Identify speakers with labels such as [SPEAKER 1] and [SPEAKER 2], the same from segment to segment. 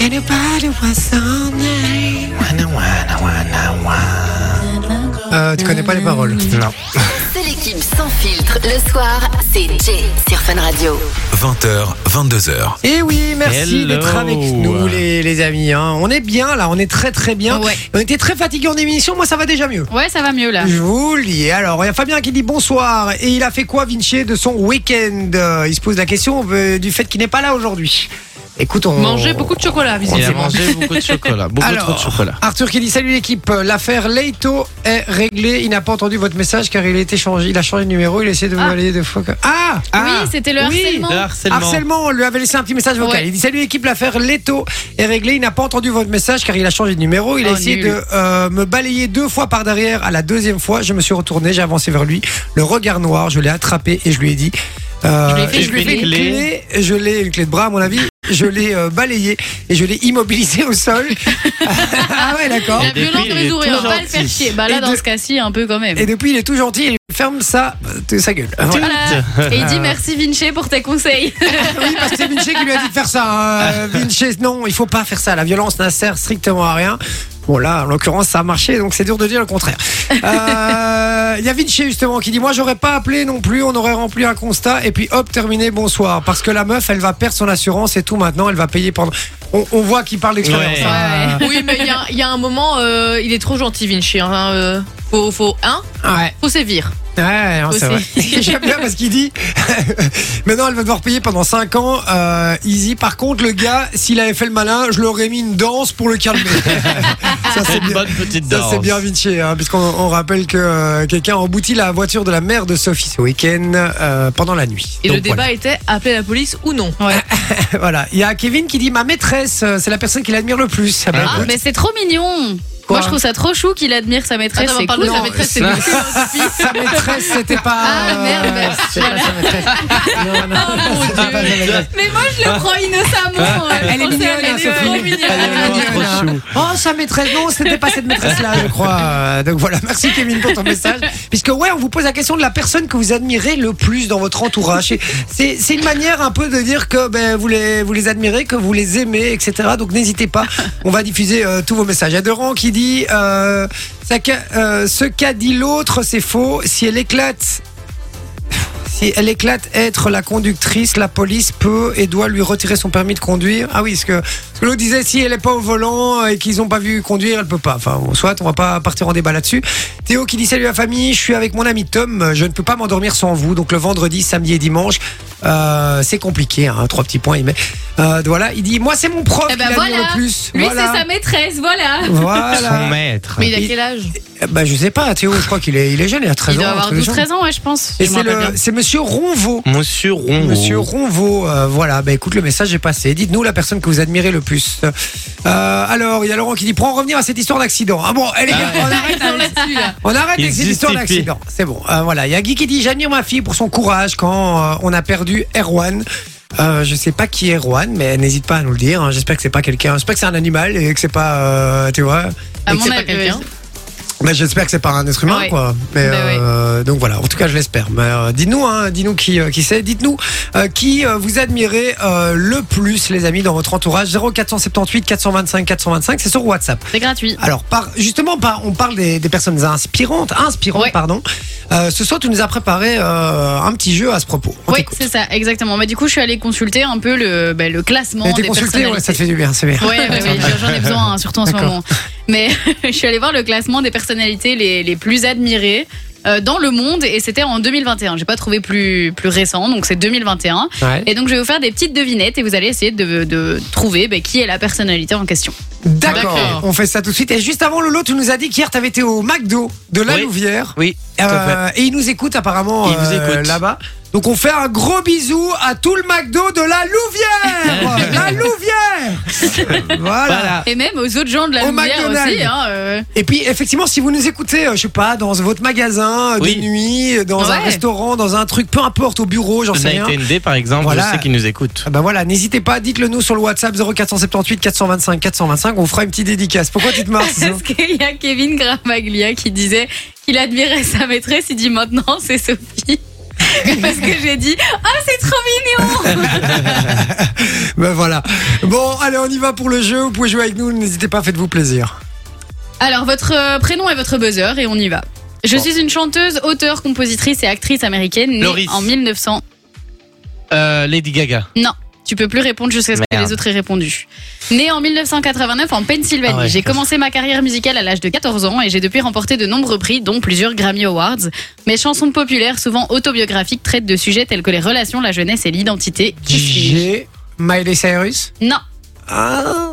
[SPEAKER 1] Anybody wants all night.
[SPEAKER 2] Wana, wana, wana, wana.
[SPEAKER 3] Euh, tu connais pas les paroles.
[SPEAKER 2] Non.
[SPEAKER 4] C'est l'équipe sans filtre. Le soir, c'est Jay sur Fun Radio.
[SPEAKER 5] 20h, 22h.
[SPEAKER 3] Et Eh oui, merci
[SPEAKER 6] Hello.
[SPEAKER 3] d'être avec nous, les, les amis. hein. On est bien là, on est très très bien.
[SPEAKER 7] Ouais.
[SPEAKER 3] On était très fatigués en émission, moi ça va déjà mieux.
[SPEAKER 7] Ouais, ça va mieux là.
[SPEAKER 3] Je vous le dis. Alors, il y a Fabien qui dit bonsoir. Et il a fait quoi, Vinci, de son week-end Euh, Il se pose la question euh, du fait qu'il n'est pas là aujourd'hui. Écoute, on.
[SPEAKER 7] Manger beaucoup de chocolat,
[SPEAKER 6] Il a
[SPEAKER 7] visiblement.
[SPEAKER 6] mangé beaucoup de chocolat, beaucoup
[SPEAKER 3] Alors,
[SPEAKER 6] trop de chocolat.
[SPEAKER 3] Arthur qui dit salut l'équipe, l'affaire Leito est réglée. Il n'a pas entendu votre message car il a, été changé, il a changé de numéro, il a essayé de me
[SPEAKER 7] Ah.
[SPEAKER 3] valider deux fois. que- Ah,
[SPEAKER 7] oui, c'était le
[SPEAKER 3] oui.
[SPEAKER 7] harcèlement.
[SPEAKER 6] Le harcèlement.
[SPEAKER 3] Harcèlement, on lui avait laissé un petit message vocal.
[SPEAKER 7] Ouais.
[SPEAKER 3] Il dit Salut équipe, l'affaire Leto est réglée. Il n'a pas entendu votre message car il a changé de numéro. Il a
[SPEAKER 7] Oh,
[SPEAKER 3] essayé
[SPEAKER 7] nul.
[SPEAKER 3] de euh, me balayer deux fois par derrière. À la deuxième fois, je me suis retourné, j'ai avancé vers lui. Le regard noir, je l'ai attrapé et je lui ai dit. euh,
[SPEAKER 7] Je lui ai fait
[SPEAKER 3] et je lui ai fait une
[SPEAKER 6] une
[SPEAKER 3] clé, je l'ai une clé de bras à mon avis, je l'ai euh, balayé et je l'ai immobilisé au sol. ah ouais d'accord.
[SPEAKER 7] La
[SPEAKER 6] Et depuis,
[SPEAKER 7] violence dans
[SPEAKER 6] il est
[SPEAKER 7] les oreilles,
[SPEAKER 6] tout
[SPEAKER 7] on va pas le
[SPEAKER 6] gentil.
[SPEAKER 7] faire chier. Bah là,
[SPEAKER 3] Et
[SPEAKER 7] dans
[SPEAKER 3] de-
[SPEAKER 7] ce cas-ci, un peu quand même.
[SPEAKER 3] Et depuis il est tout gentil, il ferme sa, euh, sa gueule. Voilà.
[SPEAKER 7] Voilà. Et il dit merci Vinci pour tes conseils.
[SPEAKER 3] Oui, parce que c'est Vinci qui lui a dit de faire ça. hein. Euh, Vinci, non, il faut pas faire ça. La violence n'a sert strictement à rien. Bon, là, en l'occurrence, ça a marché, donc c'est dur de dire le contraire. Euh, Il y a Vinci, justement, qui dit Moi, j'aurais pas appelé non plus, on aurait rempli un constat, et puis hop, terminé, bonsoir. Parce que la meuf, elle va perdre son assurance et tout maintenant, elle va payer pendant. On, on voit qu'il parle d'expérience.
[SPEAKER 6] Ouais.
[SPEAKER 3] hein.
[SPEAKER 8] Oui, mais il y a- il y, a un moment, euh, il est trop gentil, Vinci. Hein, euh, faut, faut, hein,
[SPEAKER 3] Ouais,
[SPEAKER 8] faut sévir.
[SPEAKER 3] ouais, non, c'est vrai.
[SPEAKER 8] Aussi.
[SPEAKER 3] J'aime bien parce qu'il dit Maintenant, elle va devoir payer pendant 5 ans, euh, easy. Par contre, le gars, s'il avait fait le malin, je lui aurais mis une danse pour le calmer. ça,
[SPEAKER 6] C'est une bonne petite
[SPEAKER 3] Ah, Ça,
[SPEAKER 6] danse.
[SPEAKER 3] c'est bien Vinci, hein, puisqu'on on rappelle que euh, quelqu'un a embouti la voiture de la mère de Sophie ce week-end euh, pendant la nuit.
[SPEAKER 8] Et
[SPEAKER 3] Donc,
[SPEAKER 8] le débat était appeler la police ou non.
[SPEAKER 3] voilà. Voilà. Il y a Kevin qui dit Ma maîtresse, euh, c'est la personne qu'il admire le plus. Ah bah,
[SPEAKER 7] Ah,
[SPEAKER 3] écoute.
[SPEAKER 7] mais c'est trop mignon.
[SPEAKER 3] Quoi
[SPEAKER 7] Moi, je trouve ça trop chou qu'il admire sa maîtresse.
[SPEAKER 8] Attends, on
[SPEAKER 7] c'est
[SPEAKER 8] parle
[SPEAKER 7] cool.
[SPEAKER 8] de sa maîtresse, c'est
[SPEAKER 6] ça-
[SPEAKER 8] nul.
[SPEAKER 3] Sa maîtresse, c'était pas. euh,
[SPEAKER 7] Ah, merde, merde.
[SPEAKER 3] c'était pas sa maîtresse. Non, non, c'était pas sa maîtresse.
[SPEAKER 7] Mais moi, je le prends innocemment. euh,
[SPEAKER 3] Elle est mignonne, hein, Sophie.
[SPEAKER 6] Elle est
[SPEAKER 3] mignonne,
[SPEAKER 6] trop
[SPEAKER 3] hein. Oh, sa maîtresse, non, c'était pas cette maîtresse-là, je crois. Euh, Donc voilà, merci Kevin pour ton message. Puisque, ouais, on vous pose la question de la personne que vous admirez le plus dans votre entourage. Et C'est c'est une manière un peu de dire que ben, vous, les, vous les admirez, que vous les aimez, etc. Donc n'hésitez pas, on va diffuser euh, tous vos messages. Il y a Doran qui dit euh, ça qu'a- euh, Ce qu'a dit l'autre, c'est faux. Si elle éclate. Si elle éclate être la conductrice, la police peut et doit lui retirer son permis de conduire. Ah oui, ce que, ce que l'autre disait, si elle n'est pas au volant euh, et qu'ils n'ont pas vu conduire, elle peut pas. Enfin, bon, soit, on va pas partir en débat là-dessus. Théo qui dit salut la famille, je suis avec mon ami Tom, je ne peux pas m'endormir sans vous. Donc le vendredi, samedi et dimanche, euh, c'est compliqué. hein, trois petits points, il met. Euh, voilà, il dit moi c'est mon prof
[SPEAKER 7] Eh ben
[SPEAKER 3] qui l'admire
[SPEAKER 7] voilà.
[SPEAKER 3] le plus.
[SPEAKER 7] Lui,
[SPEAKER 3] voilà.
[SPEAKER 7] c'est sa maîtresse, voilà.
[SPEAKER 6] Son
[SPEAKER 3] Voilà.
[SPEAKER 6] maître.
[SPEAKER 8] Mais il a
[SPEAKER 3] Il-
[SPEAKER 8] quel âge
[SPEAKER 3] Eh Ben, je sais pas, Théo, je crois qu'il est, il est jeune, il a 13
[SPEAKER 7] Il doit
[SPEAKER 3] ans. un
[SPEAKER 7] avoir
[SPEAKER 3] truc du genre.
[SPEAKER 7] 12-13 ans, ouais, je pense.
[SPEAKER 3] Et
[SPEAKER 7] Je me
[SPEAKER 3] c'est le-
[SPEAKER 7] rappelle bien.
[SPEAKER 3] c'est Monsieur Ronvaux.
[SPEAKER 6] Monsieur Rongo.
[SPEAKER 3] Monsieur Ronvaux, euh, voilà, bah, écoute, le message est passé. Dites-nous la personne que vous admirez le plus. Euh, alors, il y a Laurent qui dit, pour en revenir à cette histoire d'accident. Ah bon, allez, on arrête, avec- on arrête
[SPEAKER 6] Il
[SPEAKER 3] avec cette histoire
[SPEAKER 6] justifie.
[SPEAKER 3] d'accident. C'est bon, Euh, voilà. Il y a Guy qui dit, j'admire ma fille pour son courage quand euh, on a perdu Erwan. Euh, je sais pas qui est Erwan, mais n'hésite pas à nous le dire. hein. J'espère que c'est pas quelqu'un. J'espère que c'est un animal et que c'est pas, euh, tu vois.
[SPEAKER 7] À
[SPEAKER 3] Et
[SPEAKER 7] mon
[SPEAKER 3] que c'est
[SPEAKER 7] avis, hein.
[SPEAKER 8] quelqu'un.
[SPEAKER 7] ouais.
[SPEAKER 3] mais j'espère que c'est pas un être humain,
[SPEAKER 7] Ouais.
[SPEAKER 3] quoi. Mais,
[SPEAKER 7] Bah ouais.
[SPEAKER 3] euh, donc voilà. En tout cas, je l'espère. Mais euh, dites-nous, hein, dites-nous qui, euh, qui c'est. Dites-nous euh, qui euh, vous admirez euh, le plus, les amis, dans votre entourage. 0478 425 425. C'est sur WhatsApp.
[SPEAKER 7] C'est gratuit.
[SPEAKER 3] Alors, par, justement, par, on parle des, des personnes inspirantes, inspirantes,
[SPEAKER 7] Ouais.
[SPEAKER 3] pardon. Euh, ce soir, tu nous as préparé euh, un petit jeu à ce propos. On
[SPEAKER 7] Oui,
[SPEAKER 3] t'écoute.
[SPEAKER 7] c'est ça, exactement. Mais du coup, je suis allée consulter un peu le, ben, le classement
[SPEAKER 3] T'as été
[SPEAKER 7] des
[SPEAKER 3] consulté, ouais,
[SPEAKER 7] personnalités.
[SPEAKER 3] ça te fait du bien, c'est bien.
[SPEAKER 7] Ouais, ouais, ouais, j'en ai besoin, hein, surtout en ce
[SPEAKER 3] D'accord.
[SPEAKER 7] moment. Mais je suis allée voir le classement des personnalités les, les plus admirées euh, dans le monde et c'était en 2021. J'ai pas trouvé plus, plus récent, donc c'est 2021.
[SPEAKER 3] Ouais.
[SPEAKER 7] Et donc je vais vous faire des petites devinettes et vous allez essayer de, de trouver ben, qui est la personnalité en question.
[SPEAKER 3] D'accord,
[SPEAKER 8] D'accord.
[SPEAKER 3] on fait ça tout de suite. Et juste avant, Lolo, tu nous as dit qu'hier, t'avais été au McDo de la
[SPEAKER 6] Oui.
[SPEAKER 3] Louvière.
[SPEAKER 6] Oui, tout à fait.
[SPEAKER 3] Euh, et ils nous écoutent apparemment
[SPEAKER 6] Ils vous
[SPEAKER 3] euh,
[SPEAKER 6] écoutent.
[SPEAKER 3] là-bas. Donc on fait un gros bisou à tout le McDo de la Louvière La Louvière voilà.
[SPEAKER 6] Voilà.
[SPEAKER 7] Et même aux autres gens de la
[SPEAKER 3] Ah. Au
[SPEAKER 7] lumière
[SPEAKER 3] McDonald's.
[SPEAKER 7] aussi. Hein, euh,
[SPEAKER 3] Et puis effectivement, si vous nous écoutez, euh, je sais pas, dans votre magasin euh,
[SPEAKER 6] Oui.
[SPEAKER 3] de nuit, dans un
[SPEAKER 7] Ouais.
[SPEAKER 3] restaurant, dans un truc, peu importe, au bureau, j'en
[SPEAKER 6] Le
[SPEAKER 3] sais rien.
[SPEAKER 6] Night and Day, par exemple,
[SPEAKER 3] Voilà.
[SPEAKER 6] je sais qu'ils nous écoutent.
[SPEAKER 3] Ah Bah voilà, n'hésitez pas, dites-le nous sur le WhatsApp 0478 425 425, on fera une petite dédicace. Pourquoi tu te marres Sisou
[SPEAKER 7] parce qu'il y a Kevin Gramaglia qui disait qu'il admirait sa maîtresse, il dit maintenant c'est Sophie. Parce que j'ai dit Ah, c'est trop mignon
[SPEAKER 3] Ben voilà. Bon, allez, on y va pour le jeu. Vous pouvez jouer avec nous. N'hésitez pas, faites-vous plaisir.
[SPEAKER 7] Alors, votre euh, prénom et votre buzzer, et on y va. Je suis une chanteuse, auteure, compositrice et actrice américaine née
[SPEAKER 6] Loris.
[SPEAKER 7] en 1900.
[SPEAKER 6] Euh, Lady Gaga.
[SPEAKER 7] Non, tu peux plus répondre jusqu'à ce que
[SPEAKER 6] Merde.
[SPEAKER 7] les autres aient répondu. Née en 1989 en Pennsylvanie,
[SPEAKER 6] Ah ouais,
[SPEAKER 7] j'ai
[SPEAKER 6] putain.
[SPEAKER 7] commencé ma carrière musicale à l'âge de 14 ans et j'ai depuis remporté de nombreux prix, dont plusieurs Grammy Awards. Mes chansons populaires, souvent autobiographiques, traitent de sujets tels que les relations, la jeunesse et l'identité. Qui suis-je
[SPEAKER 3] J'ai Miley Cyrus.
[SPEAKER 7] Non, Ah,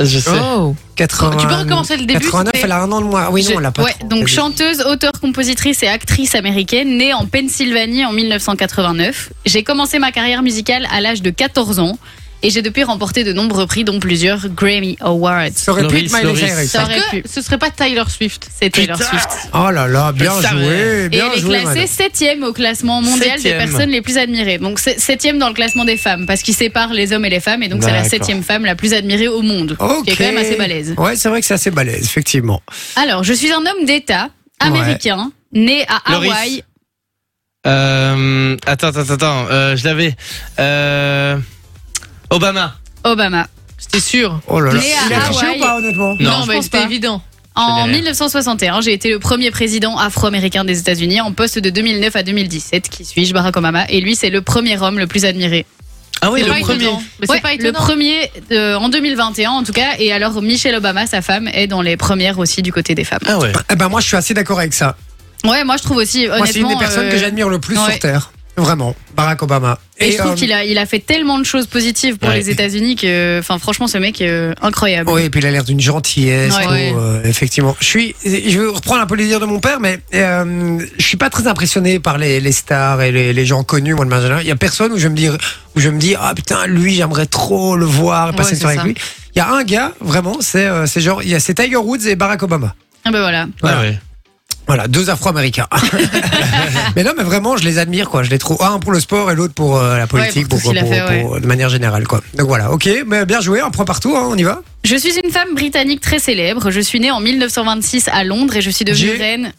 [SPEAKER 6] je sais.
[SPEAKER 8] Oh.
[SPEAKER 3] 80...
[SPEAKER 8] Tu peux recommencer le début, s'il te
[SPEAKER 3] 89,
[SPEAKER 8] plaît
[SPEAKER 3] elle a un an de moins. Oui, non,
[SPEAKER 7] Je-
[SPEAKER 3] elle a pas.
[SPEAKER 7] ouais,
[SPEAKER 3] trop.
[SPEAKER 7] donc
[SPEAKER 3] Elle-
[SPEAKER 7] chanteuse, auteure, compositrice et actrice américaine, née en Pennsylvanie en 1989. J'ai commencé ma carrière musicale à l'âge de 14 ans et j'ai depuis remporté de nombreux prix, dont plusieurs Grammy Awards.
[SPEAKER 3] Ça aurait pu
[SPEAKER 6] Loris,
[SPEAKER 3] être Miley
[SPEAKER 6] Loris.
[SPEAKER 3] Cyrus.
[SPEAKER 7] Ça aurait
[SPEAKER 8] Est-ce
[SPEAKER 7] pu.
[SPEAKER 8] que ce serait pas Tyler Swift
[SPEAKER 7] C'est Taylor
[SPEAKER 6] Putain
[SPEAKER 7] Swift.
[SPEAKER 3] Oh là là, bien
[SPEAKER 6] Je savais.
[SPEAKER 3] joué.
[SPEAKER 7] Et
[SPEAKER 3] Bien
[SPEAKER 7] elle est
[SPEAKER 3] joué. madame.
[SPEAKER 7] classée septième au classement mondial
[SPEAKER 6] Septième.
[SPEAKER 7] des personnes les plus admirées. Donc c'est- septième dans le classement des femmes, parce qu'il sépare les hommes et les femmes, et donc c'est la
[SPEAKER 6] D'accord.
[SPEAKER 7] septième femme la plus admirée au monde,
[SPEAKER 3] Ok.
[SPEAKER 7] qui est quand même assez balèze.
[SPEAKER 3] Ouais, c'est vrai que c'est assez balèze, effectivement.
[SPEAKER 7] Alors, je suis un homme d'État américain, né à
[SPEAKER 6] Loris.
[SPEAKER 7] Hawaï
[SPEAKER 6] Euh, attends, attends, attends. Euh, je l'avais. Euh, Obama.
[SPEAKER 7] Obama.
[SPEAKER 8] C'était sûr.
[SPEAKER 3] Oh là là.
[SPEAKER 7] Né à
[SPEAKER 3] Il a triché
[SPEAKER 7] Hawaï.
[SPEAKER 3] ou pas, honnêtement
[SPEAKER 6] Non,
[SPEAKER 7] je
[SPEAKER 8] mais
[SPEAKER 7] pense
[SPEAKER 8] c'était
[SPEAKER 7] pas.
[SPEAKER 8] évident.
[SPEAKER 7] En
[SPEAKER 6] Je dirais.
[SPEAKER 7] 1961, j'ai été le premier président afro-américain des États-Unis en poste de 2009 à 2017. Qui suis-je, Barack Obama Et lui, c'est le premier homme le plus admiré.
[SPEAKER 6] Ah oui,
[SPEAKER 8] C'est
[SPEAKER 6] le
[SPEAKER 8] pas
[SPEAKER 6] premier.
[SPEAKER 8] étonnant. Mais
[SPEAKER 7] Ouais,
[SPEAKER 8] c'est pas
[SPEAKER 7] le
[SPEAKER 8] étonnant.
[SPEAKER 7] premier euh, en 2021 en tout cas. Et alors Michelle Obama, sa femme, est dans les premières aussi du côté des femmes.
[SPEAKER 6] Ah ouais.
[SPEAKER 3] Eh ben, moi, je suis assez d'accord avec ça.
[SPEAKER 7] Ouais, moi je trouve aussi honnêtement.
[SPEAKER 3] Moi, c'est une des personnes
[SPEAKER 7] euh,
[SPEAKER 3] que j'admire le plus
[SPEAKER 7] ouais.
[SPEAKER 3] sur Terre. Vraiment. Barack Obama.
[SPEAKER 7] Et, je trouve
[SPEAKER 3] euh,
[SPEAKER 7] qu'il a, il a fait tellement de choses positives pour
[SPEAKER 6] Ouais.
[SPEAKER 7] les États-Unis que, enfin, franchement, ce mec, euh, incroyable.
[SPEAKER 3] Oui, et puis il a l'air d'une gentillesse.
[SPEAKER 7] Ouais.
[SPEAKER 3] tout,
[SPEAKER 7] Ouais.
[SPEAKER 3] euh, effectivement. Je suis, je veux reprendre un peu les dires de mon père, mais euh, je suis pas très impressionné par les, les stars et les, les gens connus. Moi, de manière générale. il y a personne où je me dis, où je me dis, ah putain, lui, j'aimerais trop le voir, et passer
[SPEAKER 8] Ouais,
[SPEAKER 3] une soirée
[SPEAKER 8] c'est
[SPEAKER 3] avec lui. Il y a un gars, vraiment, c'est, euh, c'est genre, il y a c'est Tiger Woods et Barack Obama.
[SPEAKER 7] Ah ben voilà.
[SPEAKER 3] Voilà.
[SPEAKER 6] Ah ouais.
[SPEAKER 3] Voilà, deux Afro-Américains. mais non, mais vraiment, je les admire, quoi. Je les trouve un pour le sport et l'autre pour euh, la politique,
[SPEAKER 7] Ouais, pour tout
[SPEAKER 3] pour-
[SPEAKER 7] ce qu'il a
[SPEAKER 3] pour-
[SPEAKER 7] fait,
[SPEAKER 3] pour- de manière générale, quoi. Donc voilà, ok, mais bien joué, un point partout, hein, on y va.
[SPEAKER 7] Je suis une femme britannique très célèbre. Je suis née en 1926 à Londres et je suis devenue
[SPEAKER 3] J'ai-
[SPEAKER 7] reine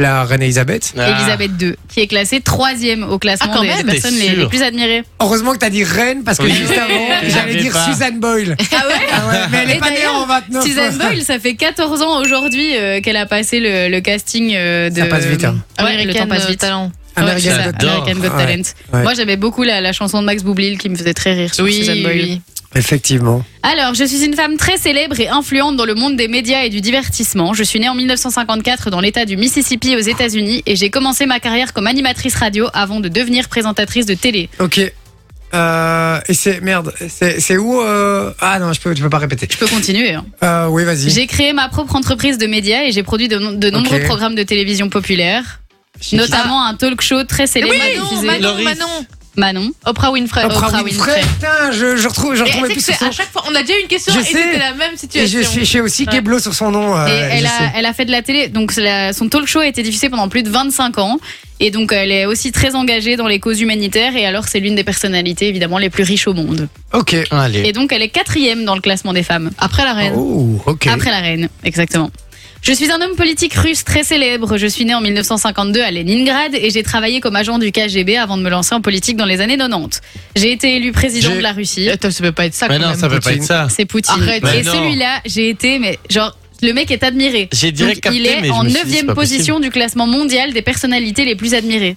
[SPEAKER 3] La reine Elisabeth.
[SPEAKER 6] Ah.
[SPEAKER 7] Elisabeth II, qui est classée troisième au classement
[SPEAKER 8] Ah, quand
[SPEAKER 7] des- des
[SPEAKER 8] même,
[SPEAKER 7] personnes
[SPEAKER 6] t'es
[SPEAKER 7] les,
[SPEAKER 6] sûr.
[SPEAKER 7] les plus admirées.
[SPEAKER 3] Heureusement que t'as dit reine parce que
[SPEAKER 6] Oui.
[SPEAKER 3] juste avant,
[SPEAKER 6] Je
[SPEAKER 3] j'allais
[SPEAKER 6] l'avais
[SPEAKER 3] dire
[SPEAKER 6] pas.
[SPEAKER 3] Suzanne Boyle.
[SPEAKER 7] Ah ouais
[SPEAKER 3] Ah ouais, mais elle est
[SPEAKER 7] Et
[SPEAKER 3] pas née
[SPEAKER 7] d'ailleurs,
[SPEAKER 3] en hein. 29.
[SPEAKER 7] Suzanne Boyle, ça fait 14 ans aujourd'hui euh, qu'elle a passé le, le casting euh, de.
[SPEAKER 3] Ça passe vite, hein.
[SPEAKER 7] Ouais, le temps passe vite.
[SPEAKER 8] Talent.
[SPEAKER 3] American
[SPEAKER 7] Ouais, c'est ça,
[SPEAKER 3] Got Talent.
[SPEAKER 7] American Got
[SPEAKER 3] Ouais,
[SPEAKER 7] Talent.
[SPEAKER 3] ouais.
[SPEAKER 7] Moi, j'aimais beaucoup la, la chanson de Max Boublil qui me faisait très rire sur Suzanne Boyle.
[SPEAKER 3] Effectivement.
[SPEAKER 7] Alors, je suis une femme très célèbre et influente dans le monde des médias et du divertissement. Je suis née en 1954 dans l'État du Mississippi aux États-Unis et j'ai commencé ma carrière comme animatrice radio avant de devenir présentatrice de télé.
[SPEAKER 3] Ok. Euh, et c'est merde, c'est c'est où euh, Ah non, je peux, tu peux pas répéter.
[SPEAKER 7] Je peux continuer. hein.
[SPEAKER 3] Euh, oui, vas-y.
[SPEAKER 7] J'ai créé ma propre entreprise de médias et j'ai produit de, no- de nombreux
[SPEAKER 3] Ok.
[SPEAKER 7] programmes de télévision populaire, notamment un talk show très célèbre
[SPEAKER 8] Manon,
[SPEAKER 7] diffusé
[SPEAKER 8] Manon,
[SPEAKER 6] Loris.
[SPEAKER 8] Manon.
[SPEAKER 7] Manon.
[SPEAKER 8] Oprah Winfrey.
[SPEAKER 3] Oprah, Euh, Winfrey. Putain, je, je retrouve, je
[SPEAKER 8] Et
[SPEAKER 3] retrouve
[SPEAKER 8] elle sait
[SPEAKER 3] plus
[SPEAKER 8] que
[SPEAKER 3] sur
[SPEAKER 8] c'est
[SPEAKER 3] son.
[SPEAKER 8] à chaque fois, on a déjà eu une question
[SPEAKER 3] Je
[SPEAKER 8] et
[SPEAKER 3] sais.
[SPEAKER 8] c'était la même
[SPEAKER 3] Et
[SPEAKER 8] situation.
[SPEAKER 3] je suis, je suis aussi
[SPEAKER 8] Ouais.
[SPEAKER 3] Keblo sur son nom. euh,
[SPEAKER 7] Et
[SPEAKER 3] je
[SPEAKER 7] elle,
[SPEAKER 3] sais.
[SPEAKER 7] a, elle a fait de la télé, donc la- son talk show a été diffusé pendant plus de 25 ans. Et donc elle est aussi très engagée dans les causes humanitaires et alors c'est l'une des personnalités évidemment les plus riches au monde.
[SPEAKER 3] Ok.
[SPEAKER 6] Ah, Allez.
[SPEAKER 7] Et donc elle est quatrième dans le classement des femmes, après la reine.
[SPEAKER 3] Oh, ok.
[SPEAKER 7] Après la reine, exactement. Je suis un homme politique russe très célèbre. Je suis né en 1952 à Leningrad et j'ai travaillé comme agent du KGB avant de me lancer en politique dans les années 90. J'ai été élu président
[SPEAKER 6] J'ai-
[SPEAKER 7] de la Russie.
[SPEAKER 8] Attends, ça peut pas être ça.
[SPEAKER 6] Mais
[SPEAKER 8] quand
[SPEAKER 6] non,
[SPEAKER 8] même.
[SPEAKER 6] ça peut pas
[SPEAKER 3] Poutine.
[SPEAKER 6] être ça.
[SPEAKER 7] C'est Poutine.
[SPEAKER 8] Arrête.
[SPEAKER 6] Mais
[SPEAKER 7] et
[SPEAKER 6] non.
[SPEAKER 7] celui-là, j'ai été, mais genre, le mec est admiré.
[SPEAKER 6] J'ai
[SPEAKER 7] Donc,
[SPEAKER 6] direct capté,
[SPEAKER 7] il est
[SPEAKER 6] mais je
[SPEAKER 7] en
[SPEAKER 6] me suis dit, c'est
[SPEAKER 7] 9
[SPEAKER 6] pas
[SPEAKER 7] position du classement mondial des personnalités les plus admirées.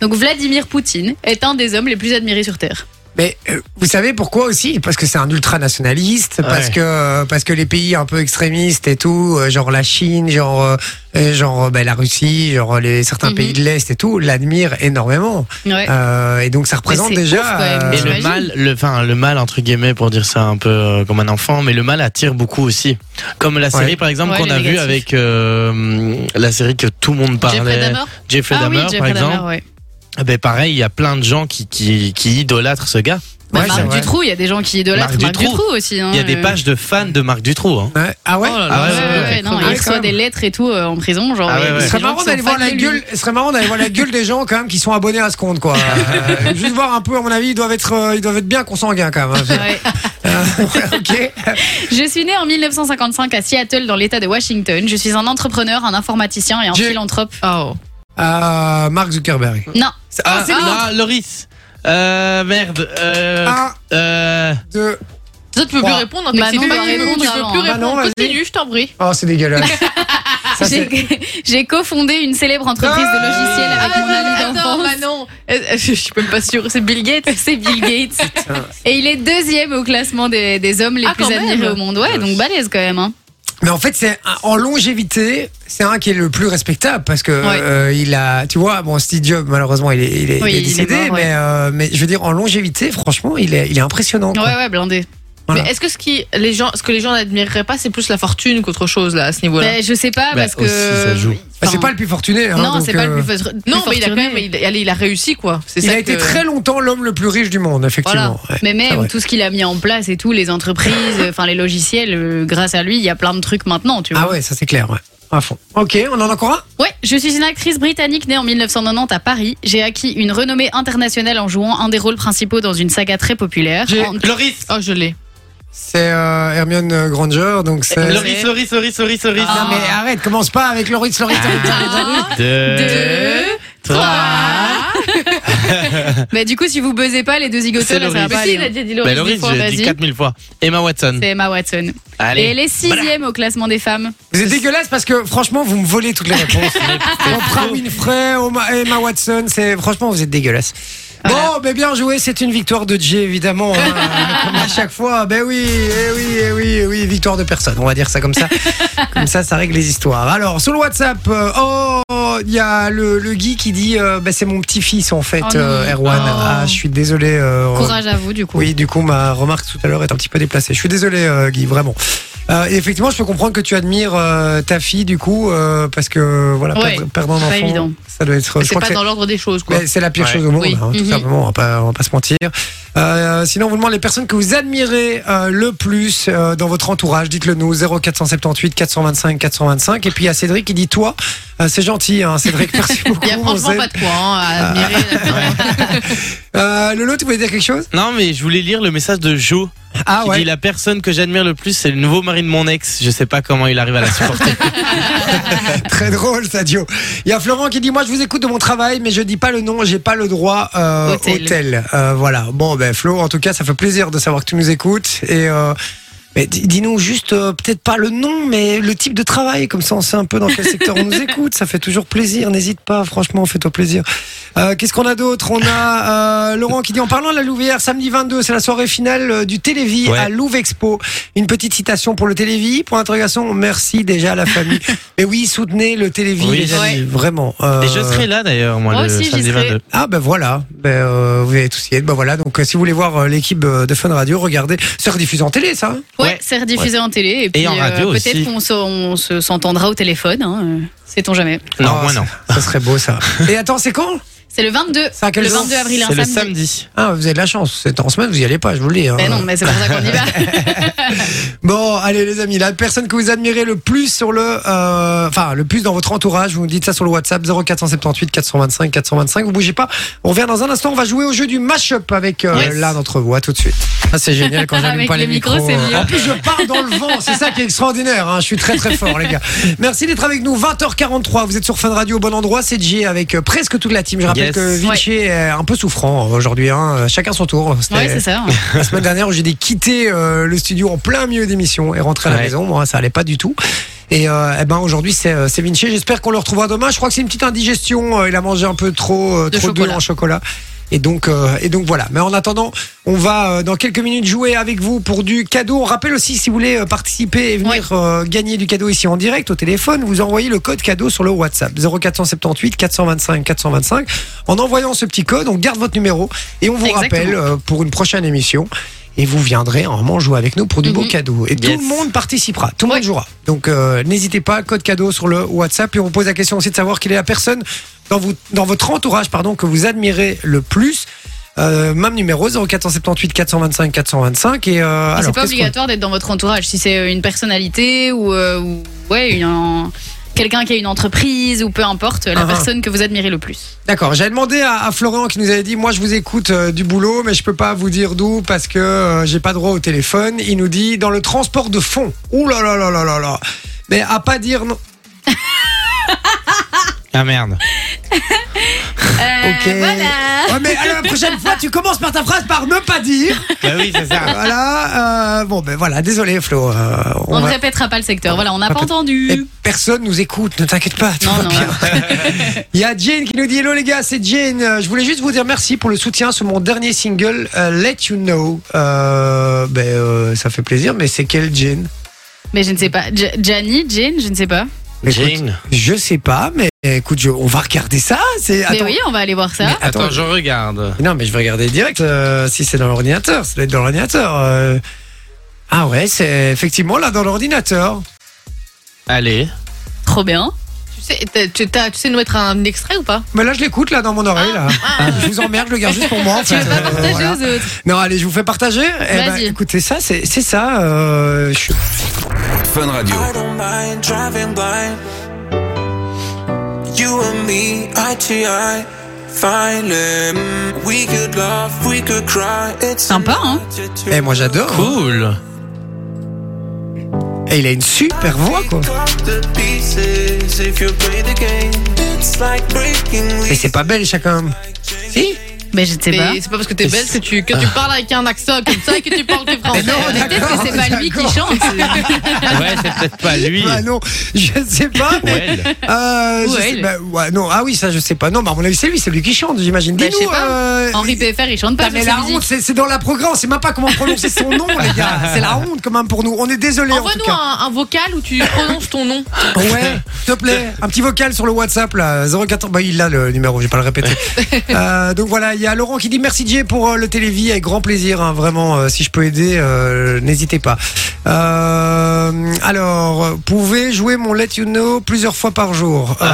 [SPEAKER 7] Donc Vladimir Poutine est un des hommes les plus admirés sur Terre.
[SPEAKER 3] Mais euh, vous savez pourquoi aussi Parce que c'est un ultranationaliste, parce
[SPEAKER 6] Ouais.
[SPEAKER 3] que euh, parce que les pays un peu extrémistes et tout, euh, genre la Chine, genre euh, euh, genre euh, ben, la Russie, genre les certains
[SPEAKER 7] Mhm.
[SPEAKER 3] pays de l'est et tout, l'admirent énormément.
[SPEAKER 7] Ouais.
[SPEAKER 6] Ah,
[SPEAKER 3] Euh, et donc ça représente
[SPEAKER 7] c'est
[SPEAKER 3] déjà.
[SPEAKER 7] ouf, quand même.
[SPEAKER 3] euh,
[SPEAKER 6] Et le
[SPEAKER 7] J'imagine.
[SPEAKER 6] mal, le, enfin, le mal, entre guillemets, pour dire ça un peu euh, comme un enfant, mais le mal attire beaucoup aussi. Comme la série,
[SPEAKER 3] Ouais.
[SPEAKER 6] par exemple,
[SPEAKER 7] Ouais,
[SPEAKER 6] qu'on
[SPEAKER 7] le
[SPEAKER 6] a vue
[SPEAKER 7] négatif.
[SPEAKER 6] avec euh, la série que tout le monde parlait.
[SPEAKER 8] Jeffrey Dahmer.
[SPEAKER 6] Jeffrey
[SPEAKER 7] ah oui,
[SPEAKER 6] Dahmer,
[SPEAKER 7] Jeffrey
[SPEAKER 6] par
[SPEAKER 7] Dahmer,
[SPEAKER 6] exemple.
[SPEAKER 7] ouais.
[SPEAKER 6] Eh Ben pareil, il y a plein de gens qui, qui, qui idolâtrent ce gars.
[SPEAKER 7] Bah,
[SPEAKER 3] ouais, c'est
[SPEAKER 7] Marc
[SPEAKER 3] vrai.
[SPEAKER 7] Dutroux, il y a des gens qui idolâtrent
[SPEAKER 6] Marc
[SPEAKER 7] Marc Dutroux,
[SPEAKER 6] Dutroux.
[SPEAKER 7] aussi. hein,
[SPEAKER 6] Il y a des
[SPEAKER 7] euh.
[SPEAKER 6] pages de fans de Marc Dutroux. Hein.
[SPEAKER 3] Ouais. Ah ouais.
[SPEAKER 8] Oh là là.
[SPEAKER 6] Ah ouais,
[SPEAKER 7] Ouais, ouais, ouais, non,
[SPEAKER 3] ouais,
[SPEAKER 7] il
[SPEAKER 3] ouais,
[SPEAKER 7] reçoit
[SPEAKER 3] quand
[SPEAKER 7] des
[SPEAKER 3] même.
[SPEAKER 7] lettres et tout euh, en prison. Genre,
[SPEAKER 6] Ah ouais,
[SPEAKER 7] il y a
[SPEAKER 6] ouais.
[SPEAKER 7] des
[SPEAKER 3] Ce serait
[SPEAKER 7] gens
[SPEAKER 3] marrant
[SPEAKER 7] qui sont
[SPEAKER 3] d'aller
[SPEAKER 7] fans
[SPEAKER 3] voir la
[SPEAKER 7] de lui.
[SPEAKER 3] gueule. Ce serait marrant d'aller voir la gueule des gens quand même qui sont abonnés à ce compte quoi. Euh, juste voir un peu à mon avis ils doivent être euh, ils doivent être bien consanguins quand même. hein.
[SPEAKER 7] Ouais.
[SPEAKER 3] Euh, ouais, ok.
[SPEAKER 7] Je suis né en 1955 à Seattle, dans l'état de Washington. Je suis un entrepreneur, un informaticien et un
[SPEAKER 3] J'ai-
[SPEAKER 7] philanthrope.
[SPEAKER 8] Oh.
[SPEAKER 3] à Euh, Mark Zuckerberg.
[SPEAKER 7] Non,
[SPEAKER 6] Ah,
[SPEAKER 8] c'est
[SPEAKER 6] ah, Loris. Euh, merde. Euh,
[SPEAKER 3] Un,
[SPEAKER 6] euh,
[SPEAKER 7] Ah,
[SPEAKER 3] deux.
[SPEAKER 8] Toi, tu peux
[SPEAKER 3] Trois.
[SPEAKER 8] plus répondre. Bah
[SPEAKER 7] Bah non,
[SPEAKER 8] tu peux
[SPEAKER 7] bah
[SPEAKER 8] plus
[SPEAKER 7] réponds avant.
[SPEAKER 8] répondre.
[SPEAKER 3] Bah non, vas-y.
[SPEAKER 8] Continue, je t'en prie.
[SPEAKER 3] Oh, c'est dégueulasse. Ça,
[SPEAKER 7] j'ai
[SPEAKER 3] c'est-
[SPEAKER 7] j'ai cofondé une célèbre entreprise de
[SPEAKER 3] Ah
[SPEAKER 7] logiciels avec mon ami
[SPEAKER 8] attends,
[SPEAKER 7] d'enfance.
[SPEAKER 8] bah non. Euh, euh, Je suis même pas sûre. C'est Bill Gates.
[SPEAKER 7] C'est Bill Gates. Et il est deuxième au classement des, des hommes les
[SPEAKER 8] Ah,
[SPEAKER 7] plus
[SPEAKER 8] quand même.
[SPEAKER 7] admirés au monde. Ouais, donc balèze quand même. hein.
[SPEAKER 3] Mais en fait, c'est un- en longévité, c'est un qui est le plus respectable parce que
[SPEAKER 8] Ouais.
[SPEAKER 3] euh, il a, tu vois, bon, Steve Jobs, malheureusement, il est, il est,
[SPEAKER 7] Oui,
[SPEAKER 3] il est
[SPEAKER 7] il est
[SPEAKER 3] décédé,
[SPEAKER 7] mort, ouais.
[SPEAKER 3] mais, euh, mais je veux dire, en longévité, franchement, il est, il est impressionnant.
[SPEAKER 7] Ouais,
[SPEAKER 3] quoi.
[SPEAKER 7] ouais, blindé.
[SPEAKER 3] Voilà.
[SPEAKER 8] Mais est-ce que ce, qui, les gens, ce que les gens n'admireraient pas, c'est plus la fortune qu'autre chose là, à ce niveau-là
[SPEAKER 7] Bah, je sais pas
[SPEAKER 6] Bah,
[SPEAKER 7] parce que.
[SPEAKER 6] aussi, ça joue. Ah,
[SPEAKER 3] Bah, c'est
[SPEAKER 7] Enfin,
[SPEAKER 3] pas le plus fortuné. hein,
[SPEAKER 7] non,
[SPEAKER 3] donc,
[SPEAKER 7] c'est pas
[SPEAKER 3] euh,
[SPEAKER 7] le plus fort-
[SPEAKER 8] Non,
[SPEAKER 7] plus
[SPEAKER 8] mais il a quand
[SPEAKER 7] fortuné.
[SPEAKER 8] même, il, allez, il a réussi quoi. C'est
[SPEAKER 3] Il
[SPEAKER 8] ça
[SPEAKER 3] a été
[SPEAKER 8] que-
[SPEAKER 3] très longtemps l'homme le plus riche du monde, effectivement. Ouais.
[SPEAKER 7] Mais
[SPEAKER 3] C'est
[SPEAKER 7] même
[SPEAKER 3] vrai.
[SPEAKER 7] tout ce qu'il a mis en place et tout, les entreprises, enfin les logiciels, euh, grâce à lui, il y a plein de trucs maintenant, tu vois.
[SPEAKER 3] Ah ouais, ça c'est clair, ouais. À fond. Ok, on en a encore un
[SPEAKER 7] Ouais, je suis une actrice britannique née en 1990 à Paris. J'ai acquis une renommée internationale en jouant un des rôles principaux dans une saga très populaire.
[SPEAKER 3] J'ai-
[SPEAKER 7] En-
[SPEAKER 6] Loris.
[SPEAKER 8] Oh, je l'ai.
[SPEAKER 3] C'est euh, Hermione Granger, donc c'est.
[SPEAKER 7] Euh,
[SPEAKER 6] Loris, Loris, Loris, Loris, Loris.
[SPEAKER 7] Ah.
[SPEAKER 3] Non mais arrête, commence pas avec Loris, Loris, Loris.
[SPEAKER 6] Deux, Euh, trois.
[SPEAKER 7] Bah, du coup, si vous buzzez pas, les deux zigotos,
[SPEAKER 6] C'est
[SPEAKER 7] là, ça va
[SPEAKER 6] Laurie.
[SPEAKER 7] pas
[SPEAKER 8] Mais
[SPEAKER 7] aller,
[SPEAKER 8] si, il a
[SPEAKER 7] hein.
[SPEAKER 8] déjà dit
[SPEAKER 6] Bah,
[SPEAKER 8] Laurie dix
[SPEAKER 6] Loris,
[SPEAKER 8] fois,
[SPEAKER 6] j'ai dit
[SPEAKER 8] vas-y.
[SPEAKER 6] 4000 fois. Emma Watson.
[SPEAKER 7] C'est Emma Watson.
[SPEAKER 6] Allez.
[SPEAKER 7] Et elle est sixième au classement des femmes.
[SPEAKER 3] Vous êtes dégueulasse parce que franchement, vous me volez toutes les réponses. Oprah Winfrey, Oma- Emma Watson, c'est franchement, vous êtes dégueulasse.
[SPEAKER 7] Ah.
[SPEAKER 3] Bon, ben bien joué, c'est une victoire de Jay évidemment, hein, comme à chaque fois. Ben oui, eh oui, eh oui, eh oui, victoire de personne. On va dire ça comme ça, comme ça, ça règle les histoires. Alors sur le WhatsApp, euh, oh, il y a le, le Guy qui dit, euh, ben, c'est mon petit-fils en fait,
[SPEAKER 7] Oh non.
[SPEAKER 3] euh, Erwan.
[SPEAKER 7] Oh.
[SPEAKER 3] Ah, je suis désolé. euh,
[SPEAKER 7] Courage à vous, du coup.
[SPEAKER 3] oui, du coup, ma remarque tout à l'heure est un petit peu déplacée. Je suis désolé, euh, Guy, vraiment. Euh, et effectivement, je peux comprendre que tu admires euh, ta fille, du coup, euh, parce que voilà,
[SPEAKER 8] Ouais,
[SPEAKER 3] perdre, perdre un
[SPEAKER 7] c'est
[SPEAKER 3] enfant,
[SPEAKER 7] pas évident.
[SPEAKER 3] ça doit être.
[SPEAKER 8] Mais
[SPEAKER 3] je
[SPEAKER 8] C'est
[SPEAKER 3] crois
[SPEAKER 8] pas
[SPEAKER 3] que
[SPEAKER 8] dans l'ordre des choses quoi.
[SPEAKER 3] mais c'est la pire
[SPEAKER 6] Ouais.
[SPEAKER 3] chose au monde,
[SPEAKER 8] Oui.
[SPEAKER 3] hein, tout
[SPEAKER 8] Mhm.
[SPEAKER 3] simplement, on va pas, on va pas se mentir. Euh, sinon, vous demandez les personnes que vous admirez euh, le plus euh, dans votre entourage, dites-le nous, 0478 425 425. Et puis il y a Cédric qui dit Toi, euh, c'est gentil, hein, Cédric, merci beaucoup.
[SPEAKER 8] Il y a
[SPEAKER 3] on
[SPEAKER 8] franchement
[SPEAKER 3] s'aime.
[SPEAKER 8] pas de quoi hein, à admirer.
[SPEAKER 3] Euh, Lolo, tu voulais dire quelque chose
[SPEAKER 6] Non, mais je voulais lire le message de Joe.
[SPEAKER 3] Ah
[SPEAKER 6] qui dit la personne que j'admire le plus, c'est le nouveau mari de mon ex. Je sais pas comment il arrive à la supporter.
[SPEAKER 3] Très drôle, Sadio. Il y a Florent qui dit Moi, je vous écoute de mon travail, mais je dis pas le nom, j'ai pas le droit euh,
[SPEAKER 7] Hôtel.
[SPEAKER 3] hôtel. Euh, voilà. Bon, ben, Flo, en tout cas, ça fait plaisir de savoir que tu nous écoutes. Et. euh, mais di- dis-nous juste, euh, peut-être pas le nom, mais le type de travail, comme ça on sait un peu dans quel secteur on nous écoute, ça fait toujours plaisir, n'hésite pas, franchement, fais-toi plaisir. Euh, Qu'est-ce qu'on a d'autre On a euh, Laurent qui dit, en parlant de la Louvière, samedi 22, c'est la soirée finale euh, du Télévis
[SPEAKER 6] Ouais.
[SPEAKER 3] à Louvre Expo. Une petite citation pour le Télévis, pour interrogation, merci déjà à la famille. Mais oui, soutenez le Télévis,
[SPEAKER 6] Oui.
[SPEAKER 3] les amis,
[SPEAKER 8] Ouais.
[SPEAKER 3] vraiment. Euh,
[SPEAKER 6] Et je serai là d'ailleurs, moi,
[SPEAKER 7] Moi
[SPEAKER 6] le
[SPEAKER 7] aussi, j'y
[SPEAKER 6] samedi
[SPEAKER 7] serai.
[SPEAKER 6] 22.
[SPEAKER 3] ah ben voilà, ben, euh, vous allez tous y être. Ben voilà, donc euh, si vous voulez voir euh, l'équipe euh, de Fun Radio, regardez. C'est rediffusé en télé, ça. hein
[SPEAKER 7] Ouais,
[SPEAKER 6] Ouais.
[SPEAKER 7] c'est rediffusé en télé. Et, puis,
[SPEAKER 6] en
[SPEAKER 7] euh,
[SPEAKER 6] radio aussi.
[SPEAKER 7] Peut-être qu'on se- on se s'entendra au téléphone, hein, euh, sait-on jamais.
[SPEAKER 6] Non,
[SPEAKER 3] Ah,
[SPEAKER 6] moi
[SPEAKER 3] ça-
[SPEAKER 6] non.
[SPEAKER 3] Ça serait beau ça. Et attends, c'est quand
[SPEAKER 7] C'est le 22.
[SPEAKER 3] C'est à quel
[SPEAKER 7] Le
[SPEAKER 3] jour
[SPEAKER 7] 22 avril, un
[SPEAKER 6] C'est le
[SPEAKER 7] samedi.
[SPEAKER 6] samedi.
[SPEAKER 3] Ah, vous avez de la chance. C'est en semaine, vous y allez pas, je vous le dis. hein.
[SPEAKER 7] Ben non, mais c'est pour ça qu'on y va.
[SPEAKER 3] Bon, allez les amis, la personne que vous admirez le plus sur le, euh, enfin le plus dans votre entourage, vous nous dites ça sur le WhatsApp 0478 425 425. Vous bougez pas. On revient dans un instant. On va jouer au jeu du mashup avec euh,
[SPEAKER 6] Yes.
[SPEAKER 3] là notre voix tout de suite. Ah, c'est génial quand j'allume
[SPEAKER 7] Avec
[SPEAKER 3] pas les
[SPEAKER 7] le micro,
[SPEAKER 3] micros.
[SPEAKER 7] c'est
[SPEAKER 3] euh,
[SPEAKER 7] mieux.
[SPEAKER 3] En plus, je pars dans le vent. C'est ça qui est extraordinaire. hein. Je suis très très fort les gars. Merci d'être avec nous. 20h43. Vous êtes sur Fun Radio, au bon endroit. C'est Jay avec euh, presque toute la team. Je rappelle
[SPEAKER 6] Yes.
[SPEAKER 3] que Vinci est un peu souffrant euh, aujourd'hui. hein. Chacun son tour. C'était-
[SPEAKER 7] Ouais, c'est ça.
[SPEAKER 3] la semaine dernière où j'ai dû quitter euh, le studio en plein milieu d'émission et rentrer à la
[SPEAKER 6] Ouais.
[SPEAKER 3] maison. Moi, ça allait pas du tout. Et euh, eh ben aujourd'hui c'est euh, c'est Vinci. J'espère qu'on le retrouvera demain. Je crois que c'est une petite indigestion. Euh, Il a mangé un peu trop euh,
[SPEAKER 8] De
[SPEAKER 3] trop
[SPEAKER 8] chocolat.
[SPEAKER 3] d'œufs en chocolat. Et donc euh, et donc voilà. Mais en attendant, on va euh, dans quelques minutes jouer avec vous pour du cadeau. On rappelle aussi si vous voulez euh, participer et venir euh, gagner du cadeau ici en direct au téléphone, vous envoyez le code cadeau sur le WhatsApp 0478 425 425. En envoyant ce petit code, on garde votre numéro et on vous
[SPEAKER 7] Exactement.
[SPEAKER 3] rappelle euh, pour une prochaine émission. Et vous viendrez en moment jouer avec nous pour du beau
[SPEAKER 7] Mhm.
[SPEAKER 3] cadeau. Et tout
[SPEAKER 6] Yes.
[SPEAKER 3] le monde participera, tout le monde
[SPEAKER 7] Ouais.
[SPEAKER 3] jouera. Donc euh, n'hésitez pas, code cadeau sur le WhatsApp. Et on vous pose la question aussi de savoir quelle est la personne dans, vous, dans votre entourage pardon, que vous admirez le plus. Euh, même numéro 0478 425 425. Et euh, alors,
[SPEAKER 7] C'est pas
[SPEAKER 3] qu'est-ce qu'on-
[SPEAKER 7] obligatoire d'être dans votre entourage. Si c'est une personnalité ou, euh, ou- ouais, une- un- quelqu'un qui a une entreprise ou peu importe, la
[SPEAKER 3] Ah, ah.
[SPEAKER 7] personne que vous admirez le plus.
[SPEAKER 3] D'accord, j'avais demandé à, à Florent qui nous avait dit Moi, je vous écoute euh, du boulot, mais je peux pas vous dire d'où parce que euh, j'ai pas droit au téléphone. Il nous dit Dans le transport de fond. Ouh là là là là là là. Mais à pas dire non.
[SPEAKER 6] Ah merde.
[SPEAKER 7] Euh,
[SPEAKER 3] Ok.
[SPEAKER 7] Voilà.
[SPEAKER 3] Ouais, mais alors, la prochaine fois, tu commences par ta phrase par ne pas dire.
[SPEAKER 6] Bah oui, c'est ça.
[SPEAKER 3] Voilà. euh, bon, ben voilà, désolé Flo. euh, on
[SPEAKER 7] On ne
[SPEAKER 3] va-
[SPEAKER 7] répétera pas le secteur. Voilà, on n'a pas
[SPEAKER 3] Répète- Et
[SPEAKER 7] entendu.
[SPEAKER 3] personne nous écoute, ne t'inquiète pas, tout
[SPEAKER 7] Non,
[SPEAKER 3] va
[SPEAKER 7] non.
[SPEAKER 3] bien. Il y a Jane qui nous dit Hello les gars, c'est Jane. Euh, Je voulais juste vous dire merci pour le soutien sur mon dernier single, euh, Let You Know. Euh, ben, euh, ça fait plaisir, mais c'est quelle Jane
[SPEAKER 7] Mais je ne sais pas. J- Gianni, Jane, je ne sais pas.
[SPEAKER 3] Écoute,
[SPEAKER 6] Jane.
[SPEAKER 3] Je sais pas, mais écoute, je- on va regarder ça. C'est,
[SPEAKER 7] Mais
[SPEAKER 3] attends.
[SPEAKER 7] oui, on va aller voir ça.
[SPEAKER 3] Attends,
[SPEAKER 6] Attends, je regarde.
[SPEAKER 3] Non, mais je vais regarder direct euh, si c'est dans l'ordinateur. Ça doit être dans l'ordinateur. euh. Ah ouais, c'est effectivement là dans l'ordinateur.
[SPEAKER 6] Allez.
[SPEAKER 7] Trop bien.
[SPEAKER 8] Tu sais, t'as- tu t'as- tu sais nous mettre un extrait ou pas
[SPEAKER 3] Mais là, je l'écoute là dans mon oreille. Là. Ah, Je vous emmerde, je le garde juste pour moi. En
[SPEAKER 7] Ah. Tu
[SPEAKER 3] fait.
[SPEAKER 7] veux pas
[SPEAKER 3] Euh,
[SPEAKER 7] partager
[SPEAKER 3] voilà.
[SPEAKER 7] aux autres
[SPEAKER 3] Non, allez, je vous fais partager. Eh ben,
[SPEAKER 7] Vas-y.
[SPEAKER 3] écoutez, ça, c'est c'est ça. euh, je suis-
[SPEAKER 5] Fun Radio.
[SPEAKER 2] I don't mind driving blind. You and me, eye to eye. Finally, mm, we could laugh, we could cry. It's
[SPEAKER 7] Sympa, hein
[SPEAKER 3] Eh, moi, j'adore.
[SPEAKER 6] Cool.
[SPEAKER 3] Et il a une super voix, quoi. Mais c'est pas belge, ça, quand même. Si
[SPEAKER 7] Mais je ne sais pas.
[SPEAKER 8] Mais C'est pas parce que t'es belle que tu, que tu parles avec un accent comme ça et que tu parles que français.
[SPEAKER 3] Mais non,
[SPEAKER 8] Mais
[SPEAKER 7] Peut-être
[SPEAKER 3] d'accord,
[SPEAKER 7] que c'est pas lui qui
[SPEAKER 3] d'accord.
[SPEAKER 7] chante.
[SPEAKER 6] Ouais, c'est peut-être pas lui.
[SPEAKER 3] Ah non, je sais pas.
[SPEAKER 6] Ou
[SPEAKER 3] mais-
[SPEAKER 6] elle.
[SPEAKER 3] Euh,
[SPEAKER 7] Ou
[SPEAKER 3] je sais-
[SPEAKER 7] elle.
[SPEAKER 3] bah, ouais, non, ah oui, ça je sais pas. Non, bah, à mon avis, c'est lui, c'est lui qui chante, j'imagine.
[SPEAKER 7] Bah, je sais
[SPEAKER 3] Dis-nous,
[SPEAKER 7] pas.
[SPEAKER 3] euh,
[SPEAKER 7] Henri PFR, il chante pas
[SPEAKER 3] Putain,
[SPEAKER 7] sur
[SPEAKER 3] mais
[SPEAKER 7] sa
[SPEAKER 3] la honte,
[SPEAKER 7] musique.
[SPEAKER 3] c'est c'est dans la programme, on sait même pas comment prononcer son nom, les gars. C'est la honte quand même pour nous. On est désolé en tout
[SPEAKER 8] Envoie-nous
[SPEAKER 3] cas.
[SPEAKER 8] un, un vocal où tu prononces ton nom.
[SPEAKER 3] Ouais, s'il te plaît, un petit vocal sur le WhatsApp là, 04. Bah il a le numéro, je vais pas le répéter. Euh, donc voilà, il y a Laurent qui dit merci Jay pour euh, le télévis avec grand plaisir, hein, vraiment. euh, si je peux aider, euh, n'hésitez pas. Euh, alors, euh, pouvez jouer mon Let You Know plusieurs fois par jour. Euh,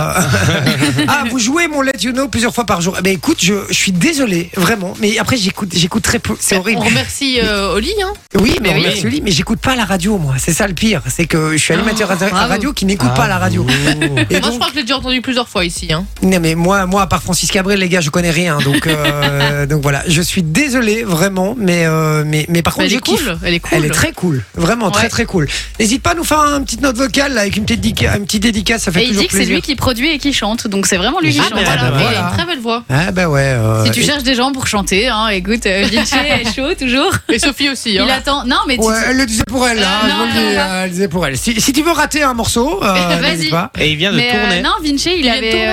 [SPEAKER 3] ah, vous jouez mon Let You Know plusieurs fois par jour. Eh ben écoute, je, je suis désolé, vraiment. Mais après j'écoute, j'écoute très peu. C'est horrible.
[SPEAKER 8] On remercie euh, Oli. Hein.
[SPEAKER 3] Oui, mais, on
[SPEAKER 6] Mais oui.
[SPEAKER 3] remercie Oli, mais j'écoute pas la radio, moi. C'est ça le pire. C'est que je suis
[SPEAKER 7] Ah,
[SPEAKER 3] animateur à la
[SPEAKER 8] bravo.
[SPEAKER 3] radio qui n'écoute pas la radio. Et
[SPEAKER 8] Moi, je
[SPEAKER 3] donc-
[SPEAKER 8] crois que je l'ai déjà entendu plusieurs fois ici. Hein.
[SPEAKER 3] non, mais moi, moi, à part Francis Cabrel, les gars, je connais rien. Donc, euh, donc voilà. Je suis désolé, vraiment. Mais, euh, mais, mais par contre,
[SPEAKER 8] Mais elle,
[SPEAKER 3] je
[SPEAKER 8] est
[SPEAKER 3] kiffe.
[SPEAKER 8] cool, elle est cool.
[SPEAKER 3] Elle est très cool, vraiment très
[SPEAKER 8] Ouais.
[SPEAKER 3] très cool. N'hésite pas à nous faire une petite note vocale là, avec une petite, dédica- une petite dédicace, ça fait
[SPEAKER 7] Et il
[SPEAKER 3] toujours
[SPEAKER 7] dit que c'est
[SPEAKER 3] plaisir.
[SPEAKER 7] lui qui produit et qui chante, donc c'est vraiment lui qui
[SPEAKER 8] Ah,
[SPEAKER 7] chante.
[SPEAKER 8] bah
[SPEAKER 3] Ah,
[SPEAKER 8] voilà,
[SPEAKER 3] bah
[SPEAKER 8] elle
[SPEAKER 3] voilà.
[SPEAKER 8] a une très belle voix.
[SPEAKER 3] Ah bah ouais. euh,
[SPEAKER 7] Si tu
[SPEAKER 3] et-
[SPEAKER 7] cherches des gens pour chanter, hein, écoute, euh, Vinci est chaud toujours.
[SPEAKER 8] Et Sophie aussi. Hein.
[SPEAKER 7] Il attend. Non, mais tu-
[SPEAKER 3] Ouais, elle le disait pour elle, hein,
[SPEAKER 7] Euh,
[SPEAKER 3] je vous
[SPEAKER 7] non,
[SPEAKER 3] le dis,
[SPEAKER 7] non, non.
[SPEAKER 3] euh, elle le disait pour elle. Si, si tu veux rater un morceau, euh,
[SPEAKER 7] Vas-y.
[SPEAKER 3] n'hésite pas.
[SPEAKER 6] Et il vient de
[SPEAKER 7] mais, euh,
[SPEAKER 6] tourner.
[SPEAKER 7] non, Vinci, il,
[SPEAKER 8] vient de
[SPEAKER 7] avait,
[SPEAKER 8] tourner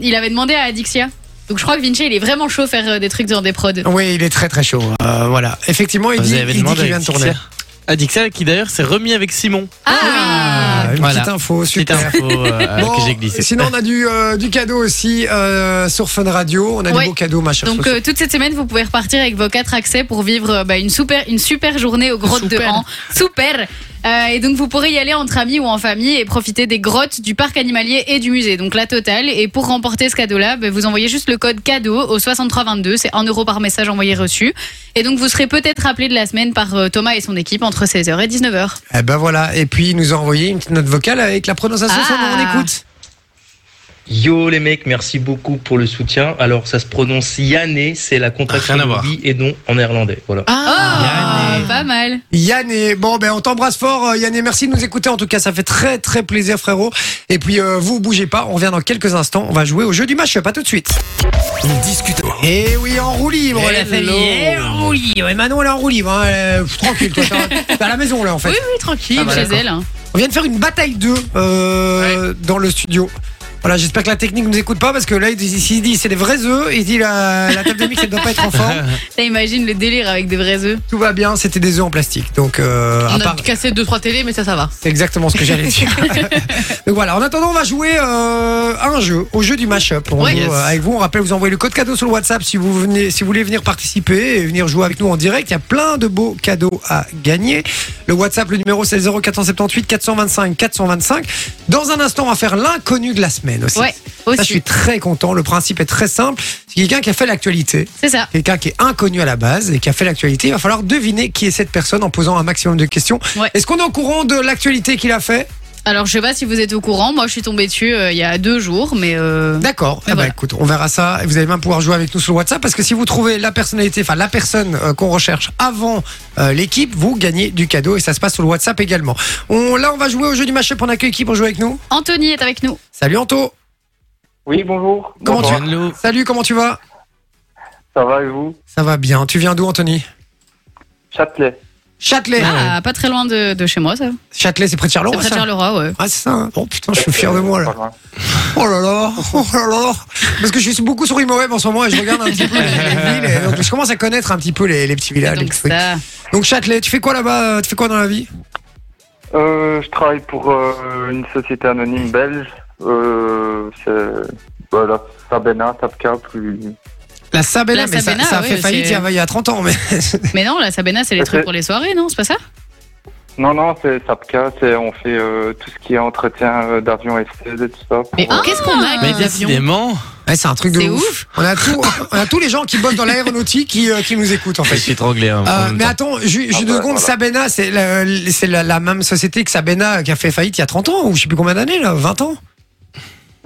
[SPEAKER 7] euh, il avait demandé à Adixia. Donc je crois que Vinci, il est vraiment chaud faire euh, des trucs dans des prods.
[SPEAKER 3] Oui, il est très très chaud. euh, voilà, effectivement, il
[SPEAKER 6] Vous
[SPEAKER 3] dit
[SPEAKER 6] avez
[SPEAKER 3] il dit
[SPEAKER 6] demandé
[SPEAKER 3] qu'il vient de tourner.
[SPEAKER 6] Adixia qui d'ailleurs s'est remis avec Simon.
[SPEAKER 3] Ah, une
[SPEAKER 6] Voilà.
[SPEAKER 3] petite info,
[SPEAKER 6] Petite
[SPEAKER 3] super.
[SPEAKER 6] info euh,
[SPEAKER 3] Bon,
[SPEAKER 6] que j'ai glissée.
[SPEAKER 3] Sinon, on a du, euh, du cadeau aussi euh, sur Fun Radio. On a
[SPEAKER 7] Ouais.
[SPEAKER 3] du beau cadeau, ma chère.
[SPEAKER 7] Donc
[SPEAKER 3] Sophie.
[SPEAKER 7] euh, toute cette semaine, vous pouvez repartir avec vos quatre accès pour vivre euh, bah, une super une super journée aux grottes de
[SPEAKER 8] Super.
[SPEAKER 7] Han. Super. Euh, et donc vous pourrez y aller entre amis ou en famille et profiter des grottes du parc animalier et du musée. Donc la totale. Et pour remporter ce cadeau-là, bah, vous envoyez juste le code cadeau au 6322. C'est 1 euro par message envoyé reçu. Et donc vous serez peut-être rappelé de la semaine par euh, Thomas et son équipe entre 16h et 19h.
[SPEAKER 3] Eh ben voilà. Et puis, il nous a envoyé une petite note vocale avec la prononciation.
[SPEAKER 7] Ah.
[SPEAKER 3] On écoute.
[SPEAKER 9] Yo les mecs, merci beaucoup pour le soutien. Alors ça se prononce Yanné, c'est la contraction
[SPEAKER 6] Rien à
[SPEAKER 9] de
[SPEAKER 6] voir.
[SPEAKER 9] oui et non en néerlandais. Voilà.
[SPEAKER 7] Ah,
[SPEAKER 6] Yanné.
[SPEAKER 7] pas mal.
[SPEAKER 3] Yann et bon ben on t'embrasse fort euh, Yann et merci de nous écouter en tout cas ça fait très très plaisir frérot et puis euh, vous bougez pas on revient dans quelques instants on va jouer au jeu du match pas tout de suite
[SPEAKER 5] On discute.
[SPEAKER 3] et Eh oui en roue libre
[SPEAKER 6] Hello.
[SPEAKER 3] la famille Eh, en roue libre et Manon elle est en roue libre hein. Elle est- pff, tranquille toi t'es à- t'es à la maison là en fait
[SPEAKER 8] Oui, oui, tranquille.
[SPEAKER 3] Ah, bah,
[SPEAKER 7] chez
[SPEAKER 3] d'accord.
[SPEAKER 7] elle. hein.
[SPEAKER 3] On vient de faire une bataille d'œufs euh, dans le studio. Voilà, j'espère que la technique ne nous écoute pas parce que là, il dit, s'il dit c'est des vrais œufs, il dit la, la table de mix, elle doit pas être en forme.
[SPEAKER 7] T'as imagine le délire avec des vrais œufs.
[SPEAKER 3] Tout va bien, c'était des œufs en plastique. Donc, euh, à
[SPEAKER 8] On a
[SPEAKER 3] part,
[SPEAKER 8] cassé deux trois télés, mais ça, ça va.
[SPEAKER 3] c'est exactement ce que j'allais dire. Donc voilà, en attendant, on va jouer euh, à un jeu, au jeu du mashup. On
[SPEAKER 6] Ouais,
[SPEAKER 3] joue,
[SPEAKER 6] yes.
[SPEAKER 3] euh, avec vous, on rappelle, vous envoyez le code cadeau sur le WhatsApp si vous venez, si vous voulez venir participer et venir jouer avec nous en direct. Il y a plein de beaux cadeaux à gagner. Le WhatsApp, le numéro c'est 0478 425 425. Dans un instant, on va faire l'inconnu de la semaine aussi.
[SPEAKER 7] Ouais,
[SPEAKER 3] Ça, je suis
[SPEAKER 7] aussi.
[SPEAKER 3] très content. Le principe est très simple. C'est quelqu'un qui a fait l'actualité,
[SPEAKER 7] C'est ça.
[SPEAKER 3] quelqu'un qui est inconnu à la base et qui a fait l'actualité. Il va falloir deviner qui est cette personne en posant un maximum de questions.
[SPEAKER 7] Ouais.
[SPEAKER 3] Est-ce qu'on est au courant de l'actualité qu'il a fait
[SPEAKER 7] Alors je sais pas si vous êtes au courant, moi je suis tombée dessus euh, il y a deux jours, mais euh,
[SPEAKER 3] D'accord. Eh ben,
[SPEAKER 7] voilà.
[SPEAKER 3] écoute, on verra ça. Et vous allez même pouvoir jouer avec nous sur le WhatsApp parce que si vous trouvez la personnalité, enfin la personne euh, qu'on recherche avant euh, l'équipe, vous gagnez du cadeau et ça se passe sur le WhatsApp également. On, là, on va jouer au jeu du match-up. On accueille qui pour jouer avec nous
[SPEAKER 7] Anthony est avec nous.
[SPEAKER 3] Salut Anto.
[SPEAKER 10] Oui, bonjour.
[SPEAKER 3] Comment tu-
[SPEAKER 10] Bonsoir.
[SPEAKER 6] Hello.
[SPEAKER 3] Salut, comment tu vas
[SPEAKER 10] Ça va et vous
[SPEAKER 3] Ça va bien. Tu viens d'où, Anthony
[SPEAKER 10] Châtelet.
[SPEAKER 3] Châtelet.
[SPEAKER 7] Ah, pas très loin de, de chez moi, ça.
[SPEAKER 3] Châtelet, c'est près de Charleroi.
[SPEAKER 7] C'est près de
[SPEAKER 3] ça
[SPEAKER 7] Charleroi, ouais.
[SPEAKER 3] Ah, c'est ça. hein. Oh putain, je suis fier de moi là.
[SPEAKER 10] Pas loin.
[SPEAKER 3] Oh là là, oh là là. Parce que je suis beaucoup sur ImoWeb en ce moment et je regarde un petit peu les villes. et donc je commence à connaître un petit peu les, les petits villages.
[SPEAKER 7] Donc
[SPEAKER 3] les trucs.
[SPEAKER 7] ça.
[SPEAKER 3] donc Châtelet, tu fais quoi là-bas Tu fais quoi dans la vie
[SPEAKER 10] Euh, je travaille pour euh, une société anonyme belge. Euh, c'est voilà, Sabena, Tapka, plus.
[SPEAKER 3] La Sabena,
[SPEAKER 7] La
[SPEAKER 3] mais ça-
[SPEAKER 7] Sabena,
[SPEAKER 3] ça, a
[SPEAKER 7] oui,
[SPEAKER 3] fait faillite il
[SPEAKER 7] c'est-
[SPEAKER 3] y a- il y a 30 ans. Mais...
[SPEAKER 7] Mais non, la Sabena, c'est les trucs pour les soirées, non C'est pas ça
[SPEAKER 10] Non, non, c'est Sapka. C'est on fait euh, tout ce qui est entretien euh, d'avion F16 et tout ça.
[SPEAKER 8] Mais
[SPEAKER 7] Ah.
[SPEAKER 8] qu'est-ce qu'on a
[SPEAKER 6] Mais
[SPEAKER 8] avec les avions
[SPEAKER 6] décidément,
[SPEAKER 3] Ouais, c'est un truc de
[SPEAKER 7] C'est
[SPEAKER 3] ouf. On, a tout- on a tous les gens qui bossent dans l'aéronautique qui, euh, qui nous écoutent en
[SPEAKER 6] je
[SPEAKER 3] fait.
[SPEAKER 6] suis tronglé. hein, en
[SPEAKER 3] Euh,
[SPEAKER 6] même
[SPEAKER 3] mais
[SPEAKER 6] temps.
[SPEAKER 3] attends, ju-
[SPEAKER 10] Ah
[SPEAKER 3] juste
[SPEAKER 10] bah,
[SPEAKER 3] deux secondes,
[SPEAKER 10] voilà.
[SPEAKER 3] Sabena, c'est la, c'est la- la même société que Sabena qui a fait faillite il y a 30 ans ou je sais plus combien d'années là, 20 ans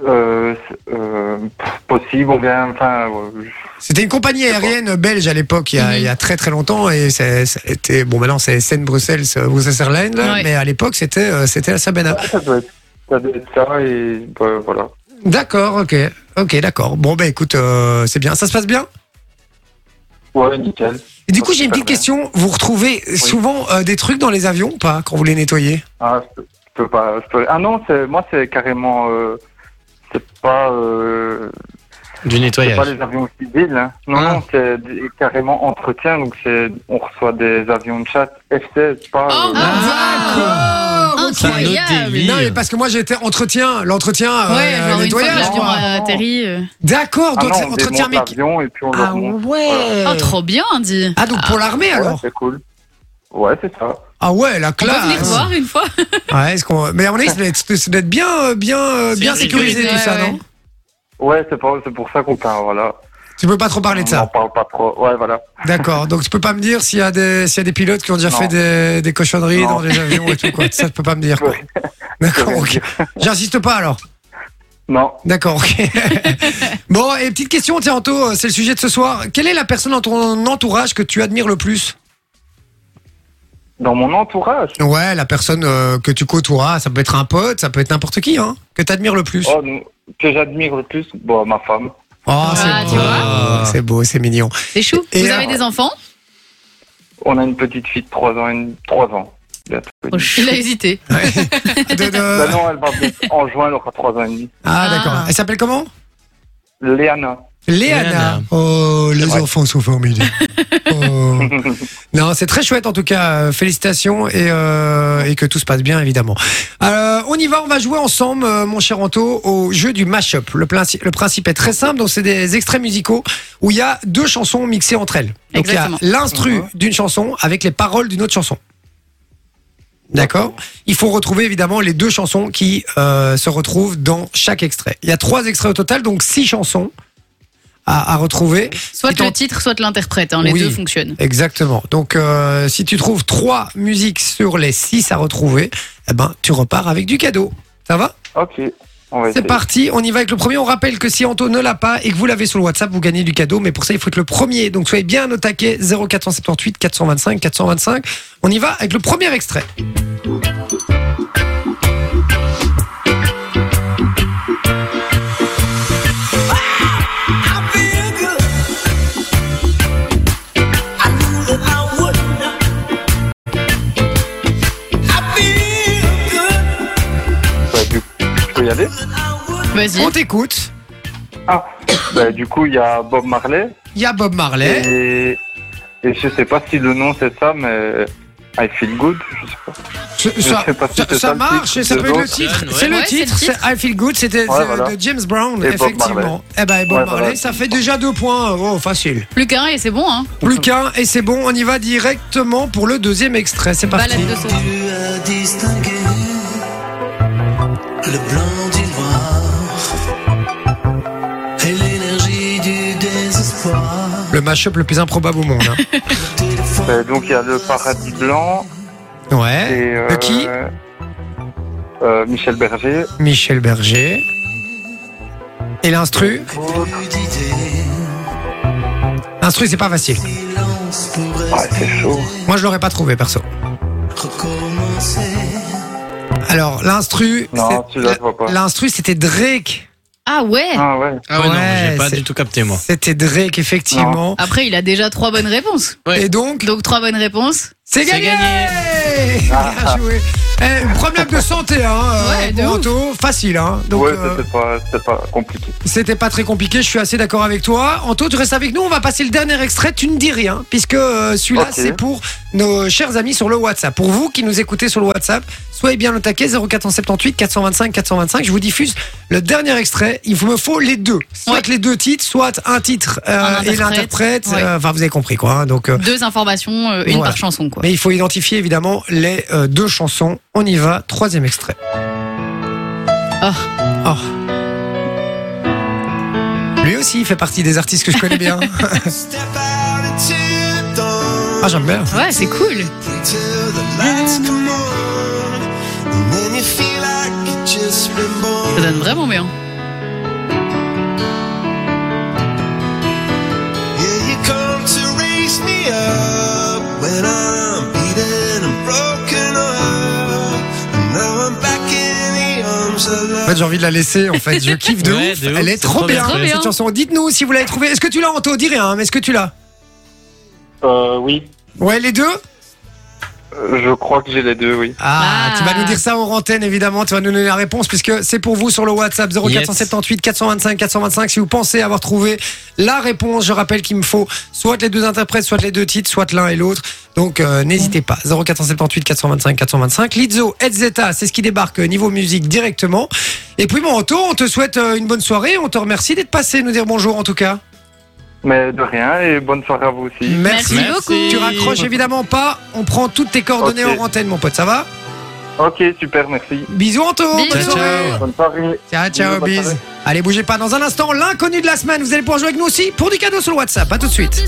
[SPEAKER 10] Euh, c'est, euh, pff, possible, on vient. Enfin, euh, ouais,
[SPEAKER 3] C'était une compagnie aérienne belge à l'époque, il, y a-
[SPEAKER 7] Mhm.
[SPEAKER 3] il y a très très longtemps, et c'est- c'était bon maintenant c'est Seine Bruxelles, c'est Bruxelles Airlines, là,
[SPEAKER 7] Ouais.
[SPEAKER 3] mais à l'époque c'était euh, c'était la Sabena.
[SPEAKER 10] je- ça doit être ça, doit être ça et bah, voilà.
[SPEAKER 3] D'accord, ok, ok, d'accord. Bon bah écoute, euh, c'est bien, ça se passe bien.
[SPEAKER 10] Ouais, nickel.
[SPEAKER 3] Et du coup
[SPEAKER 10] Ça se
[SPEAKER 3] j'ai une
[SPEAKER 10] passe
[SPEAKER 3] petite question, vous retrouvez souvent euh, des trucs dans les avions ou pas quand vous les nettoyez
[SPEAKER 10] Ah, je peux, je peux pas. je peux- Ah non, c'est moi, c'est carrément. euh, c'est pas. Euh,
[SPEAKER 6] Du
[SPEAKER 10] c'est
[SPEAKER 6] nettoyage.
[SPEAKER 10] pas les avions civils. hein. Non,
[SPEAKER 6] Ah.
[SPEAKER 10] non, c'est d- carrément entretien. Donc, c'est on reçoit des avions de chasse F-16, pas.
[SPEAKER 3] Ah,
[SPEAKER 7] Oh,
[SPEAKER 3] bah,
[SPEAKER 10] euh,
[SPEAKER 7] ah,
[SPEAKER 3] D'accord,
[SPEAKER 6] C'est un autre
[SPEAKER 7] Incroyable
[SPEAKER 6] délire.
[SPEAKER 3] Non mais parce que moi j'étais entretien, l'entretien, euh,
[SPEAKER 7] Ouais, genre une fois que
[SPEAKER 3] nettoyage.
[SPEAKER 10] la-
[SPEAKER 7] l'avion
[SPEAKER 3] moi.
[SPEAKER 7] a atterri. euh.
[SPEAKER 3] D'accord,
[SPEAKER 10] ah
[SPEAKER 3] donc
[SPEAKER 10] non, on
[SPEAKER 3] entretien
[SPEAKER 10] démonte
[SPEAKER 3] mec.
[SPEAKER 10] l'avion et puis on le
[SPEAKER 3] Ah
[SPEAKER 10] remonte.
[SPEAKER 3] ouais.
[SPEAKER 7] Oh, trop bien, dit.
[SPEAKER 3] Ah donc pour l'armée
[SPEAKER 10] Ouais,
[SPEAKER 3] alors
[SPEAKER 10] c'est cool. Ouais, c'est ça.
[SPEAKER 3] Ah ouais la
[SPEAKER 7] On
[SPEAKER 3] classe.
[SPEAKER 7] peut venir voir une fois.
[SPEAKER 3] Ouais, est-ce qu'on... Mais à mon avis, ça doit être, ça doit être bien, euh, bien, euh, bien sécurisé,
[SPEAKER 7] Sécurisé,
[SPEAKER 3] tout ça,
[SPEAKER 7] ouais,
[SPEAKER 3] non
[SPEAKER 7] ouais.
[SPEAKER 10] Ouais, c'est pas- c'est pour ça qu'on parle. Voilà.
[SPEAKER 3] Tu peux pas trop parler de
[SPEAKER 10] On
[SPEAKER 3] ça.
[SPEAKER 10] en parle pas trop. Ouais, voilà.
[SPEAKER 3] D'accord. Donc tu peux pas me dire s'il y a des, s'il y a des pilotes qui ont déjà
[SPEAKER 10] Non.
[SPEAKER 3] fait des, des cochonneries
[SPEAKER 10] Non.
[SPEAKER 3] dans les avions et tout quoi. Ça, tu peux pas me dire. Quoi.
[SPEAKER 10] Ouais.
[SPEAKER 3] D'accord.
[SPEAKER 10] rien
[SPEAKER 3] ok.
[SPEAKER 10] dire.
[SPEAKER 3] J'insiste pas alors.
[SPEAKER 10] Non.
[SPEAKER 3] D'accord. ok. bon et petite question, tiens Anto, euh, c'est le sujet de ce soir. Quelle est la personne dans ton entourage que tu admires le plus
[SPEAKER 10] Dans mon entourage.
[SPEAKER 3] Ouais, la personne euh, que tu côtoies, ça peut être un pote, ça peut être n'importe qui, hein, que t'admires le plus.
[SPEAKER 10] Oh, non, que j'admire le plus, bon, ma femme.
[SPEAKER 3] Oh, c'est
[SPEAKER 7] Ah, tu
[SPEAKER 3] beau.
[SPEAKER 6] vois
[SPEAKER 3] c'est beau, c'est mignon.
[SPEAKER 7] C'est chou.
[SPEAKER 3] Et
[SPEAKER 7] Vous
[SPEAKER 3] alors-
[SPEAKER 7] avez des enfants
[SPEAKER 10] On a une petite fille de 3 ans, une... 3 ans. bientôt.
[SPEAKER 3] Oh,
[SPEAKER 8] Il a hésité.
[SPEAKER 3] De- de-
[SPEAKER 10] Bah non, elle va en juin, elle aura 3 ans et demi.
[SPEAKER 3] Ah d'accord.
[SPEAKER 7] Ah.
[SPEAKER 3] Elle s'appelle comment
[SPEAKER 10] Léana.
[SPEAKER 3] Léana.
[SPEAKER 6] Léana.
[SPEAKER 3] Oh, les
[SPEAKER 10] Ouais.
[SPEAKER 3] enfants sont formidables. Oh. Non, c'est très chouette en tout cas. Euh, Félicitations et, euh, et que tout se passe bien évidemment. Euh, on y va, on va jouer ensemble, euh, mon cher Anto, au jeu du mashup. Le, princi- le principe est très simple. Donc c'est des extraits musicaux où il y a deux chansons mixées entre elles. Donc il y a
[SPEAKER 7] Exactement.
[SPEAKER 3] l'instru d'une chanson avec les paroles d'une autre chanson. D'accord Il faut retrouver évidemment les deux chansons qui euh, se retrouvent dans chaque extrait. Il y a trois extraits au total, donc six chansons à, à retrouver.
[SPEAKER 7] Soit
[SPEAKER 3] Et ton-
[SPEAKER 7] le titre, soit l'interprète. hein, les
[SPEAKER 3] Oui.
[SPEAKER 7] deux fonctionnent.
[SPEAKER 3] Exactement. Donc, euh, si tu trouves trois musiques sur les six à retrouver, eh ben, tu repars avec du cadeau. Ça va
[SPEAKER 10] Ok, on va
[SPEAKER 3] C'est
[SPEAKER 10] essayer.
[SPEAKER 3] parti. On y va avec le premier. On rappelle que si Anto ne l'a pas et que vous l'avez sur le WhatsApp, vous gagnez du cadeau. Mais pour ça, il faut être le premier. Donc, soyez bien au taquet. 0478 425 425. On y va avec le premier extrait.
[SPEAKER 10] Bah, du... Je peux y aller
[SPEAKER 7] Vas-y.
[SPEAKER 8] Oh,
[SPEAKER 3] On t'écoute.
[SPEAKER 10] Ah, bah, du coup, il y a Bob Marley.
[SPEAKER 3] Il y a Bob Marley.
[SPEAKER 10] Et... et je sais pas si le nom c'est ça, mais I feel good. Je sais pas.
[SPEAKER 3] Ça, ça-
[SPEAKER 10] sais pas si
[SPEAKER 3] ça-
[SPEAKER 10] c'est
[SPEAKER 3] ça
[SPEAKER 10] ça le
[SPEAKER 3] marche,
[SPEAKER 10] titre
[SPEAKER 3] ça
[SPEAKER 10] de
[SPEAKER 3] peut être le
[SPEAKER 10] l'autre.
[SPEAKER 3] titre.
[SPEAKER 6] Ouais,
[SPEAKER 3] C'est le
[SPEAKER 7] ouais, c'est le
[SPEAKER 3] titre, c'est
[SPEAKER 7] titre.
[SPEAKER 3] I Feel Good, c'était
[SPEAKER 10] Ouais,
[SPEAKER 3] c'est
[SPEAKER 10] voilà.
[SPEAKER 3] de James Brown,
[SPEAKER 10] Et Bob Marley.
[SPEAKER 3] effectivement. Eh ben, et Bob
[SPEAKER 10] Ouais,
[SPEAKER 3] Marley,
[SPEAKER 10] voilà.
[SPEAKER 3] ça fait déjà deux points. Oh, facile.
[SPEAKER 7] Plus qu'un et c'est bon, hein.
[SPEAKER 3] Plus qu'un, et c'est bon, on y va directement pour le deuxième extrait. C'est parti.
[SPEAKER 7] Balade de sauvage.
[SPEAKER 2] Le blanc du noir et l'énergie du désespoir.
[SPEAKER 3] Le mashup le plus improbable au monde. hein.
[SPEAKER 10] Euh, donc, il y a le paradis blanc. Et,
[SPEAKER 3] Ouais.
[SPEAKER 10] euh...
[SPEAKER 3] De qui
[SPEAKER 10] euh, Michel Berger.
[SPEAKER 3] Michel Berger. Et l'instru L'instru, c'est pas facile.
[SPEAKER 10] Ouais, Ah, c'est chaud.
[SPEAKER 3] Moi, je l'aurais pas trouvé, perso. Alors, l'instru.
[SPEAKER 10] Non,
[SPEAKER 3] c'est-
[SPEAKER 10] celui-là, je vois pas.
[SPEAKER 3] L'instru, c'était Drake.
[SPEAKER 7] Ah ouais
[SPEAKER 10] Ah ouais.
[SPEAKER 6] Ah ouais, non,
[SPEAKER 3] Ouais,
[SPEAKER 6] j'ai pas
[SPEAKER 3] c'est-
[SPEAKER 6] du tout capté, moi. Ah
[SPEAKER 3] C'était Drake, effectivement.
[SPEAKER 7] Après, il a déjà trois bonnes réponses.
[SPEAKER 6] Ouais.
[SPEAKER 3] Et donc,
[SPEAKER 7] Donc trois bonnes réponses.
[SPEAKER 3] c'est gagné, Bien joué. Eh, problème de santé, hein,
[SPEAKER 7] Ouais, de
[SPEAKER 3] pour
[SPEAKER 7] ouf.
[SPEAKER 3] Anto. facile. Hein. Donc,
[SPEAKER 10] ouais,
[SPEAKER 3] euh,
[SPEAKER 10] c'était pas, c'était pas compliqué.
[SPEAKER 3] C'était pas très compliqué, je suis assez d'accord avec toi. Anto, tu restes avec nous, on va passer le dernier extrait, tu ne dis rien, puisque euh, celui-là,
[SPEAKER 10] Ok.
[SPEAKER 3] c'est pour nos chers amis sur le WhatsApp. Pour vous qui nous écoutez sur le WhatsApp, soyez bien le taquet 0478 425 425. Je vous diffuse le dernier extrait. Il me faut les deux. Soit
[SPEAKER 7] Ouais.
[SPEAKER 3] les deux titres, soit un titre euh,
[SPEAKER 7] Un
[SPEAKER 3] et
[SPEAKER 7] interprète.
[SPEAKER 3] l'interprète.
[SPEAKER 7] Ouais.
[SPEAKER 3] Euh, Enfin, vous avez compris quoi. hein, donc, euh,
[SPEAKER 7] Deux informations, euh, une
[SPEAKER 3] Voilà.
[SPEAKER 7] par chanson quoi.
[SPEAKER 3] mais il faut identifier évidemment les euh, deux chansons. On y va, troisième extrait.
[SPEAKER 7] Ah.
[SPEAKER 3] Oh. Lui aussi, il fait partie des artistes que je connais bien. ah, j'aime bien.
[SPEAKER 7] Ouais, c'est cool. Ça donne vraiment bien.
[SPEAKER 3] En fait, j'ai envie de la laisser. En fait, je kiffe de,
[SPEAKER 6] Ouais,
[SPEAKER 3] ouf.
[SPEAKER 6] de ouf,
[SPEAKER 3] Elle est
[SPEAKER 6] c'est
[SPEAKER 3] trop
[SPEAKER 6] trop
[SPEAKER 3] bien,
[SPEAKER 7] bien fait.
[SPEAKER 3] cette chanson. Dites-nous si vous l'avez trouvée. Est-ce que tu l'as, Anto Dis rien, hein, mais est-ce que tu l'as
[SPEAKER 10] Euh, oui,
[SPEAKER 3] Ouais, les deux
[SPEAKER 10] euh, je crois que j'ai les deux, oui.
[SPEAKER 3] Ah,
[SPEAKER 7] Ah.
[SPEAKER 3] tu vas nous dire ça en antenne, évidemment. Tu vas nous donner la réponse puisque c'est pour vous sur le WhatsApp 0478 425 425. Si vous pensez avoir trouvé la réponse, je rappelle qu'il me faut soit les deux interprètes, soit les deux titres, soit l'un et l'autre. Donc euh, n'hésitez pas. 0478 425 425. Lizzo, Edzeta, c'est ce qui débarque euh, niveau musique directement. Et puis bon, Anto, on te souhaite euh, une bonne soirée. On te remercie d'être passé, nous dire bonjour en tout cas.
[SPEAKER 10] Mais de rien et bonne soirée à vous aussi.
[SPEAKER 3] Mm.
[SPEAKER 7] Merci,
[SPEAKER 6] Merci.
[SPEAKER 7] beaucoup.
[SPEAKER 3] Tu raccroches évidemment pas. On prend toutes tes coordonnées
[SPEAKER 10] Ok.
[SPEAKER 3] en antenne, mon pote. Ça va
[SPEAKER 10] Ok, super, merci.
[SPEAKER 3] Bisous Anto. Bonne
[SPEAKER 7] Bisous.
[SPEAKER 3] soirée.
[SPEAKER 10] Bonne soirée.
[SPEAKER 3] Ciao, Ah, ciao,
[SPEAKER 10] Bisous, bonne
[SPEAKER 3] bis.
[SPEAKER 10] soirée.
[SPEAKER 3] Allez, bougez pas. Dans un instant, l'inconnu de la semaine. Vous allez pouvoir jouer avec nous aussi pour du cadeau sur le WhatsApp. À tout de suite.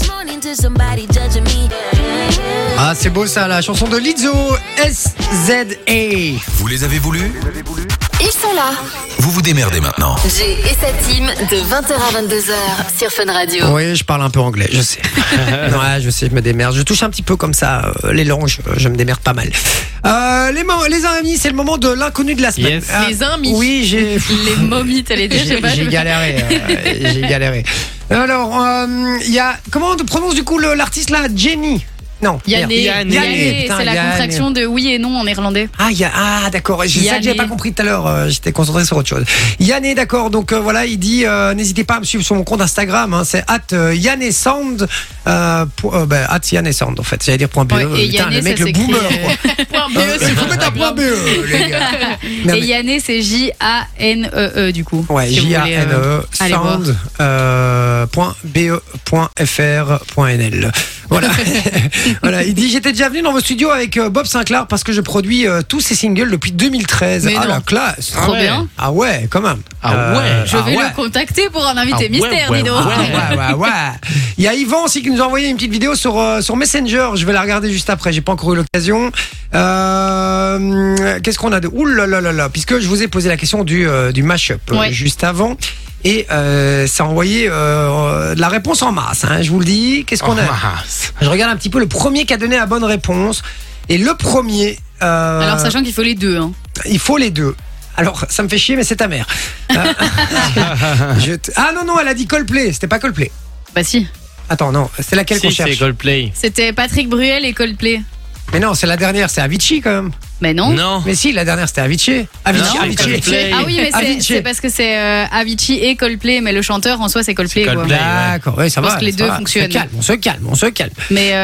[SPEAKER 3] Ah, c'est beau ça, la chanson de Lizzo, SZA.
[SPEAKER 5] Vous les avez voulu
[SPEAKER 4] Ils sont là.
[SPEAKER 5] Vous vous démerdez maintenant.
[SPEAKER 4] Jay et sa team de 20h à 22h sur Fun Radio.
[SPEAKER 3] Oui, je parle un peu anglais, je sais. ouais, je sais, je me démerde. Je touche un petit peu comme ça euh, les langues, je, je me démerde pas mal. Euh, les, mo- les amis, c'est le moment de l'inconnu de la semaine.
[SPEAKER 6] Yes.
[SPEAKER 3] Ah,
[SPEAKER 8] Les amis.
[SPEAKER 3] Oui, j'ai.
[SPEAKER 7] Les momies, t'allais dire, je sais
[SPEAKER 3] J'ai
[SPEAKER 7] pas.
[SPEAKER 3] j'ai galéré. euh, j'ai galéré. Alors, euh, il y a. Comment on prononce du coup le- l'artiste là Jenny Non. merde.
[SPEAKER 7] Yanné,
[SPEAKER 6] Yanné.
[SPEAKER 3] Yanné,
[SPEAKER 7] Yanné,
[SPEAKER 3] putain,
[SPEAKER 7] c'est la
[SPEAKER 3] Yanné.
[SPEAKER 7] contraction de oui et non en néerlandais.
[SPEAKER 3] Ah, il y a- ah d'accord. C'est ça que j'avais
[SPEAKER 7] Yanné.
[SPEAKER 3] pas compris tout à l'heure. euh, J'étais concentré sur autre chose. Yanné, d'accord. Donc euh, voilà, il dit euh, n'hésitez pas à me suivre sur mon compte Instagram. hein, c'est at euh, Yanné Sound. Euh, pour- euh, ben, at Yanné Sound, en fait. J'allais dire point BE.
[SPEAKER 7] Ouais, et
[SPEAKER 3] Putain,
[SPEAKER 7] Yanné,
[SPEAKER 3] le mec,
[SPEAKER 7] ça
[SPEAKER 3] le
[SPEAKER 7] s'écrit,
[SPEAKER 3] boomer.
[SPEAKER 7] euh,
[SPEAKER 3] Quoi.
[SPEAKER 8] Point B,
[SPEAKER 3] Euh,
[SPEAKER 8] c'est
[SPEAKER 3] faut mettre un point BE, les gars. Non,
[SPEAKER 7] et
[SPEAKER 3] mais-
[SPEAKER 7] Yanné, c'est J-A-N-E-E E du coup.
[SPEAKER 3] Ouais,
[SPEAKER 7] si vous voulez, euh,
[SPEAKER 3] J-A-N-E,
[SPEAKER 7] allez voir.
[SPEAKER 3] sound, E euh, point BE, point FR, point NL. Voilà. voilà. Il dit J'étais déjà venu dans vos studios avec euh, Bob Sinclair parce que je produis euh, tous ses singles depuis 2013.
[SPEAKER 8] Mais
[SPEAKER 3] ah
[SPEAKER 8] non.
[SPEAKER 3] la classe
[SPEAKER 7] Trop
[SPEAKER 6] ouais. Oh,
[SPEAKER 7] bien.
[SPEAKER 3] Ah ouais, quand même.
[SPEAKER 6] Ah ouais.
[SPEAKER 7] Hein Je
[SPEAKER 3] ah
[SPEAKER 7] vais
[SPEAKER 3] ouais.
[SPEAKER 7] le contacter pour un invité
[SPEAKER 6] Ah ouais,
[SPEAKER 7] mystère,
[SPEAKER 6] ouais,
[SPEAKER 7] dis donc.
[SPEAKER 3] Ah ouais, ouais, ouais. Il y a Yvan aussi qui nous a envoyé une petite vidéo sur, euh, sur Messenger. Je vais la regarder juste après. J'ai pas encore eu l'occasion. Euh, Qu'est-ce qu'on a de. Ouh là là là là. Puisque je vous ai posé la question du, euh, du mash-up euh,
[SPEAKER 7] Ouais.
[SPEAKER 3] juste avant. Et euh, ça a envoyé euh, de la réponse en masse. hein, je vous le dis. Qu'est-ce qu'on a
[SPEAKER 6] Ah,
[SPEAKER 3] Je regarde un petit peu le premier qui a donné la bonne réponse. Et le premier. euh,
[SPEAKER 7] Alors, sachant qu'il faut les deux. Hein.
[SPEAKER 3] il faut les deux. Alors, ça me fait chier, mais c'est ta mère. Euh, je te- Ah non, non, elle a dit Coldplay. C'était pas Coldplay.
[SPEAKER 7] Bah si.
[SPEAKER 3] Attends, non, c'est laquelle qu'on
[SPEAKER 6] si, c'est
[SPEAKER 3] cherche
[SPEAKER 6] Coldplay.
[SPEAKER 7] C'était Patrick Bruel et Coldplay.
[SPEAKER 3] Mais non, c'est la dernière, c'est Avicii quand même.
[SPEAKER 7] Mais non.
[SPEAKER 6] Non.
[SPEAKER 3] Oh, Mais si, la dernière c'était Avicii. Avicii,
[SPEAKER 6] c'est
[SPEAKER 3] Avicii.
[SPEAKER 6] Coldplay.
[SPEAKER 7] Ah oui, mais c'est-
[SPEAKER 3] Avicii.
[SPEAKER 7] c'est parce que c'est euh, Avicii et Coldplay, mais le chanteur en soi c'est Coldplay.
[SPEAKER 6] C'est
[SPEAKER 7] quoi.
[SPEAKER 6] Coldplay.
[SPEAKER 3] D'accord, ouais, ça
[SPEAKER 7] Je
[SPEAKER 3] va.
[SPEAKER 7] pense que les
[SPEAKER 3] ça
[SPEAKER 7] deux
[SPEAKER 3] va.
[SPEAKER 7] fonctionnent.
[SPEAKER 3] On se calme, on se calme, on se calme.
[SPEAKER 7] Mais euh,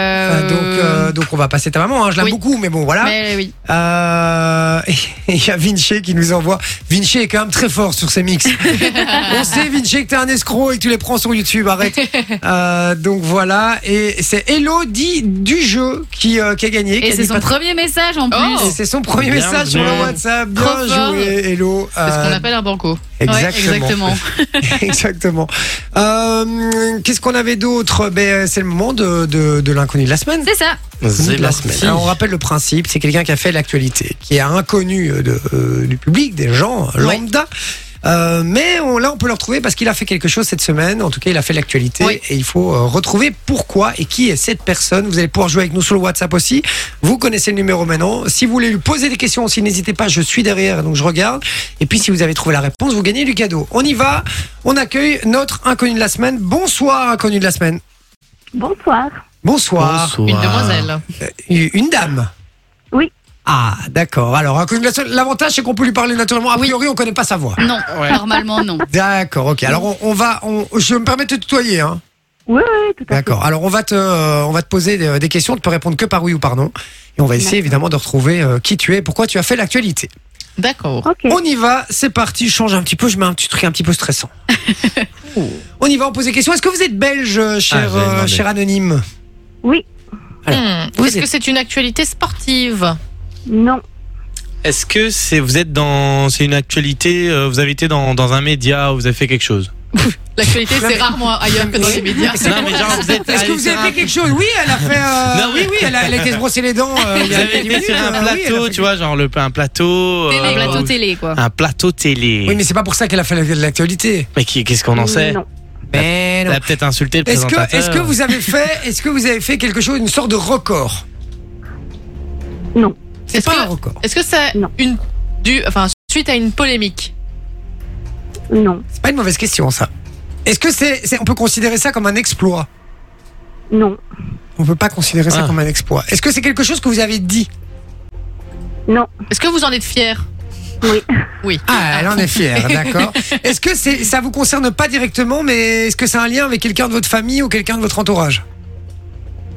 [SPEAKER 3] Euh, donc, euh, donc on va passer ta maman, hein, je l'aime
[SPEAKER 7] oui.
[SPEAKER 3] beaucoup, mais bon voilà.
[SPEAKER 7] mais oui.
[SPEAKER 3] Euh, et il y a Vinci qui nous envoie. Vinci est quand même très fort sur ses mix. On sait, Vinci, que t'es un escroc et que tu les prends sur YouTube. Arrête. Euh, donc voilà. Et c'est Elodie du jeu qui, euh, qui a gagné. qui
[SPEAKER 7] Et
[SPEAKER 3] a
[SPEAKER 7] c'est
[SPEAKER 3] dit
[SPEAKER 7] son
[SPEAKER 3] Patrick.
[SPEAKER 7] premier message en
[SPEAKER 8] Oh.
[SPEAKER 7] plus.
[SPEAKER 3] Et C'est son premier
[SPEAKER 6] Bien
[SPEAKER 3] message sur le
[SPEAKER 6] joué.
[SPEAKER 3] WhatsApp. Bien
[SPEAKER 7] Trop fort.
[SPEAKER 3] joué, Hello.
[SPEAKER 8] C'est ce qu'on
[SPEAKER 3] Euh,
[SPEAKER 8] appelle un banco.
[SPEAKER 7] Ouais,
[SPEAKER 3] exactement.
[SPEAKER 7] exactement.
[SPEAKER 3] exactement. Euh, Qu'est-ce qu'on avait d'autre ben, C'est le moment de, de, de l'inconnu de la semaine.
[SPEAKER 7] C'est ça.
[SPEAKER 3] L'inconnu
[SPEAKER 6] C'est
[SPEAKER 3] de la
[SPEAKER 6] parti.
[SPEAKER 3] semaine. Alors, on rappelle le principe, c'est quelqu'un qui a fait l'actualité, qui est inconnu euh, de, euh, du public, des gens euh,
[SPEAKER 7] Ouais.
[SPEAKER 3] lambda, Euh, mais on, là, on peut le retrouver parce qu'il a fait quelque chose cette semaine. En tout cas, il a fait l'actualité.
[SPEAKER 8] Oui.
[SPEAKER 3] Et il faut euh, retrouver pourquoi et qui est cette personne. Vous allez pouvoir jouer avec nous sur le WhatsApp aussi. Vous connaissez le numéro maintenant. Si vous voulez lui poser des questions aussi, n'hésitez pas. Je suis derrière, donc je regarde. Et puis, si vous avez trouvé la réponse, vous gagnez du cadeau. On y va. On accueille notre inconnu de la semaine. Bonsoir, inconnu de la semaine.
[SPEAKER 11] Bonsoir.
[SPEAKER 3] Bonsoir.
[SPEAKER 8] Une demoiselle.
[SPEAKER 3] Une une dame
[SPEAKER 11] Oui.
[SPEAKER 3] Ah, d'accord. Alors, inconnu de la semaine, l'avantage, c'est qu'on peut lui parler naturellement. A priori, on connaît pas sa voix.
[SPEAKER 7] Non,
[SPEAKER 6] Ouais.
[SPEAKER 7] normalement non.
[SPEAKER 3] D'accord, ok. Alors on, on va, on- je me permets de te tutoyer, hein.
[SPEAKER 11] Oui, oui, tout à fait.
[SPEAKER 3] D'accord. Alors on va te, euh, on va te poser des, des questions. Tu peux répondre que par oui ou par non. Et on va essayer évidemment de retrouver euh, qui tu es, pourquoi tu as fait l'actualité.
[SPEAKER 8] D'accord.
[SPEAKER 11] Ok.
[SPEAKER 3] On y va, c'est parti. Je change un petit peu. Je mets un petit truc un petit peu stressant. Oh. on y va. On pose des questions. Est-ce que vous êtes belge, euh, cher,
[SPEAKER 6] Ah, j'avais
[SPEAKER 3] euh,
[SPEAKER 6] demandé.
[SPEAKER 3] cher anonyme
[SPEAKER 11] Oui.
[SPEAKER 8] Hmm.
[SPEAKER 3] Vous
[SPEAKER 8] Est-ce
[SPEAKER 3] êtes-
[SPEAKER 8] que c'est une actualité sportive
[SPEAKER 11] Non.
[SPEAKER 6] Est-ce que c'est vous êtes dans c'est une actualité euh, vous avez été dans, dans un média où vous avez fait quelque chose
[SPEAKER 8] L'actualité, c'est rarement ailleurs que dans les médias.
[SPEAKER 3] C'est
[SPEAKER 6] Non, mais genre, vous êtes
[SPEAKER 3] Est-ce que
[SPEAKER 6] allé
[SPEAKER 3] vous
[SPEAKER 6] sur
[SPEAKER 3] avez
[SPEAKER 6] un-
[SPEAKER 3] fait quelque chose Oui, elle a fait. euh,
[SPEAKER 6] Non,
[SPEAKER 3] oui,
[SPEAKER 6] mais-
[SPEAKER 3] oui, elle a, elle a été se brosser les dents. euh, il
[SPEAKER 6] Vous
[SPEAKER 3] y a
[SPEAKER 6] avez
[SPEAKER 3] quelques
[SPEAKER 6] été sur
[SPEAKER 3] minutes,
[SPEAKER 6] un
[SPEAKER 3] euh, oui, elle a
[SPEAKER 6] plateau,
[SPEAKER 3] fait
[SPEAKER 6] tu vois, genre le un plateau euh,
[SPEAKER 7] Un plateau
[SPEAKER 6] où-
[SPEAKER 7] télé quoi.
[SPEAKER 6] un plateau télé.
[SPEAKER 3] Oui, mais c'est pas pour ça qu'elle a fait la- l'actualité.
[SPEAKER 6] Mais qui- qu'est-ce qu'on en sait
[SPEAKER 11] Non.
[SPEAKER 3] Mais
[SPEAKER 6] Elle a peut-être insulté le
[SPEAKER 3] Est-ce
[SPEAKER 6] présentateur.
[SPEAKER 3] que, est-ce que vous avez fait, est-ce que vous avez fait quelque chose, une sorte de record
[SPEAKER 11] Non.
[SPEAKER 3] C'est
[SPEAKER 8] Est-ce
[SPEAKER 3] pas
[SPEAKER 8] que-
[SPEAKER 3] un record.
[SPEAKER 8] Est-ce que c'est
[SPEAKER 11] Non.
[SPEAKER 8] une du enfin suite à une polémique
[SPEAKER 11] Non.
[SPEAKER 3] C'est pas une mauvaise question, ça. Est-ce que c'est, c'est- on peut considérer ça comme un exploit
[SPEAKER 11] Non.
[SPEAKER 3] On peut pas considérer ça
[SPEAKER 6] Ah.
[SPEAKER 3] comme un exploit. Est-ce que c'est quelque chose que vous avez dit
[SPEAKER 11] Non.
[SPEAKER 8] Est-ce que vous en êtes fier
[SPEAKER 11] Oui.
[SPEAKER 8] Oui.
[SPEAKER 3] Ah, elle en est fière, d'accord. Est-ce que c'est, ça vous concerne pas directement, mais est-ce que c'est un lien avec quelqu'un de votre famille ou quelqu'un de votre entourage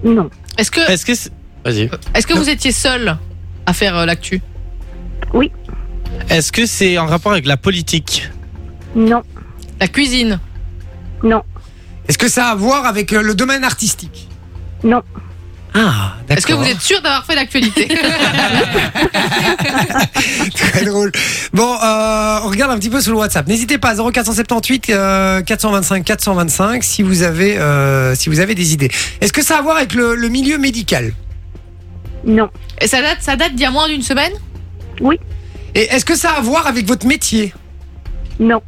[SPEAKER 11] Non.
[SPEAKER 8] Est-ce que
[SPEAKER 6] Est-ce que c'est- Vas-y.
[SPEAKER 8] est-ce que vous étiez seul à faire euh, l'actu
[SPEAKER 6] Est-ce que c'est en rapport avec la politique
[SPEAKER 11] Non.
[SPEAKER 8] La cuisine
[SPEAKER 11] Non.
[SPEAKER 3] Est-ce que ça a à voir avec euh, le domaine artistique
[SPEAKER 11] Non.
[SPEAKER 3] Ah, d'accord.
[SPEAKER 8] Est-ce que vous êtes sûr d'avoir fait l'actualité
[SPEAKER 3] Très drôle. Bon, euh, on regarde un petit peu sur le WhatsApp. N'hésitez pas 0478 euh, 425 425 si vous avez euh, si vous avez des idées. Est-ce que ça a à voir avec le, le milieu médical
[SPEAKER 11] Non.
[SPEAKER 8] Et ça date ça date d'il y a moins d'une semaine
[SPEAKER 3] Et est-ce que ça a à voir avec votre métier
[SPEAKER 11] Non.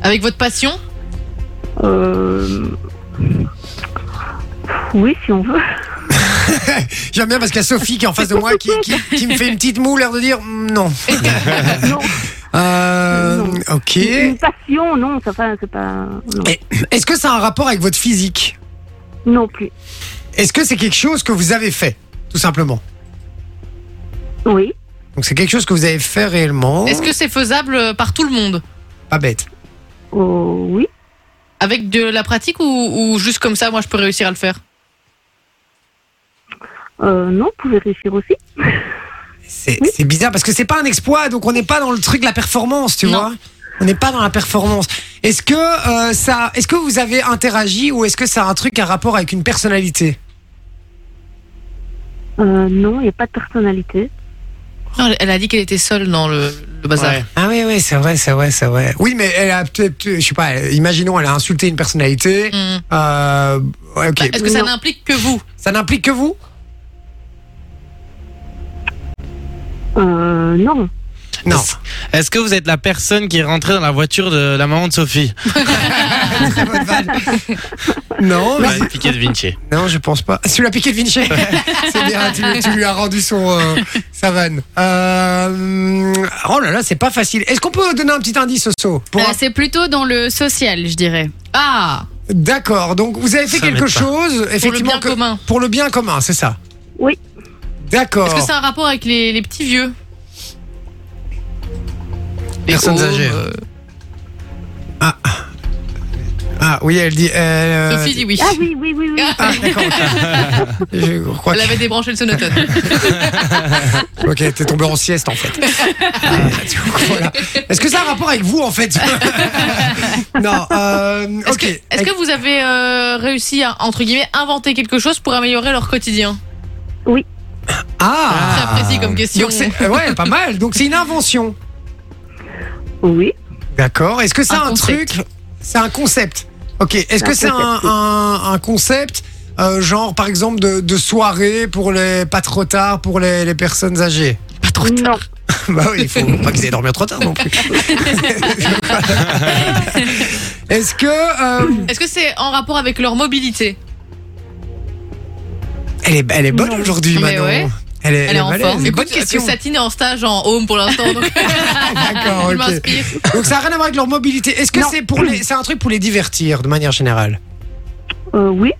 [SPEAKER 8] avec votre passion
[SPEAKER 11] Euh... Oui, si on veut.
[SPEAKER 3] J'aime bien parce qu'il y a Sophie qui est en face de moi qui, qui, qui me fait une petite moue l'air de dire mm, non.
[SPEAKER 11] non.
[SPEAKER 3] Euh,
[SPEAKER 11] Non.
[SPEAKER 3] ok.
[SPEAKER 11] Une passion, non. Ça, enfin, c'est pas. Non.
[SPEAKER 3] Et- Est-ce que ça a un rapport avec votre physique
[SPEAKER 11] non plus.
[SPEAKER 3] Est-ce que c'est quelque chose que vous avez fait tout simplement
[SPEAKER 11] Oui.
[SPEAKER 3] Donc c'est quelque chose que vous avez fait réellement.
[SPEAKER 8] Est-ce que c'est faisable euh, par tout le monde
[SPEAKER 3] pas bête
[SPEAKER 11] Oh, oui.
[SPEAKER 8] avec de la pratique ou, ou juste comme ça moi je peux réussir à le faire
[SPEAKER 11] Euh, non, vous pouvez réussir aussi.
[SPEAKER 3] C'est c'est bizarre parce que c'est pas un exploit, donc on n'est pas dans le truc de la performance, tu
[SPEAKER 8] Non.
[SPEAKER 3] vois. On n'est pas dans la performance. Est-ce que euh, ça, est-ce que vous avez interagi ou est-ce que ça a un truc à rapport avec une personnalité
[SPEAKER 11] Euh, non, il n'y a pas de personnalité.
[SPEAKER 3] Oh.
[SPEAKER 8] Non, elle- Elle a dit qu'elle était seule dans le, le bazar.
[SPEAKER 3] Ah oui, oui, c'est vrai, c'est vrai, c'est vrai. Oui, mais elle a peut-être, je sais pas. Imaginons, elle a insulté une personnalité.
[SPEAKER 8] Hmm.
[SPEAKER 3] Euh, ouais, ok.
[SPEAKER 8] Est-ce que ça
[SPEAKER 11] Non.
[SPEAKER 8] n'implique que vous
[SPEAKER 3] Ça n'implique que vous
[SPEAKER 11] Euh, non.
[SPEAKER 3] Non.
[SPEAKER 6] Est-ce que vous êtes la personne qui est rentrée dans la voiture de la maman de Sophie
[SPEAKER 3] Très bonne vanne. non, mais
[SPEAKER 6] Ouais, Piquet de Vinci.
[SPEAKER 3] Non, je pense pas. Tu l'as piqué de Vinci. c'est bien, tu, lui- tu lui as rendu son euh, sa vanne. Euh, oh là là, c'est pas facile. Est-ce qu'on peut donner un petit indice au saut pour
[SPEAKER 7] Euh,
[SPEAKER 3] un-
[SPEAKER 7] c'est plutôt dans le social, je dirais.
[SPEAKER 8] Ah
[SPEAKER 3] D'accord. Donc vous avez fait
[SPEAKER 6] Ça
[SPEAKER 3] quelque
[SPEAKER 6] m'aide pas.
[SPEAKER 3] chose,
[SPEAKER 8] Pour le
[SPEAKER 3] effectivement,
[SPEAKER 8] bien
[SPEAKER 3] que-
[SPEAKER 8] commun.
[SPEAKER 3] pour le bien commun, c'est ça.
[SPEAKER 11] Oui.
[SPEAKER 3] D'accord.
[SPEAKER 8] Est-ce
[SPEAKER 3] Oh.
[SPEAKER 8] que c'est un rapport avec les, les petits vieux Les
[SPEAKER 3] Personnes
[SPEAKER 8] homes,
[SPEAKER 3] âgées.
[SPEAKER 8] euh,
[SPEAKER 3] Ah oui, elle dit. euh,
[SPEAKER 8] Sophie dit oui.
[SPEAKER 11] Ah oui, oui, oui, oui.
[SPEAKER 3] Ah, d'accord. ok. je crois
[SPEAKER 8] Elle
[SPEAKER 3] que-
[SPEAKER 8] avait débranché le sonotone.
[SPEAKER 3] Ok, t'es tombé en sieste en fait. Ah, donc, voilà. Est-ce que ça a un rapport avec vous en fait Non. euh,
[SPEAKER 8] Est-ce
[SPEAKER 3] ok.
[SPEAKER 8] que, est-ce que vous avez euh, réussi à, entre guillemets, inventer quelque chose pour améliorer leur quotidien
[SPEAKER 3] Ah.
[SPEAKER 8] Très précis comme question.
[SPEAKER 3] Donc c'est- euh, ouais, pas mal. Donc c'est une invention.
[SPEAKER 11] Oui.
[SPEAKER 3] D'accord. Est-ce que c'est
[SPEAKER 8] Un
[SPEAKER 3] un,
[SPEAKER 8] concept.
[SPEAKER 3] truc C'est un concept. Ok. Est-ce
[SPEAKER 11] C'est
[SPEAKER 3] que
[SPEAKER 11] un
[SPEAKER 3] c'est un,
[SPEAKER 11] concept, oui.
[SPEAKER 3] un- un concept euh, genre par exemple de, de soirée pour les pas trop tard pour les, les personnes âgées
[SPEAKER 8] Pas trop
[SPEAKER 11] Non.
[SPEAKER 8] tard.
[SPEAKER 3] bah oui, il faut pas qu'ils aient dormir trop tard non plus. Est-ce que. euh,
[SPEAKER 8] Est-ce que c'est en rapport avec leur mobilité
[SPEAKER 3] elle, est, elle est bonne aujourd'hui,
[SPEAKER 8] Mais
[SPEAKER 3] Manon.
[SPEAKER 8] ouais.
[SPEAKER 3] Elle est,
[SPEAKER 8] Elle est en
[SPEAKER 3] balèze.
[SPEAKER 8] forme.
[SPEAKER 3] Bonne
[SPEAKER 8] Écoute,
[SPEAKER 3] question.
[SPEAKER 8] parce que Satine est en stage en home pour l'instant. donc
[SPEAKER 3] D'accord, Ah,
[SPEAKER 8] Il
[SPEAKER 3] ok.
[SPEAKER 8] m'inspire.
[SPEAKER 3] Donc ça n'a rien à voir avec leur mobilité. Est-ce que
[SPEAKER 11] Non.
[SPEAKER 3] c'est pour les, c'est un truc pour les divertir de manière générale
[SPEAKER 11] Euh, oui,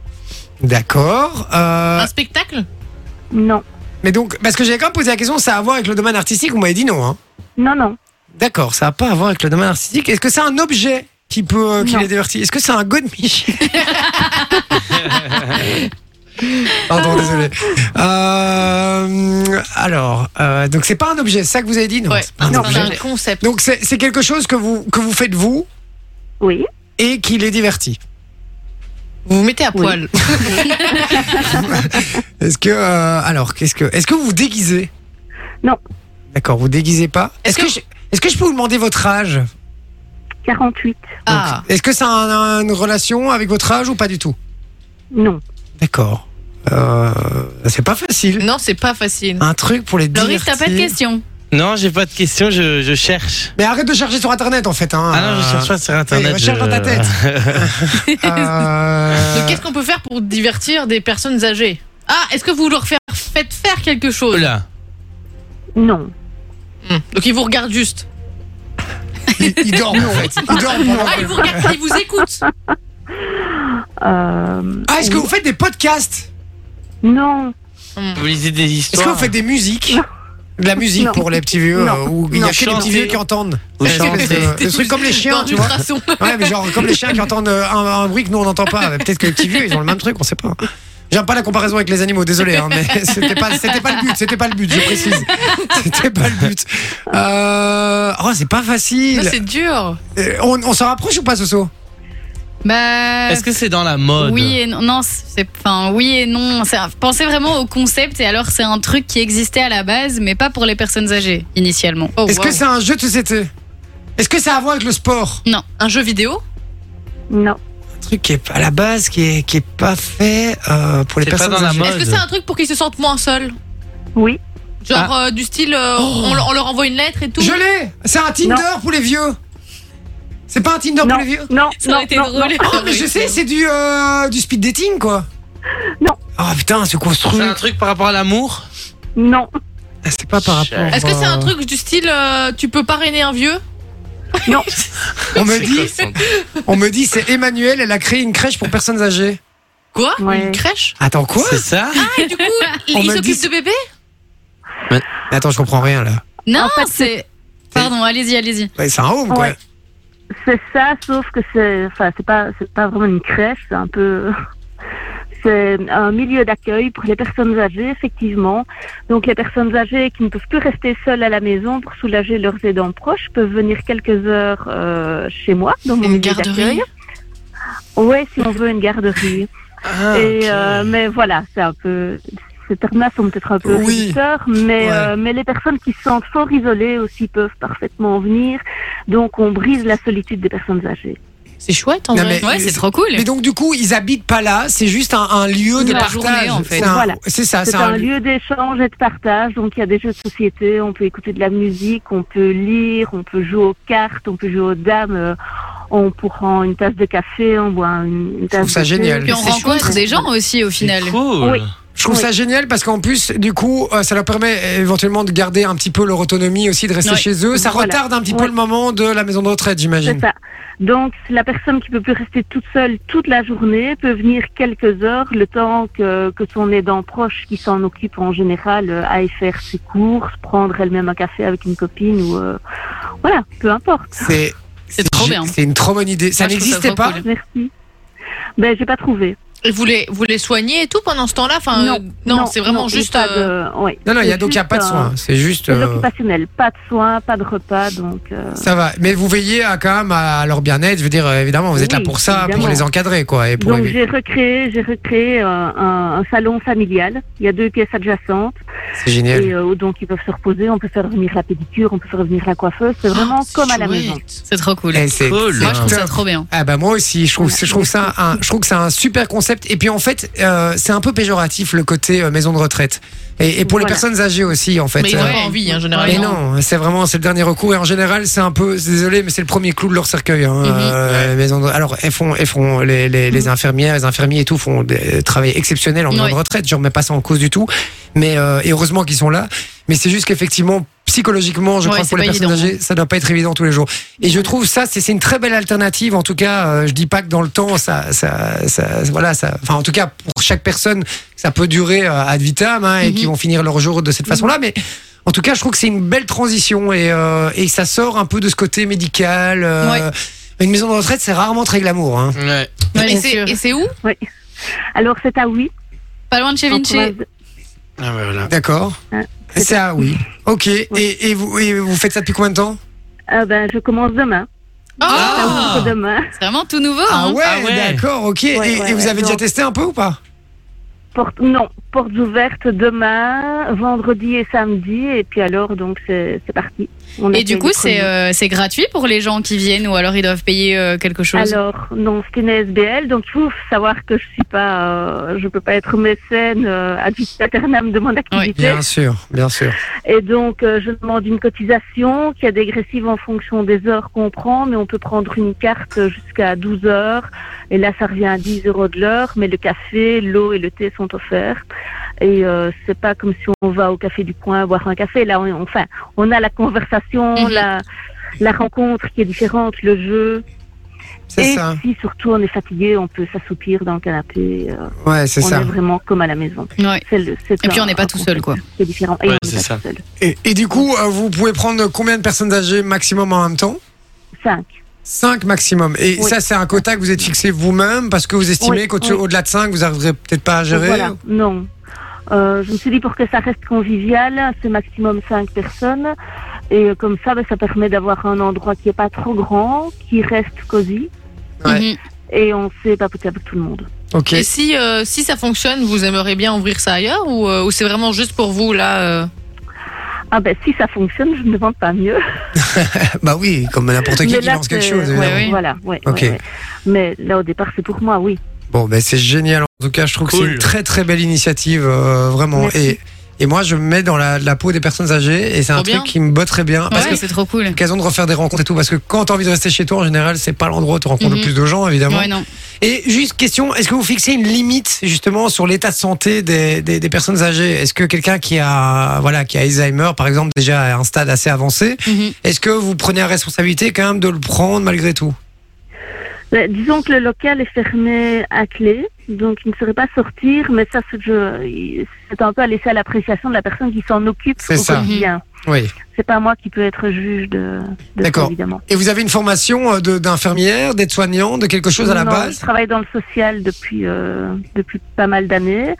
[SPEAKER 3] D'accord. euh,
[SPEAKER 8] Un spectacle
[SPEAKER 11] non,
[SPEAKER 3] mais donc, parce que j'avais quand même posé la question, ça a à voir avec le domaine artistique Vous m'avez dit non. hein.
[SPEAKER 11] non, non,
[SPEAKER 3] D'accord, ça n'a pas à voir avec le domaine artistique. Est-ce que c'est un objet qui peut, euh, qui
[SPEAKER 11] Non.
[SPEAKER 3] les divertit Est-ce que c'est un godemiché Pardon, désolé. Euh, alors, euh, donc c'est pas un objet, c'est ça que vous avez dit Non.
[SPEAKER 8] Ouais.
[SPEAKER 3] c'est pas un
[SPEAKER 8] Non,
[SPEAKER 3] objet.
[SPEAKER 8] c'est un concept.
[SPEAKER 3] Donc c'est c'est quelque chose que vous, que vous faites vous
[SPEAKER 11] oui,
[SPEAKER 3] et qui les divertit.
[SPEAKER 8] Vous vous mettez à
[SPEAKER 11] Oui.
[SPEAKER 8] poil.
[SPEAKER 3] Est-ce que euh, alors qu'est-ce que est-ce que vous vous déguisez
[SPEAKER 11] Non.
[SPEAKER 3] D'accord, vous déguisez pas. Est-ce
[SPEAKER 8] Est-ce
[SPEAKER 3] que,
[SPEAKER 8] que-
[SPEAKER 3] je- est-ce que je peux vous demander votre âge
[SPEAKER 11] 48,
[SPEAKER 8] Ah.
[SPEAKER 3] Est-ce que ça a un- une relation avec votre âge ou pas du tout
[SPEAKER 11] non,
[SPEAKER 3] D'accord. Euh, c'est pas facile.
[SPEAKER 8] Non, c'est pas facile.
[SPEAKER 3] Un truc pour les
[SPEAKER 7] Loris, t'as
[SPEAKER 3] Ah. divertir.
[SPEAKER 7] pas de question.
[SPEAKER 6] Non, j'ai pas de question, je, je cherche.
[SPEAKER 3] Mais arrête de chercher sur internet en fait. Hein.
[SPEAKER 6] Ah non, je cherche pas sur internet.
[SPEAKER 3] oui, recherche dans ta tête. Euh,
[SPEAKER 8] Donc, qu'est-ce qu'on peut faire pour divertir des personnes âgées Ah, est-ce que vous leur faire- faites faire quelque chose
[SPEAKER 6] Oh Là.
[SPEAKER 11] non.
[SPEAKER 8] Hmm. Donc, ils vous regardent juste.
[SPEAKER 3] il, il dort en fait. Il dort pendant
[SPEAKER 8] Ah, ils vous regardent, ils vous écoutent.
[SPEAKER 11] Euh,
[SPEAKER 3] Ah, est-ce que vous faites des podcasts
[SPEAKER 11] non,
[SPEAKER 6] Vous lisez des
[SPEAKER 3] Est-ce
[SPEAKER 6] histoires.
[SPEAKER 3] que vous faites des musiques De la musique
[SPEAKER 11] Non.
[SPEAKER 3] pour les petits vieux,
[SPEAKER 11] Non.
[SPEAKER 3] euh, où il n'y a
[SPEAKER 6] Non.
[SPEAKER 3] que les petits
[SPEAKER 6] Chantez.
[SPEAKER 3] vieux qui entendent.
[SPEAKER 6] Vous
[SPEAKER 3] Euh,
[SPEAKER 6] chantez.
[SPEAKER 3] euh, Des trucs comme les chiens,
[SPEAKER 8] Dans
[SPEAKER 3] tu vois.
[SPEAKER 8] l'ultrason.
[SPEAKER 3] Ouais, mais genre comme les chiens qui entendent euh, un, un bruit que nous on n'entend pas. Mais Peut-être que les petits vieux ils ont le même truc, on sait pas. J'aime pas la comparaison avec les animaux, désolé, hein, mais c'était pas, c'était pas le but, c'était pas le but, je précise. C'était pas le but. Euh... Oh, c'est pas
[SPEAKER 8] Ça,
[SPEAKER 3] facile.
[SPEAKER 8] Bah, C'est dur.
[SPEAKER 3] Euh, On, on s'en rapproche ou pas, Soso
[SPEAKER 7] Bah.
[SPEAKER 6] Est-ce que c'est dans la mode
[SPEAKER 7] Oui et non, non, c'est enfin oui et non. C'est un- Pensez vraiment au concept et alors c'est un truc qui existait à la base, mais pas pour les personnes âgées initialement.
[SPEAKER 8] Oh,
[SPEAKER 3] Est-ce
[SPEAKER 8] wow.
[SPEAKER 3] que c'est un jeu de société Est-ce que ça a à voir avec le sport
[SPEAKER 8] un jeu vidéo
[SPEAKER 11] non,
[SPEAKER 3] Un truc qui est à la base, qui est, qui est pas fait euh, pour les
[SPEAKER 6] C'est pas
[SPEAKER 3] personnes
[SPEAKER 6] dans la
[SPEAKER 3] âgées.
[SPEAKER 6] mode.
[SPEAKER 8] Est-ce que c'est un truc pour qu'ils se sentent moins seuls
[SPEAKER 11] oui,
[SPEAKER 8] Genre euh, du style, euh, on, on leur envoie une lettre et tout.
[SPEAKER 3] Ah. Oh. Je l'ai C'est un Tinder pour les vieux C'est pas un Tinder
[SPEAKER 11] non,
[SPEAKER 3] pour les vieux
[SPEAKER 11] non,
[SPEAKER 8] Ça aurait
[SPEAKER 11] non,
[SPEAKER 8] été
[SPEAKER 11] non, non,
[SPEAKER 8] drôle.
[SPEAKER 3] Oh, mais je sais, c'est du, euh, du speed dating, quoi
[SPEAKER 11] Non.
[SPEAKER 3] Ah putain, c'est construit.
[SPEAKER 6] C'est un truc par rapport à l'amour
[SPEAKER 11] non,
[SPEAKER 3] Ah, C'est pas par rapport.
[SPEAKER 8] Est-ce que c'est un
[SPEAKER 3] euh,
[SPEAKER 8] truc du style, euh, tu peux parrainer un vieux
[SPEAKER 3] On me
[SPEAKER 9] C'est quoi,
[SPEAKER 3] dit,
[SPEAKER 9] ça
[SPEAKER 3] on me dit, c'est Emmanuel, elle a créé une crèche pour personnes âgées.
[SPEAKER 8] Quoi
[SPEAKER 11] Ouais.
[SPEAKER 8] Une crèche
[SPEAKER 3] Attends, quoi Ah,
[SPEAKER 6] C'est ça
[SPEAKER 8] Et du coup,
[SPEAKER 3] On
[SPEAKER 8] ils
[SPEAKER 3] me dit-
[SPEAKER 8] s'occupent de bébés
[SPEAKER 3] Attends, je comprends rien, là.
[SPEAKER 7] Non, c'est. Pardon, allez-y, allez-y.
[SPEAKER 3] Ouais, c'est un home, quoi.
[SPEAKER 11] Ouais. c'est ça, Ah, sauf que c'est, enfin, c'est pas, c'est pas vraiment une crèche, c'est un peu, c'est un milieu d'accueil pour les personnes âgées, effectivement. Donc, les personnes âgées qui ne peuvent plus rester seules à la maison pour soulager leurs aidants proches peuvent venir quelques heures euh, chez moi, dans mon
[SPEAKER 8] Une
[SPEAKER 11] milieu
[SPEAKER 8] garderie.
[SPEAKER 11] d'accueil. Ouais, si on veut une garderie.
[SPEAKER 6] Ah,
[SPEAKER 11] Et,
[SPEAKER 6] ok.
[SPEAKER 11] euh, mais voilà, c'est un peu. Ces termes-là sont peut-être un peu
[SPEAKER 3] Euh, Oui.
[SPEAKER 11] réducteurs, mais,
[SPEAKER 3] Ouais.
[SPEAKER 11] euh, mais les personnes qui se sentent fort isolées aussi peuvent parfaitement venir. Donc on brise la solitude des personnes âgées.
[SPEAKER 8] C'est chouette en
[SPEAKER 3] Non,
[SPEAKER 8] vrai.
[SPEAKER 3] mais-
[SPEAKER 7] Ouais, c'est trop cool.
[SPEAKER 3] Mais donc, du coup, ils habitent pas là, c'est juste un, un lieu de
[SPEAKER 7] La
[SPEAKER 3] partage.
[SPEAKER 7] journée, en fait.
[SPEAKER 3] C'est un-
[SPEAKER 11] Voilà.
[SPEAKER 3] Ah, C'est ça,
[SPEAKER 11] C'est un lieu d'échange et de partage, donc il y a des jeux de société, on peut écouter de la musique, on peut lire, on peut jouer aux cartes, on peut jouer aux dames, euh, on prend une tasse de café, on boit une, une tasse
[SPEAKER 3] trouve ça
[SPEAKER 11] de thé.
[SPEAKER 3] génial.
[SPEAKER 7] Puis on
[SPEAKER 3] C'est
[SPEAKER 7] rencontre
[SPEAKER 11] chouette.
[SPEAKER 7] des gens aussi au final.
[SPEAKER 6] C'est Cool.
[SPEAKER 11] Oui.
[SPEAKER 3] Je trouve
[SPEAKER 11] Oui.
[SPEAKER 3] ça génial parce qu'en plus, du coup, euh, ça leur permet éventuellement de garder un petit peu leur autonomie aussi, de rester
[SPEAKER 7] Ouais.
[SPEAKER 3] chez eux. Ça
[SPEAKER 11] Voilà.
[SPEAKER 3] retarde un petit peu
[SPEAKER 11] Ouais.
[SPEAKER 3] le moment de la maison de retraite,
[SPEAKER 11] C'est
[SPEAKER 3] j'imagine.
[SPEAKER 11] ça. Donc, la personne qui peut plus rester toute seule toute la journée peut venir quelques heures, le temps que, que son aidant proche qui s'en occupe en général euh, aille faire ses courses, prendre elle-même un café avec une copine ou... euh, voilà, peu importe.
[SPEAKER 3] C'est
[SPEAKER 7] C'est trop
[SPEAKER 3] gé-
[SPEAKER 7] bien.
[SPEAKER 3] C'est une trop bonne idée.
[SPEAKER 8] Ah,
[SPEAKER 3] Ça
[SPEAKER 7] Moi, je trouve ça
[SPEAKER 3] n'existait pas.
[SPEAKER 7] trop cool.
[SPEAKER 11] Merci. Ben, j'ai pas trouvé.
[SPEAKER 8] Et vous les, vous les soignez et tout pendant ce temps-là enfin,
[SPEAKER 11] Non,
[SPEAKER 8] euh, non, c'est vraiment
[SPEAKER 11] il y a
[SPEAKER 8] juste.
[SPEAKER 11] pas
[SPEAKER 8] euh,
[SPEAKER 11] de- ouais.
[SPEAKER 3] Non, non, il y a
[SPEAKER 11] C'est
[SPEAKER 3] donc il y a
[SPEAKER 11] juste
[SPEAKER 3] pas de
[SPEAKER 11] un-
[SPEAKER 3] soins. C'est juste.
[SPEAKER 11] C'est
[SPEAKER 3] euh,
[SPEAKER 11] occupationnel, pas de soins, pas de repas, donc... euh,
[SPEAKER 3] Ça va, mais vous veillez à, quand même à leur bien-être. Je veux dire, euh, évidemment, vous êtes là
[SPEAKER 11] Oui,
[SPEAKER 3] pour ça, pour
[SPEAKER 11] évidemment.
[SPEAKER 3] les encadrer, quoi, et pour
[SPEAKER 11] Donc
[SPEAKER 3] évi-
[SPEAKER 11] j'ai recréé, j'ai recréé euh, un, un salon familial. Il y a deux pièces adjacentes
[SPEAKER 3] C'est génial.
[SPEAKER 11] et euh, donc ils peuvent se reposer. On peut faire venir la pédicure, on peut faire venir la coiffeuse. C'est vraiment
[SPEAKER 8] Ah, c'est
[SPEAKER 11] comme à la
[SPEAKER 8] chouette.
[SPEAKER 11] maison.
[SPEAKER 7] C'est trop cool.
[SPEAKER 3] Eh, c'est
[SPEAKER 6] Cool.
[SPEAKER 3] c'est
[SPEAKER 7] Moi,
[SPEAKER 8] hein.
[SPEAKER 7] je trouve ça
[SPEAKER 3] top.
[SPEAKER 7] trop bien.
[SPEAKER 3] Ah bah moi aussi, je trouve, je trouve ça, un, je trouve que c'est un super concept. concept. Et puis en fait, euh, c'est un peu péjoratif le côté euh, maison de retraite. Et, et pour les
[SPEAKER 8] Voilà.
[SPEAKER 3] personnes âgées aussi, en fait.
[SPEAKER 8] Mais ils ont
[SPEAKER 3] Euh,
[SPEAKER 8] pas envie, hein,
[SPEAKER 3] mais
[SPEAKER 8] généralement.
[SPEAKER 3] non, c'est vraiment c'est le dernier recours et en général c'est un peu c'est désolé mais c'est le premier clou de leur cercueil.
[SPEAKER 7] Mhm.
[SPEAKER 3] Hein, euh, les maisons de- alors elles font, elles font les, les, les infirmières, les infirmiers et tout font des euh, travail exceptionnel en maison de retraite. Je remets pas ça en cause du tout, mais euh, et heureusement qu'ils sont là. Mais c'est juste qu'effectivement psychologiquement je
[SPEAKER 7] Ouais,
[SPEAKER 3] crois que
[SPEAKER 7] c'est
[SPEAKER 3] pour les
[SPEAKER 7] pas
[SPEAKER 3] personnes
[SPEAKER 7] évident, hein.
[SPEAKER 3] âgées ça doit pas être évident tous les jours. Et je trouve ça c'est c'est une très belle alternative en tout cas. euh, je dis pas que dans le temps ça ça, ça voilà ça enfin en tout cas pour chaque personne ça peut durer euh, ad vitam hein, et
[SPEAKER 11] Mhm.
[SPEAKER 3] qui vont finir leur jour de cette façon-là mais en tout cas, je trouve que c'est une belle transition et, euh, et ça sort un peu de ce côté médical. euh, Une maison de retraite, c'est rarement très glamour. Hein.
[SPEAKER 7] Et c'est- et c'est où
[SPEAKER 11] Oui. Alors, c'est à oui.
[SPEAKER 7] Pas loin de chez Vinci.
[SPEAKER 6] Ah, bah,
[SPEAKER 3] D'accord. C'est à oui. Ok. Et, et vous, et vous faites ça depuis combien de temps
[SPEAKER 11] Euh, ben, je commence demain. Ça
[SPEAKER 6] Ah.
[SPEAKER 11] ouvre demain.
[SPEAKER 7] C'est vraiment tout nouveau.
[SPEAKER 3] ah,
[SPEAKER 7] hein.
[SPEAKER 3] ouais, d'accord, ok. et,
[SPEAKER 11] Ouais,
[SPEAKER 3] et
[SPEAKER 11] ouais,
[SPEAKER 3] vous
[SPEAKER 11] ouais,
[SPEAKER 3] avez déjà
[SPEAKER 11] donc-
[SPEAKER 3] testé un peu ou pas
[SPEAKER 11] Porte, non, portes ouvertes demain, vendredi et samedi. Et puis alors, donc, c'est c'est parti. On
[SPEAKER 7] Et
[SPEAKER 11] accueille
[SPEAKER 7] du coup,
[SPEAKER 11] les
[SPEAKER 7] c'est
[SPEAKER 11] premiers.
[SPEAKER 7] euh, c'est gratuit pour les gens qui viennent ou alors ils doivent payer euh, quelque chose
[SPEAKER 11] Alors, non, c'est une SBL, donc il faut savoir que je suis pas, euh, je peux pas être mécène euh, ad vitam aeternam de mon activité.
[SPEAKER 3] Bien sûr, bien sûr.
[SPEAKER 11] Et donc, euh, je demande une cotisation qui est dégressive en fonction des heures qu'on prend, mais on peut prendre une carte jusqu'à 12 heures. Et là, ça revient à 10 euros de l'heure, mais le café, l'eau et le thé sont offerts. Et euh, c'est pas comme si on va au café du coin boire un café. Là, on, enfin, on a la conversation,
[SPEAKER 7] Mhm.
[SPEAKER 11] la, la rencontre qui est différente, le jeu.
[SPEAKER 3] C'est
[SPEAKER 11] et
[SPEAKER 3] ça.
[SPEAKER 11] si surtout on est fatigué, on peut s'assoupir dans le canapé. euh,
[SPEAKER 3] Ouais, c'est
[SPEAKER 11] on
[SPEAKER 3] ça.
[SPEAKER 11] est vraiment comme à la maison. C'est le- c'est
[SPEAKER 7] Et puis,
[SPEAKER 11] un-
[SPEAKER 7] on n'est pas
[SPEAKER 11] un
[SPEAKER 7] tout seul,
[SPEAKER 11] concept
[SPEAKER 7] quoi.
[SPEAKER 11] qui est différent. Et on n'est pas tout seul.
[SPEAKER 3] Et, et du coup, euh, vous pouvez prendre combien de personnes âgées maximum en même temps
[SPEAKER 11] Cinq.
[SPEAKER 3] 5 maximum. Et
[SPEAKER 11] Oui.
[SPEAKER 3] ça, c'est un quota que vous êtes fixé vous-même parce que vous estimez
[SPEAKER 11] Oui,
[SPEAKER 3] qu'au-dessus-
[SPEAKER 11] oui.
[SPEAKER 3] au-delà de 5, vous n'arriverez peut-être pas à gérer.
[SPEAKER 11] Voilà, non. Euh, je me suis dit pour que ça reste convivial, c'est maximum 5 personnes. Et euh, comme ça, ben, ça permet d'avoir un endroit qui n'est pas trop grand, qui reste cosy.
[SPEAKER 3] Ouais.
[SPEAKER 11] Et on sait papoter avec tout le monde.
[SPEAKER 3] Ok.
[SPEAKER 8] Et si, euh, si ça fonctionne, vous aimeriez bien ouvrir ça ailleurs ou, euh, ou c'est vraiment juste pour vous là euh
[SPEAKER 11] Ah ben si ça fonctionne, je ne demande pas mieux.
[SPEAKER 3] Bah oui, comme n'importe qui
[SPEAKER 11] Mais
[SPEAKER 3] qui
[SPEAKER 11] là,
[SPEAKER 3] lance quelque
[SPEAKER 11] c'est-
[SPEAKER 3] chose.
[SPEAKER 11] ouais,
[SPEAKER 3] évidemment.
[SPEAKER 11] ouais, Voilà, ouais,
[SPEAKER 3] Ok.
[SPEAKER 11] ouais, ouais. Mais là au départ, c'est pour moi, oui.
[SPEAKER 3] Bon, ben c'est génial. En tout cas, je trouve que c'est une très très belle initiative, euh, vraiment.
[SPEAKER 11] Merci.
[SPEAKER 3] Et, et moi, je me mets dans la, la peau des personnes âgées et c'est un
[SPEAKER 7] Trop bien.
[SPEAKER 3] truc qui me botterait bien. Parce que
[SPEAKER 7] Ouais, c'est trop cool.
[SPEAKER 3] l'occasion de refaire des rencontres et tout. Parce que quand t'as envie de rester chez toi, en général, c'est pas l'endroit où tu rencontres
[SPEAKER 11] Mm-hmm.
[SPEAKER 7] Mhm.
[SPEAKER 3] le plus de gens, évidemment.
[SPEAKER 7] Ouais, non.
[SPEAKER 3] Et juste question, est-ce que vous fixez une limite justement sur l'état de santé des, des, des personnes âgées Est-ce que quelqu'un qui a voilà qui a Alzheimer par exemple déjà à un stade assez avancé, est-ce que vous prenez la responsabilité quand même de le prendre malgré tout
[SPEAKER 11] Ben, disons que le local est fermé à clé, donc il ne saurait pas sortir, mais ça c'est je- c'est un peu à laisser à l'appréciation de la personne qui s'en occupe
[SPEAKER 3] C'est
[SPEAKER 11] au
[SPEAKER 3] ça.
[SPEAKER 11] quotidien.
[SPEAKER 3] Oui.
[SPEAKER 11] C'est pas moi qui peux être juge de, de ça,
[SPEAKER 3] D'accord.
[SPEAKER 11] évidemment.
[SPEAKER 3] Et vous avez une formation euh, de- d'infirmière, d'aide-soignant, de quelque chose à la
[SPEAKER 11] Non,
[SPEAKER 3] base
[SPEAKER 11] Je travaille dans le social depuis, euh, depuis pas mal d'années,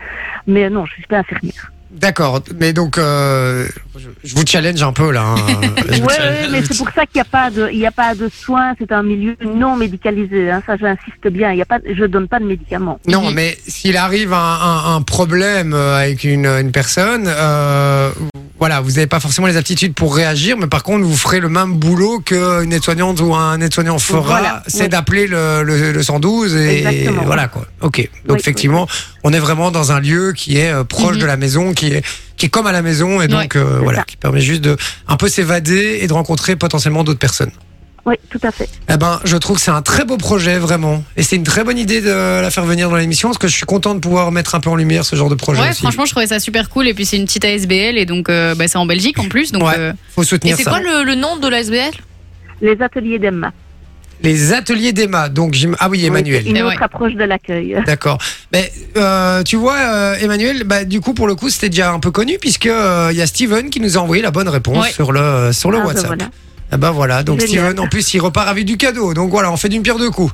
[SPEAKER 11] mais non, je suis pas infirmière.
[SPEAKER 3] D'accord. Mais donc euh, je, je vous challenge un peu là. hein. Je
[SPEAKER 11] Oui,
[SPEAKER 3] vous challenge.
[SPEAKER 11] mais c'est pour ça qu'il n'y a pas de, il n'y a pas de soins. C'est un milieu non médicalisé. Hein, ça, j'insiste bien. Il y a pas, je donne pas de médicaments.
[SPEAKER 3] Non, mais s'il arrive un, un- un problème euh, avec une, une personne, euh, voilà, vous n'avez pas forcément les aptitudes pour réagir, mais par contre, vous ferez le même boulot qu'une aide-soignante ou un aide-soignant fera,
[SPEAKER 11] Voilà,
[SPEAKER 3] c'est
[SPEAKER 11] oui.
[SPEAKER 3] d'appeler le, le, le 112 et,
[SPEAKER 11] Exactement.
[SPEAKER 3] voilà quoi. Ok, donc
[SPEAKER 11] Oui, Mhm.
[SPEAKER 3] effectivement, on est vraiment dans un lieu qui est euh, proche de la maison, qui est qui est comme à la maison et donc euh, voilà, qui permet juste de un peu s'évader et de rencontrer potentiellement d'autres personnes.
[SPEAKER 11] Oui, tout à fait.
[SPEAKER 3] Eh ben, je trouve que c'est un très beau projet, vraiment. Et c'est une très bonne idée de la faire venir dans l'émission, parce que je suis content de pouvoir mettre un peu en lumière ce genre de projet
[SPEAKER 7] Ouais,
[SPEAKER 3] aussi.
[SPEAKER 7] franchement, je trouvais ça super cool. Et puis, c'est une petite ASBL et donc euh, bah, c'est en Belgique en plus. Donc,
[SPEAKER 3] Ouais,
[SPEAKER 7] euh,
[SPEAKER 3] faut soutenir ça.
[SPEAKER 11] le, nom de l'ASBL Les ateliers d'Emma.
[SPEAKER 3] Les ateliers d'Emma. Donc, j'im- ah oui, Emmanuel.
[SPEAKER 11] Oui, Une autre approche de l'accueil.
[SPEAKER 3] D'accord. Mais euh, tu vois, euh, Emmanuel, bah, du coup, pour le coup, c'était déjà un peu connu, puisque euh, il y a Steven qui nous a envoyé la bonne réponse
[SPEAKER 7] Ouais.
[SPEAKER 3] sur le, euh, sur le
[SPEAKER 11] Ah, ben
[SPEAKER 3] WhatsApp.
[SPEAKER 11] voilà.
[SPEAKER 3] Eh ben voilà, donc
[SPEAKER 11] Génial.
[SPEAKER 3] Steven, en plus, il repart avec du cadeau. Donc voilà, on fait d'une pierre deux coups.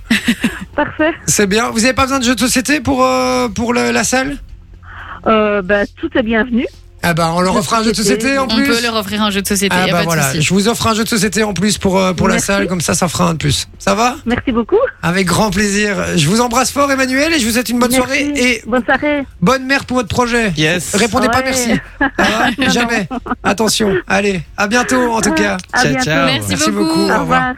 [SPEAKER 11] Parfait.
[SPEAKER 3] C'est bien. Vous n'avez pas besoin de jeux de société pour, euh, pour le- la salle
[SPEAKER 11] Euh, bah, tout est bienvenu.
[SPEAKER 3] Ah bah, on leur
[SPEAKER 11] Jeux de
[SPEAKER 3] offre un jeu de
[SPEAKER 11] société,
[SPEAKER 3] société en
[SPEAKER 7] on
[SPEAKER 3] plus.
[SPEAKER 7] peut leur offrir un jeu de société.
[SPEAKER 3] Ah
[SPEAKER 7] y a
[SPEAKER 3] bah
[SPEAKER 7] pas de
[SPEAKER 3] voilà,
[SPEAKER 7] souci.
[SPEAKER 3] je vous offre un jeu de société en plus pour, euh, pour la
[SPEAKER 11] Merci.
[SPEAKER 3] salle, comme ça ça fera un de plus. Ça va
[SPEAKER 11] Merci beaucoup.
[SPEAKER 3] Avec grand plaisir. Je vous embrasse fort Emmanuel et je vous souhaite une bonne
[SPEAKER 11] Merci.
[SPEAKER 3] soirée et
[SPEAKER 11] Bonne soirée.
[SPEAKER 3] bonne mère pour votre projet.
[SPEAKER 6] Yes.
[SPEAKER 3] Répondez pas
[SPEAKER 11] Ouais.
[SPEAKER 3] merci. Ça va Jamais. Attention. Allez, à bientôt en tout cas.
[SPEAKER 11] À
[SPEAKER 6] Ciao,
[SPEAKER 11] bientôt.
[SPEAKER 6] ciao.
[SPEAKER 7] Merci,
[SPEAKER 3] Merci
[SPEAKER 7] beaucoup.
[SPEAKER 3] beaucoup. Au revoir.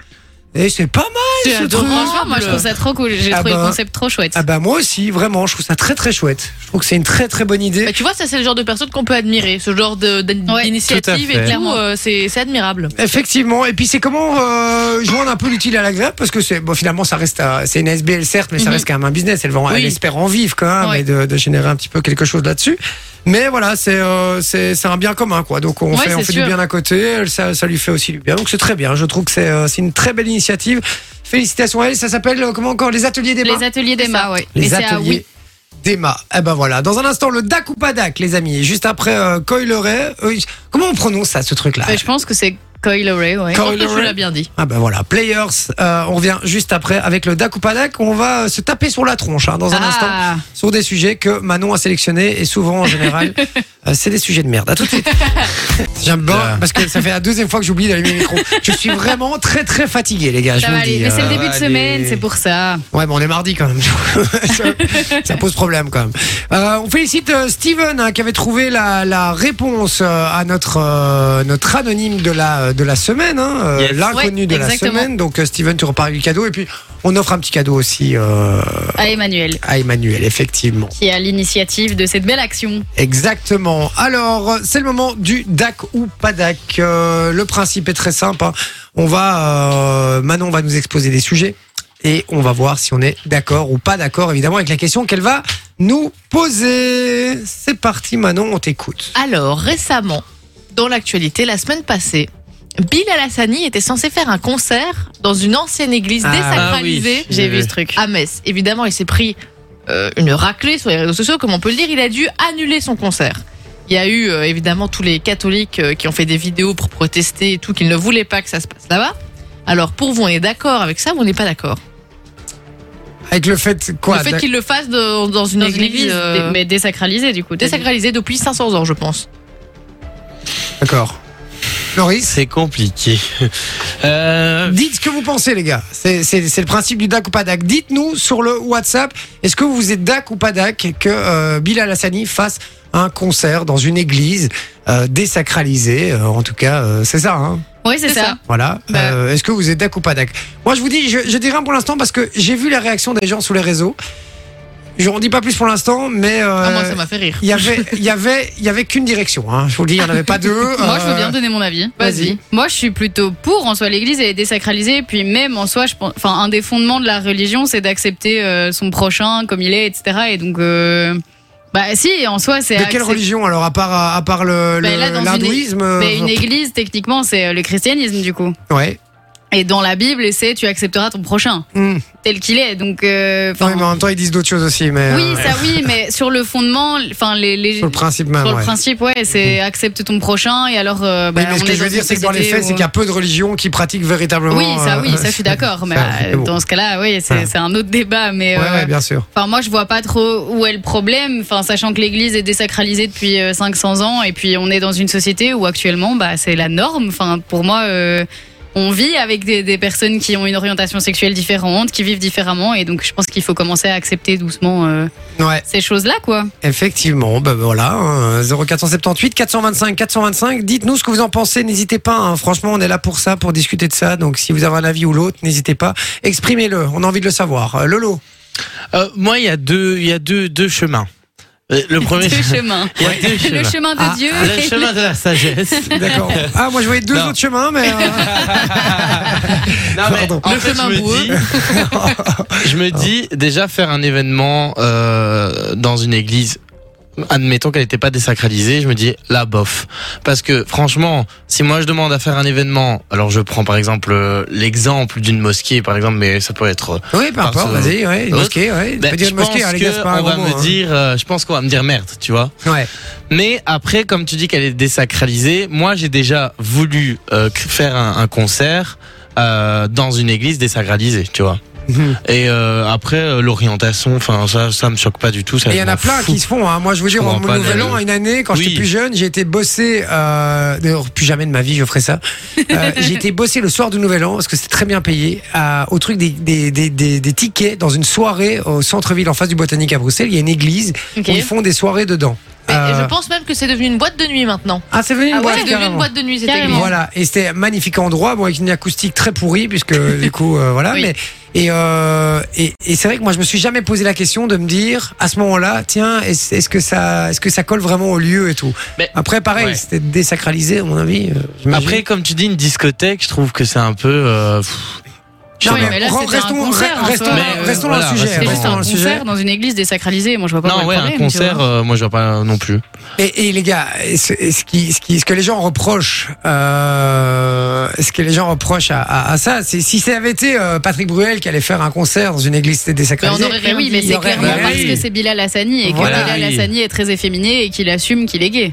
[SPEAKER 3] Et c'est pas mal
[SPEAKER 7] C'est
[SPEAKER 3] ce truc.
[SPEAKER 7] adorable. Franchement, moi, je trouve ça trop cool. J'ai trouvé le concept trop chouette.
[SPEAKER 3] Ah bah moi aussi, vraiment, je trouve ça très très chouette. Je trouve que c'est une très très bonne idée.
[SPEAKER 8] Bah, tu vois, ça c'est le genre de personne qu'on peut admirer, ce genre de- d'in- d'initiative
[SPEAKER 3] Tout à fait.
[SPEAKER 8] et tout, euh, c'est c'est admirable.
[SPEAKER 3] Effectivement. Et puis c'est comment euh, joindre un peu l'utile à l'agréable parce que c'est bon finalement ça reste euh, c'est une SBL certes mais ça
[SPEAKER 8] Mhm.
[SPEAKER 3] reste quand même un business. Elle, vend, elle
[SPEAKER 8] Oui.
[SPEAKER 3] espère en vivre quand même et de, de générer un petit peu quelque chose là-dessus. Mais voilà c'est euh, c'est c'est un bien commun quoi. Donc on
[SPEAKER 8] Ouais,
[SPEAKER 3] fait on
[SPEAKER 8] c'est
[SPEAKER 3] fait
[SPEAKER 8] sûr.
[SPEAKER 3] du bien d'un côté, elle, ça ça lui fait aussi du bien. Donc c'est très bien. Je trouve que c'est euh, c'est une très belle initiative. Félicitations à elle. Ça s'appelle euh, comment encore les ateliers
[SPEAKER 11] Eh
[SPEAKER 3] des
[SPEAKER 11] ben,
[SPEAKER 7] Les ateliers d'Emma, ouais. Et
[SPEAKER 3] les
[SPEAKER 7] c'est à
[SPEAKER 3] ateliers d'Emma. Eh ben voilà, dans un instant, le DAC ou pas DAC, les amis. Et juste après, euh, Coileray. euh, comment on prononce ça, ce truc-là
[SPEAKER 8] Ben,
[SPEAKER 7] Ouais, je pense que c'est Coil Ray, ouais.
[SPEAKER 3] Coil Je Ray. l'ai
[SPEAKER 7] bien dit.
[SPEAKER 3] Ah ben voilà, Players, euh, on revient juste après avec le DAC ou pas DAC. On va euh, se taper sur la tronche hein, dans un
[SPEAKER 7] Ah.
[SPEAKER 3] instant sur des sujets que Manon a sélectionnés et souvent en général, euh, c'est des sujets de merde. À tout de suite. J'aime bien parce que ça fait la deuxième fois que j'oublie d'allumer le micro. Je suis vraiment très très fatigué les gars. je
[SPEAKER 7] Ça
[SPEAKER 3] vous
[SPEAKER 7] va
[SPEAKER 3] le
[SPEAKER 7] aller.
[SPEAKER 3] dis,
[SPEAKER 7] Mais c'est
[SPEAKER 3] euh,
[SPEAKER 7] le début de
[SPEAKER 3] allez.
[SPEAKER 7] semaine, c'est pour ça.
[SPEAKER 3] Ouais, mais on est mardi quand même. ça, ça pose problème quand même. Euh, on félicite euh, Steven hein, qui avait trouvé la, la réponse euh, à notre euh, notre anonyme de la de la semaine, hein, euh,
[SPEAKER 6] Yes.
[SPEAKER 3] l'inconnu
[SPEAKER 7] Ouais,
[SPEAKER 3] de
[SPEAKER 7] exactement.
[SPEAKER 3] la semaine. Donc euh, Steven, tu repars avec du cadeau et puis on offre un petit cadeau aussi euh,
[SPEAKER 7] À Emmanuel,
[SPEAKER 3] à Emmanuel, effectivement.
[SPEAKER 7] qui est à l'initiative de cette belle action.
[SPEAKER 3] Exactement. Alors, c'est le moment du DAC ou pas DAC. Euh, le principe est très simple. hein. On va, euh, Manon va nous exposer des sujets et on va voir si on est d'accord ou pas d'accord, évidemment, avec la question qu'elle va nous poser. C'est parti, Manon, on t'écoute.
[SPEAKER 8] Alors, récemment, dans l'actualité, la semaine passée, Bill Alassani était censé faire un concert dans une ancienne église
[SPEAKER 6] Ah,
[SPEAKER 8] désacralisée
[SPEAKER 6] ah oui, j'ai vu ce
[SPEAKER 7] truc.
[SPEAKER 8] à Metz. Évidemment, il s'est pris euh, une raclée sur les réseaux sociaux, comme on peut le dire. Il a dû annuler son concert. Il y a eu euh, évidemment tous les catholiques euh, qui ont fait des vidéos pour protester et tout, qu'ils ne voulaient pas que ça se passe là-bas. Alors, pour vous, on est d'accord avec ça ou on n'est pas d'accord
[SPEAKER 3] Avec le fait quoi
[SPEAKER 8] Le fait
[SPEAKER 3] d'ac-
[SPEAKER 8] qu'il le fasse de- dans une
[SPEAKER 7] Dans une
[SPEAKER 8] église,
[SPEAKER 7] église,
[SPEAKER 8] euh,
[SPEAKER 7] dé- mais désacralisée du coup. t'as dit.
[SPEAKER 8] désacralisée depuis 500 ans, je pense.
[SPEAKER 3] D'accord. Loris,
[SPEAKER 6] C'est compliqué. Euh,
[SPEAKER 3] dites ce que vous pensez, les gars. C'est c'est- c'est le principe du DAC ou pas DAC. Dites-nous sur le WhatsApp, est-ce que vous êtes DAC ou pas DAC que euh, Bilal Hassani fasse un concert dans une église euh, désacralisée Euh, En tout cas, euh, c'est ça. Hein
[SPEAKER 7] Oui, c'est
[SPEAKER 8] C'est
[SPEAKER 7] ça.
[SPEAKER 8] ça.
[SPEAKER 3] voilà.
[SPEAKER 8] Bah.
[SPEAKER 3] Euh, Est-ce que vous êtes d'accord ou pas d'accord Moi, je vous dis, je, je dis rien pour l'instant parce que j'ai vu la réaction des gens sur les réseaux. Je n'en dis pas plus pour l'instant, mais euh,
[SPEAKER 8] Ah, moi, ça m'a fait rire.
[SPEAKER 3] il y avait, il y avait, il y avait qu'une direction. Hein. Je vous le dis, il n'y en avait pas deux.
[SPEAKER 7] Moi, je veux
[SPEAKER 3] Euh,
[SPEAKER 7] bien donner mon avis.
[SPEAKER 3] Vas-y.
[SPEAKER 7] Moi, je suis plutôt pour. En soi, l'Église elle est désacralisée, puis même en soi, je pense. Enfin, un des fondements de la religion, c'est d'accepter euh, son prochain comme il est, etc. Et donc, euh, bah si, en soi, c'est.
[SPEAKER 3] De quelle
[SPEAKER 7] accept-
[SPEAKER 3] religion alors à part à part le
[SPEAKER 7] Bah,
[SPEAKER 3] le-
[SPEAKER 7] là, dans une-
[SPEAKER 3] l'hindouisme
[SPEAKER 7] Mais
[SPEAKER 3] euh,
[SPEAKER 7] une Église, techniquement, c'est euh, le christianisme du coup.
[SPEAKER 3] Ouais.
[SPEAKER 7] Et dans la Bible, c'est tu accepteras ton prochain
[SPEAKER 3] Hmm.
[SPEAKER 7] tel qu'il est. Donc, euh,
[SPEAKER 3] Non,
[SPEAKER 7] enfin,
[SPEAKER 3] mais en même temps ils disent d'autres choses aussi, mais
[SPEAKER 7] oui,
[SPEAKER 3] euh,
[SPEAKER 7] ça oui, mais sur le fondement, enfin les, les-
[SPEAKER 3] sur le principe même.
[SPEAKER 7] sur le
[SPEAKER 3] ouais. Mm-hmm.
[SPEAKER 7] principe, ouais, c'est accepte ton prochain et alors. euh,
[SPEAKER 3] Oui,
[SPEAKER 7] bah,
[SPEAKER 3] mais ce
[SPEAKER 7] on
[SPEAKER 3] que
[SPEAKER 7] est
[SPEAKER 3] je veux
[SPEAKER 7] une
[SPEAKER 3] dire, c'est que dans les
[SPEAKER 7] société
[SPEAKER 3] faits,
[SPEAKER 7] où-
[SPEAKER 3] c'est qu'il y a peu de religions qui pratiquent véritablement.
[SPEAKER 7] Oui, ça, oui,
[SPEAKER 3] euh,
[SPEAKER 7] ça, je suis d'accord. Mais
[SPEAKER 3] ça,
[SPEAKER 7] bah,
[SPEAKER 3] c'est bon.
[SPEAKER 7] dans ce cas-là, oui, c'est
[SPEAKER 3] Ouais.
[SPEAKER 7] c'est un autre débat. Mais
[SPEAKER 3] Ouais,
[SPEAKER 7] euh,
[SPEAKER 3] ouais, bien sûr.
[SPEAKER 7] enfin, moi, je vois pas trop où est le problème. Enfin, sachant que l'Église est désacralisée depuis euh, 500 ans, et puis on est dans une société où actuellement, bah, c'est la norme. Enfin, pour moi. euh, on vit avec des, des personnes qui ont une orientation sexuelle différente, qui vivent différemment, et donc je pense qu'il faut commencer à accepter doucement euh,
[SPEAKER 3] Ouais,
[SPEAKER 7] ces choses-là, quoi.
[SPEAKER 3] effectivement. Ben voilà, hein, 0478 425 425. Dites-nous ce que vous en pensez. N'hésitez pas. hein. Franchement, on est là pour ça, pour discuter de ça. Donc, si vous avez un avis ou l'autre, n'hésitez pas. Exprimez-le. On a envie de le savoir. Euh, Lolo.
[SPEAKER 6] euh, moi, il y a deux, il y a deux, deux chemins. Euh, Le premier,
[SPEAKER 7] Deux chemins.
[SPEAKER 6] il y a deux
[SPEAKER 7] Le
[SPEAKER 6] chemins.
[SPEAKER 7] chemin de
[SPEAKER 3] Ah,
[SPEAKER 7] Dieu.
[SPEAKER 6] Le chemin de la sagesse.
[SPEAKER 3] D'accord. Ah, moi, je voyais deux
[SPEAKER 6] Non.
[SPEAKER 3] autres chemins, mais. euh,
[SPEAKER 6] Non, mais
[SPEAKER 3] Pardon.
[SPEAKER 6] en
[SPEAKER 8] Le
[SPEAKER 6] fait,
[SPEAKER 8] chemin
[SPEAKER 6] je me
[SPEAKER 8] boueux.
[SPEAKER 6] dis- Je me dis, déjà faire un événement euh, dans une église, admettons qu'elle n'était pas désacralisée, je me dis, la bof. Parce que franchement, si moi je demande à faire un événement, alors je prends par exemple euh, l'exemple d'une mosquée, par exemple, mais ça peut être... euh,
[SPEAKER 3] Oui, peu importe,
[SPEAKER 6] Parce-
[SPEAKER 3] vas-y, ouais, une
[SPEAKER 6] Autre-
[SPEAKER 3] mosquée, ouais.
[SPEAKER 6] ben,
[SPEAKER 3] Faut dire
[SPEAKER 6] je
[SPEAKER 3] une
[SPEAKER 6] pense
[SPEAKER 3] mosquée, hein, les gars, c'est pas un
[SPEAKER 6] qu'on
[SPEAKER 3] gros
[SPEAKER 6] va
[SPEAKER 3] mot.
[SPEAKER 6] me
[SPEAKER 3] hein.
[SPEAKER 6] dire, euh, je pense qu'on va me dire merde, tu vois.
[SPEAKER 3] Ouais.
[SPEAKER 6] Mais après, comme tu dis qu'elle est désacralisée, moi j'ai déjà voulu euh, cr- faire un, un concert euh, dans une église désacralisée, tu vois.
[SPEAKER 3] Mhm.
[SPEAKER 6] Et euh, après euh, l'orientation, enfin ça, ça me choque pas du tout. Ça,
[SPEAKER 3] Et il y
[SPEAKER 6] je
[SPEAKER 3] en a
[SPEAKER 6] m'en
[SPEAKER 3] plein
[SPEAKER 6] fous.
[SPEAKER 3] qui se font. Hein. Moi, je vous
[SPEAKER 6] Je
[SPEAKER 3] dire, en
[SPEAKER 6] comprends pas,
[SPEAKER 3] nouvel
[SPEAKER 6] mais-
[SPEAKER 3] an, une année, quand
[SPEAKER 6] Oui.
[SPEAKER 3] j'étais plus jeune, j'ai été bossé. Euh... D'ailleurs, plus jamais de ma vie, je ferai ça. Euh, j'ai été bossé le soir du nouvel an parce que c'était très bien payé à- au truc des, des, des, des, des tickets dans une soirée au centre-ville, en face du Botanique à Bruxelles. Il y a une église
[SPEAKER 7] Ok.
[SPEAKER 3] où ils font des soirées dedans.
[SPEAKER 8] Mais
[SPEAKER 3] Euh,
[SPEAKER 8] je pense même que c'est devenu une boîte de nuit maintenant.
[SPEAKER 3] Ah, c'est devenu une
[SPEAKER 8] Ah ouais,
[SPEAKER 3] boîte,
[SPEAKER 8] c'est devenu
[SPEAKER 3] carrément.
[SPEAKER 8] une boîte de nuit, c'était
[SPEAKER 3] Et Voilà, et c'était un magnifique endroit, bon, avec une acoustique très pourrie, puisque du coup, euh, voilà.
[SPEAKER 8] Oui.
[SPEAKER 3] Mais, et euh, et, et c'est vrai que moi, je me suis jamais posé la question de me dire, à ce moment-là, tiens, est-ce est-ce que ça, est-ce que ça colle vraiment au lieu et tout.
[SPEAKER 6] Mais-
[SPEAKER 3] Après, pareil,
[SPEAKER 6] Ouais.
[SPEAKER 3] c'était désacralisé, à mon avis. euh, j'imagine.
[SPEAKER 6] Après, comme tu dis, une discothèque, je trouve que c'est un peu. euh, pff, je sais
[SPEAKER 7] Non,
[SPEAKER 6] pas.
[SPEAKER 7] mais là,
[SPEAKER 3] Re-
[SPEAKER 7] c'était un
[SPEAKER 3] restons-
[SPEAKER 7] concert, hein,
[SPEAKER 3] re-
[SPEAKER 7] en
[SPEAKER 3] restons
[SPEAKER 7] soi.
[SPEAKER 3] dans-
[SPEAKER 6] Mais, euh,
[SPEAKER 3] restons dans
[SPEAKER 6] voilà,
[SPEAKER 3] le sujet.
[SPEAKER 6] restons-
[SPEAKER 7] C'est juste
[SPEAKER 3] restons
[SPEAKER 7] un
[SPEAKER 3] dans le sujet.
[SPEAKER 7] concert dans une église désacralisée. Moi, je vois pas
[SPEAKER 6] non,
[SPEAKER 7] quoi
[SPEAKER 6] ouais,
[SPEAKER 7] le
[SPEAKER 6] un
[SPEAKER 7] problème, tu vois.
[SPEAKER 6] concert, euh, moi je vois pas non plus.
[SPEAKER 3] Et, et les gars, ce, ce qui, ce, qui, ce que les gens reprochent, euh, ce que les gens reprochent à, à, à ça, c'est si ça avait été euh, Patrick Bruel qui allait faire un concert dans une église
[SPEAKER 7] Mais on
[SPEAKER 3] désacralisée.
[SPEAKER 7] aurait rien
[SPEAKER 8] oui,
[SPEAKER 7] dit.
[SPEAKER 8] mais
[SPEAKER 7] mais
[SPEAKER 3] il
[SPEAKER 7] c'est
[SPEAKER 3] aurait
[SPEAKER 7] clairement
[SPEAKER 6] rien
[SPEAKER 7] parce
[SPEAKER 6] dit.
[SPEAKER 7] que c'est Bilal Hassani et que
[SPEAKER 3] Voilà.
[SPEAKER 7] Bilal
[SPEAKER 6] Oui.
[SPEAKER 7] Hassani est très efféminé et qu'il assume qu'il est gay.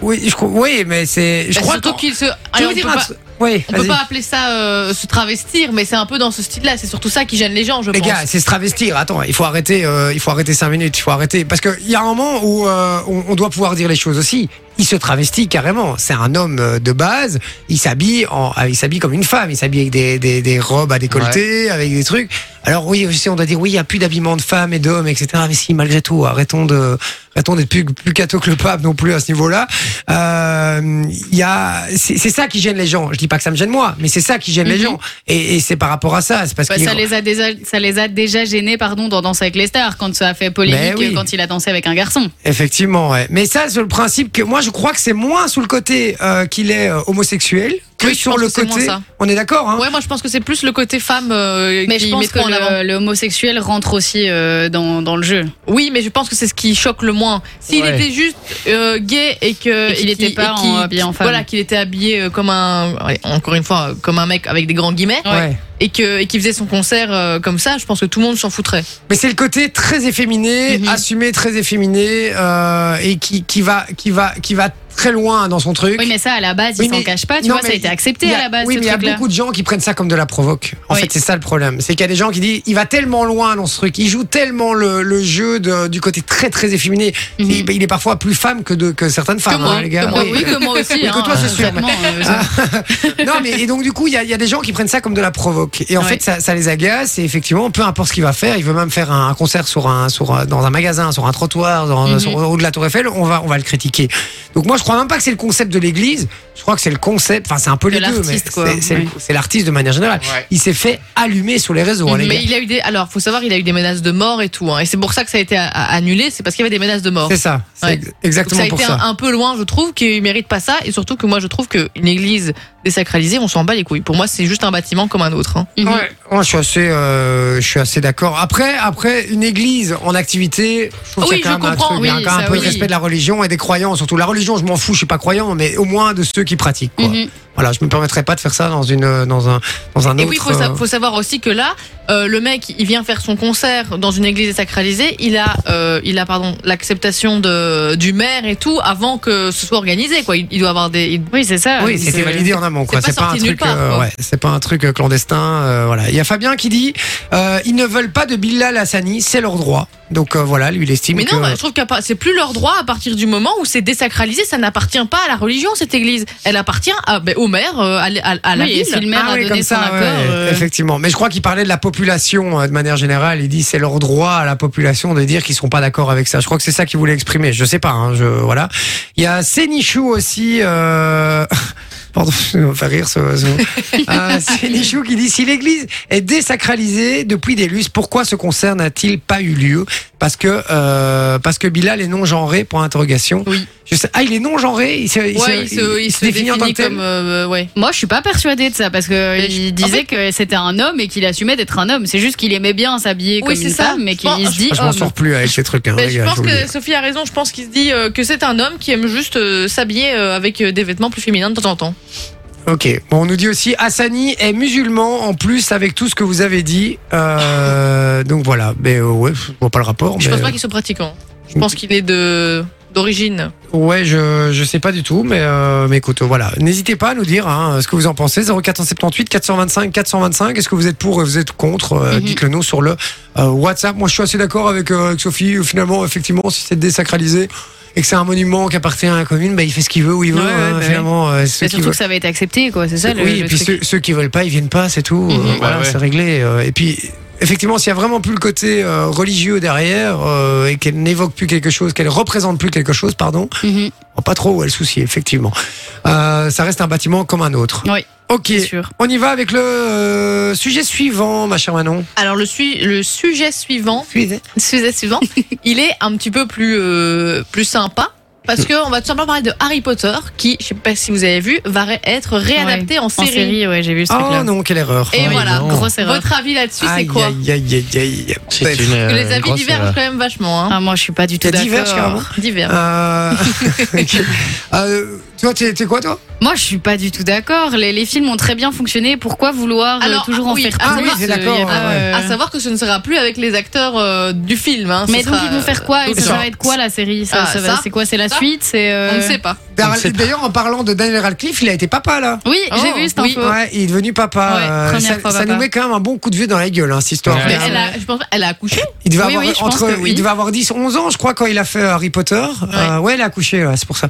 [SPEAKER 3] Oui, je crois. Oui, mais c'est. Je
[SPEAKER 8] Bah,
[SPEAKER 3] crois
[SPEAKER 8] surtout
[SPEAKER 3] qu'on-
[SPEAKER 8] qu'il se.
[SPEAKER 3] Tu
[SPEAKER 8] Alors,
[SPEAKER 3] veux
[SPEAKER 8] on peut
[SPEAKER 3] dire un
[SPEAKER 8] pas-
[SPEAKER 3] truc- Oui,
[SPEAKER 8] On peut
[SPEAKER 3] vas-y.
[SPEAKER 8] pas appeler ça euh, se travestir, mais c'est un peu dans ce style-là. C'est surtout ça qui gêne les gens, je
[SPEAKER 3] Les
[SPEAKER 8] pense.
[SPEAKER 3] gars, c'est se travestir. Attends, il faut arrêter. euh, il faut arrêter cinq minutes. Il faut arrêter parce que il y a un moment où euh, on, on doit pouvoir dire les choses aussi. Il se travestit carrément. C'est un homme euh, de base. Il s'habille en. euh, Il s'habille comme une femme. Il s'habille avec des, des, des robes à décolleté, avec des trucs. Alors oui, aussi on doit dire oui, il y a plus d'habillement de femmes et d'hommes, etc. Mais si malgré tout, arrêtons de. Arrêtons d'être plus, plus catho que le pape non plus à ce niveau-là. Euh, Il y a, c'est c'est ça qui gêne les gens. Je dis pas que ça me gêne moi, mais c'est ça qui gêne les
[SPEAKER 7] Mhm.
[SPEAKER 3] gens. Et, et c'est par rapport à ça. C'est parce
[SPEAKER 7] Bah,
[SPEAKER 3] qu'il-
[SPEAKER 7] ça, les a déjà, ça les a déjà gênés pardon, dans Danse avec les stars quand ça a fait polémique
[SPEAKER 3] Mais oui.
[SPEAKER 7] euh, quand il a dansé avec un garçon.
[SPEAKER 3] Effectivement, ouais. Mais ça, sur le principe que moi, je crois que c'est moins sur le côté euh, qu'il est euh, homosexuel que
[SPEAKER 8] Oui, je
[SPEAKER 3] sur
[SPEAKER 8] pense
[SPEAKER 3] le
[SPEAKER 8] que c'est
[SPEAKER 3] côté.
[SPEAKER 8] moins ça.
[SPEAKER 3] On est d'accord, hein
[SPEAKER 8] Ouais, moi je pense que c'est plus le côté femme euh,
[SPEAKER 7] Mais
[SPEAKER 8] qui
[SPEAKER 7] je pense
[SPEAKER 8] mettra
[SPEAKER 7] que
[SPEAKER 8] en avant.
[SPEAKER 7] le, le homosexuel rentre aussi euh, dans, dans le jeu.
[SPEAKER 8] Oui, mais je pense que c'est ce qui choque le moins. S'il
[SPEAKER 6] Ouais.
[SPEAKER 8] était juste euh, gay et que
[SPEAKER 7] Et qu'il était
[SPEAKER 8] qu'il-
[SPEAKER 7] pas en-
[SPEAKER 8] qu'il-
[SPEAKER 7] habillé en femme.
[SPEAKER 8] Voilà, qu'il était habillé euh, comme un ouais, encore une fois euh, comme un mec avec des grands guillemets
[SPEAKER 3] Ouais.
[SPEAKER 8] et que et qu'il faisait son concert euh, comme ça, je pense que tout le monde s'en foutrait.
[SPEAKER 3] Mais c'est le côté très efféminé,
[SPEAKER 8] Mhm.
[SPEAKER 3] assumé, très efféminé, euh, et qui, qui va, qui va, qui va très loin dans son truc.
[SPEAKER 7] Oui, mais ça, à la base,
[SPEAKER 3] Oui,
[SPEAKER 7] il s'en
[SPEAKER 3] mais-
[SPEAKER 7] cache pas. Tu
[SPEAKER 3] non,
[SPEAKER 7] vois, ça a
[SPEAKER 3] mais
[SPEAKER 7] été
[SPEAKER 3] il
[SPEAKER 7] accepté
[SPEAKER 3] y a-
[SPEAKER 7] à la base,
[SPEAKER 3] Oui,
[SPEAKER 7] ce
[SPEAKER 3] mais il y a
[SPEAKER 7] truc-là.
[SPEAKER 3] beaucoup de gens qui prennent ça comme de la provoque. En
[SPEAKER 7] Oui.
[SPEAKER 3] fait, c'est ça le problème. C'est qu'il y a des gens qui disent, il va tellement loin dans ce truc, il joue tellement le, le jeu de- du côté très très efféminé.
[SPEAKER 7] Mhm.
[SPEAKER 3] il, il est parfois plus femme que, de, que certaines femmes,
[SPEAKER 8] que moi,
[SPEAKER 3] hein, les gars.
[SPEAKER 8] que moi,
[SPEAKER 3] Oui.
[SPEAKER 8] oui, que moi aussi.
[SPEAKER 3] Oui, que
[SPEAKER 8] hein,
[SPEAKER 3] toi, c'est sûr, Ah,
[SPEAKER 8] concrètement, euh,
[SPEAKER 3] non, mais et donc du coup, il y a, il y a des gens qui prennent ça comme de la provoque. Et en
[SPEAKER 8] Ouais.
[SPEAKER 3] fait, ça, ça les agace. Et effectivement, peu importe ce qu'il va faire, il veut même faire un, un concert sur un, sur, un- dans un magasin, sur un trottoir, dans,
[SPEAKER 7] Mhm.
[SPEAKER 3] sur- au-delà de la Tour Eiffel, on va, on va le critiquer. Donc moi, je crois même pas que c'est le concept de l'Église. Je crois que c'est le concept. Enfin, c'est un peu
[SPEAKER 7] De
[SPEAKER 3] les deux, mais
[SPEAKER 7] l'artiste, quoi.
[SPEAKER 3] c'est- c'est le-
[SPEAKER 7] Ouais.
[SPEAKER 3] c'est l'artiste de manière générale. Il s'est fait allumer sur les réseaux. hein, les gars.
[SPEAKER 8] Mais il a eu des. Alors, faut savoir, il a eu des menaces de mort et tout. hein. et c'est pour ça que ça a été a- a- annulé, c'est parce qu'il y avait des menaces de mort.
[SPEAKER 3] C'est ça. C'est
[SPEAKER 8] hein. Ouais.
[SPEAKER 3] ex-
[SPEAKER 8] Donc, ça
[SPEAKER 3] exactement
[SPEAKER 8] a
[SPEAKER 3] pour
[SPEAKER 8] été
[SPEAKER 3] ça.
[SPEAKER 8] un, un peu loin, je trouve, qu'il mérite pas ça. Et surtout que moi, je trouve qu'une église désacralisée, on s'en bat les couilles. Pour moi, c'est juste un bâtiment comme un autre. hein.
[SPEAKER 7] Mhm.
[SPEAKER 3] Ouais, moi, je suis assez, euh, je suis assez d'accord. Après, après une église en activité, je trouve
[SPEAKER 8] Oui,
[SPEAKER 3] qu'il y a
[SPEAKER 8] je
[SPEAKER 3] quand même un
[SPEAKER 8] comprends,
[SPEAKER 3] truc, il y a
[SPEAKER 7] oui,
[SPEAKER 3] quand même un
[SPEAKER 7] ça,
[SPEAKER 3] peu de
[SPEAKER 7] oui.
[SPEAKER 3] respect de la religion et des croyants. Surtout la religion, je m'en fous, je suis pas croyant, mais au moins de ceux qui pratiquent. Quoi.
[SPEAKER 7] Mhm.
[SPEAKER 3] Voilà, je me permettrais pas de faire ça dans une, euh, dans un, dans un
[SPEAKER 8] Et
[SPEAKER 3] autre. euh,
[SPEAKER 8] oui, faut, sa- faut savoir aussi que là, euh, le mec, il vient faire son concert dans une église désacralisée. Il a, euh, il a, pardon, l'acceptation de du maire et tout avant que ce soit organisé. Quoi, il, il doit avoir des. il-
[SPEAKER 7] Oui, c'est ça.
[SPEAKER 3] euh, oui, c'était
[SPEAKER 7] C'est-
[SPEAKER 3] validé en amont. quoi.
[SPEAKER 8] c'est pas
[SPEAKER 3] C'est pas, un
[SPEAKER 8] sorti nulle
[SPEAKER 3] truc,
[SPEAKER 8] part,
[SPEAKER 3] euh,
[SPEAKER 8] quoi.
[SPEAKER 3] ouais, c'est pas un truc euh, clandestin. euh, voilà. Il y a Fabien qui dit, euh, ils ne veulent pas de Bilal Hassani, c'est leur droit. Donc euh, voilà, lui il estime
[SPEAKER 8] Mais
[SPEAKER 3] que.
[SPEAKER 8] non, je trouve que c'est plus leur droit à partir du moment où c'est désacralisé. Ça n'appartient pas à la religion, cette église. Elle appartient à, ben, au maire, euh, à, l- à- à la
[SPEAKER 7] Oui, et
[SPEAKER 8] ville.
[SPEAKER 7] si le maire
[SPEAKER 3] Ah
[SPEAKER 7] a
[SPEAKER 3] oui,
[SPEAKER 7] donné
[SPEAKER 3] comme
[SPEAKER 7] son
[SPEAKER 3] ça,
[SPEAKER 7] accord.
[SPEAKER 3] ouais,
[SPEAKER 7] euh,
[SPEAKER 3] effectivement. Mais je crois qu'il parlait de la population euh, de manière générale. Il dit c'est leur droit à la population de dire qu'ils sont pas d'accord avec ça. Je crois que c'est ça qu'il voulait exprimer. Je sais pas. hein, je voilà. Il y a Sénichou aussi. Euh... Pardon, ça me fait rire ce. ce... Euh, Sénichou qui dit si l'Église est désacralisée depuis des lustres, pourquoi ce concert n'a-t-il pas eu lieu Parce que euh, parce que Bilal est non genré pour interrogation.
[SPEAKER 8] Oui.
[SPEAKER 3] Je sais... Ah, il est non genré. Il se, il
[SPEAKER 8] Ouais, il se, il se définit,
[SPEAKER 3] en tant que tel
[SPEAKER 8] comme euh, ouais.
[SPEAKER 7] Moi, je suis pas persuadée de ça parce que
[SPEAKER 8] Mais je-
[SPEAKER 7] il
[SPEAKER 8] en
[SPEAKER 7] disait
[SPEAKER 8] fait-
[SPEAKER 7] que c'était un homme et qu'il assumait d'être un homme. C'est juste qu'il aimait bien s'habiller
[SPEAKER 8] Oui,
[SPEAKER 7] comme
[SPEAKER 8] c'est
[SPEAKER 7] une
[SPEAKER 8] ça.
[SPEAKER 7] femme, mais
[SPEAKER 8] Je
[SPEAKER 7] qu'il
[SPEAKER 8] pense-
[SPEAKER 7] se dit
[SPEAKER 3] Ah, je m'en
[SPEAKER 7] homme.
[SPEAKER 3] sors plus avec ces trucs. Hein,
[SPEAKER 8] Mais
[SPEAKER 3] les
[SPEAKER 8] je
[SPEAKER 3] gars,
[SPEAKER 8] pense
[SPEAKER 3] je vous le dis.
[SPEAKER 8] que Sophie a raison. Je pense qu'il se dit euh, que c'est un homme qui aime juste euh, s'habiller euh, avec euh, des vêtements plus féminins de temps en temps.
[SPEAKER 3] Ok. Bon, on nous dit aussi Hassani est musulman en plus avec tout ce que vous avez dit. Euh, donc voilà. Mais euh, ouais, je vois pas le rapport.
[SPEAKER 8] Je
[SPEAKER 3] mais,
[SPEAKER 8] pense pas qu'il soit pratiquant. ben, Je pense qu'il est de d'origine.
[SPEAKER 3] euh, ouais, je je sais pas du tout. Mais euh, mais écoute, voilà. N'hésitez pas à nous dire hein, ce que vous en pensez. 0478 425 425. Est-ce que vous êtes pour et vous êtes contre Euh,
[SPEAKER 7] Mhm.
[SPEAKER 3] Dites-le nous sur le euh, WhatsApp. Moi, je suis assez d'accord avec, euh, avec Sophie. Finalement, effectivement, si c'est désacralisé. Et que c'est un monument qui appartient à la commune, bah, il fait ce qu'il veut où il veut.
[SPEAKER 8] Ouais, ouais,
[SPEAKER 3] hein,
[SPEAKER 8] bah oui.
[SPEAKER 3] finalement, euh, ceux
[SPEAKER 7] Mais
[SPEAKER 3] qui
[SPEAKER 7] surtout
[SPEAKER 3] veulent-
[SPEAKER 7] que ça avait été accepté, quoi. C'est ça le.
[SPEAKER 3] oui, et
[SPEAKER 7] le
[SPEAKER 3] puis
[SPEAKER 7] truc.
[SPEAKER 3] ceux, ceux qui veulent pas, ils viennent pas, c'est tout. Euh,
[SPEAKER 7] Mhm.
[SPEAKER 3] voilà,
[SPEAKER 6] Ouais, ouais.
[SPEAKER 3] c'est réglé. euh, et puis effectivement, s'il y a vraiment plus le côté euh, religieux derrière euh, et qu'elle n'évoque plus quelque chose, qu'elle représente plus quelque chose, pardon,
[SPEAKER 7] Mhm.
[SPEAKER 3] oh, pas trop où est le souci, effectivement. Euh, ça reste un bâtiment comme un autre.
[SPEAKER 7] Oui.
[SPEAKER 3] Ok, on y va avec le euh, sujet suivant, ma chère Manon.
[SPEAKER 8] Alors le, sui- le sujet suivant, le sujet suivant, il est un petit peu plus euh, plus sympa parce que on va tout simplement parler de Harry Potter qui, je sais pas si vous avez vu, va ré- être réadapté
[SPEAKER 7] Ouais,
[SPEAKER 8] en série.
[SPEAKER 7] série, ouais, j'ai vu ce
[SPEAKER 3] Oh
[SPEAKER 7] truc-là.
[SPEAKER 3] non, quelle erreur.
[SPEAKER 8] Et
[SPEAKER 3] Ah,
[SPEAKER 8] voilà,
[SPEAKER 3] non.
[SPEAKER 7] grosse erreur.
[SPEAKER 8] Votre avis là-dessus, c'est
[SPEAKER 3] Aïe,
[SPEAKER 8] quoi
[SPEAKER 3] aïe, aïe, aïe, aïe.
[SPEAKER 6] C'est
[SPEAKER 3] Bref.
[SPEAKER 6] une, euh,
[SPEAKER 8] Parce que les avis
[SPEAKER 6] grosse
[SPEAKER 8] divergent
[SPEAKER 6] erreur.
[SPEAKER 8] quand même vachement. Hein.
[SPEAKER 7] Ah, moi, je suis pas du tout
[SPEAKER 3] Ça diverge
[SPEAKER 7] d'accord.
[SPEAKER 3] carrément.
[SPEAKER 8] Divers.
[SPEAKER 3] Euh, ok. Euh, toi, t'es t'es quoi, toi
[SPEAKER 7] Moi, je suis pas du tout d'accord. Les, les films ont très bien fonctionné. Pourquoi vouloir euh,
[SPEAKER 8] Alors,
[SPEAKER 7] toujours en
[SPEAKER 8] oui,
[SPEAKER 7] faire plus
[SPEAKER 8] ah
[SPEAKER 3] oui, c'est
[SPEAKER 7] euh, y a
[SPEAKER 3] d'accord,
[SPEAKER 7] pas,
[SPEAKER 3] ouais.
[SPEAKER 7] euh,
[SPEAKER 8] À savoir que ce ne sera plus avec les acteurs euh, du film. hein, ce
[SPEAKER 7] Mais donc,
[SPEAKER 8] sera,
[SPEAKER 7] ils vont faire quoi Et
[SPEAKER 8] donc,
[SPEAKER 7] ça
[SPEAKER 8] ça-
[SPEAKER 7] va être quoi la série Ça-
[SPEAKER 8] Ah,
[SPEAKER 7] ça va-
[SPEAKER 8] ça
[SPEAKER 7] C'est quoi C'est la
[SPEAKER 8] Ça
[SPEAKER 7] suite C'est euh,
[SPEAKER 8] On ne sait pas.
[SPEAKER 6] ne sait pas.
[SPEAKER 3] D'ailleurs, en parlant de Daniel Radcliffe, il a été papa là.
[SPEAKER 7] Oui, j'ai
[SPEAKER 8] Oh,
[SPEAKER 7] vu cette
[SPEAKER 8] oui.
[SPEAKER 7] info.
[SPEAKER 3] Ouais, il est devenu papa.
[SPEAKER 7] Ouais,
[SPEAKER 3] Euh,
[SPEAKER 7] première
[SPEAKER 3] ça
[SPEAKER 7] fois
[SPEAKER 3] ça
[SPEAKER 7] papa.
[SPEAKER 3] nous met quand même un bon coup de vieux dans la gueule, hein, cette histoire.
[SPEAKER 6] Ouais.
[SPEAKER 8] Mais
[SPEAKER 6] Ah,
[SPEAKER 8] elle a, je pense, elle a accouché.
[SPEAKER 3] Il devait
[SPEAKER 7] Oui,
[SPEAKER 3] avoir,
[SPEAKER 7] oui, je pense
[SPEAKER 3] entre,
[SPEAKER 7] que oui.
[SPEAKER 3] il devait avoir 10, 11 ans, je crois, quand il a fait Harry Potter. Euh, ouais, il a accouché, ouais, c'est pour ça.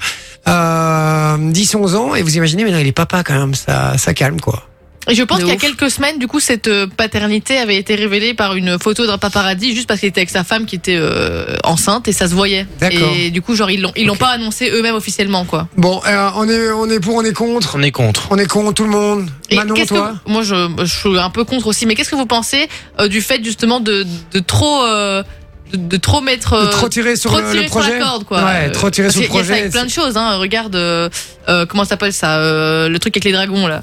[SPEAKER 3] Euh, 10, 11 ans, et vous imaginez, maintenant il est papa quand même, ça, ça calme quoi.
[SPEAKER 8] Et je pense
[SPEAKER 7] De
[SPEAKER 8] qu'il y a
[SPEAKER 7] ouf.
[SPEAKER 8] quelques semaines, du coup, cette euh, paternité avait été révélée par une photo d'un paparazzi juste parce qu'il était avec sa femme qui était euh, enceinte et ça se voyait.
[SPEAKER 3] D'accord.
[SPEAKER 8] Et du coup, genre, ils l'ont, ils l'ont pas annoncé eux-mêmes officiellement, quoi.
[SPEAKER 3] Bon, euh, on, est, on est pour, on est contre.
[SPEAKER 6] On est contre.
[SPEAKER 3] On est contre tout le monde.
[SPEAKER 8] Et
[SPEAKER 3] Manon,
[SPEAKER 8] qu'est-ce que
[SPEAKER 3] toi
[SPEAKER 8] vous- moi, je, je suis un peu contre aussi, mais qu'est-ce que vous pensez euh, du fait justement de, de trop, euh, de, de trop mettre, euh,
[SPEAKER 3] De trop tirer sur
[SPEAKER 8] trop
[SPEAKER 3] le,
[SPEAKER 8] tirer
[SPEAKER 3] le projet
[SPEAKER 8] sur la corde, quoi.
[SPEAKER 3] Ouais,
[SPEAKER 8] Euh,
[SPEAKER 3] trop tirer
[SPEAKER 8] parce
[SPEAKER 3] sur le
[SPEAKER 8] qu'il y a ça
[SPEAKER 3] projet.
[SPEAKER 8] avec plein de choses, hein. Regarde, euh, euh, comment ça s'appelle ça, euh, le truc avec les dragons là.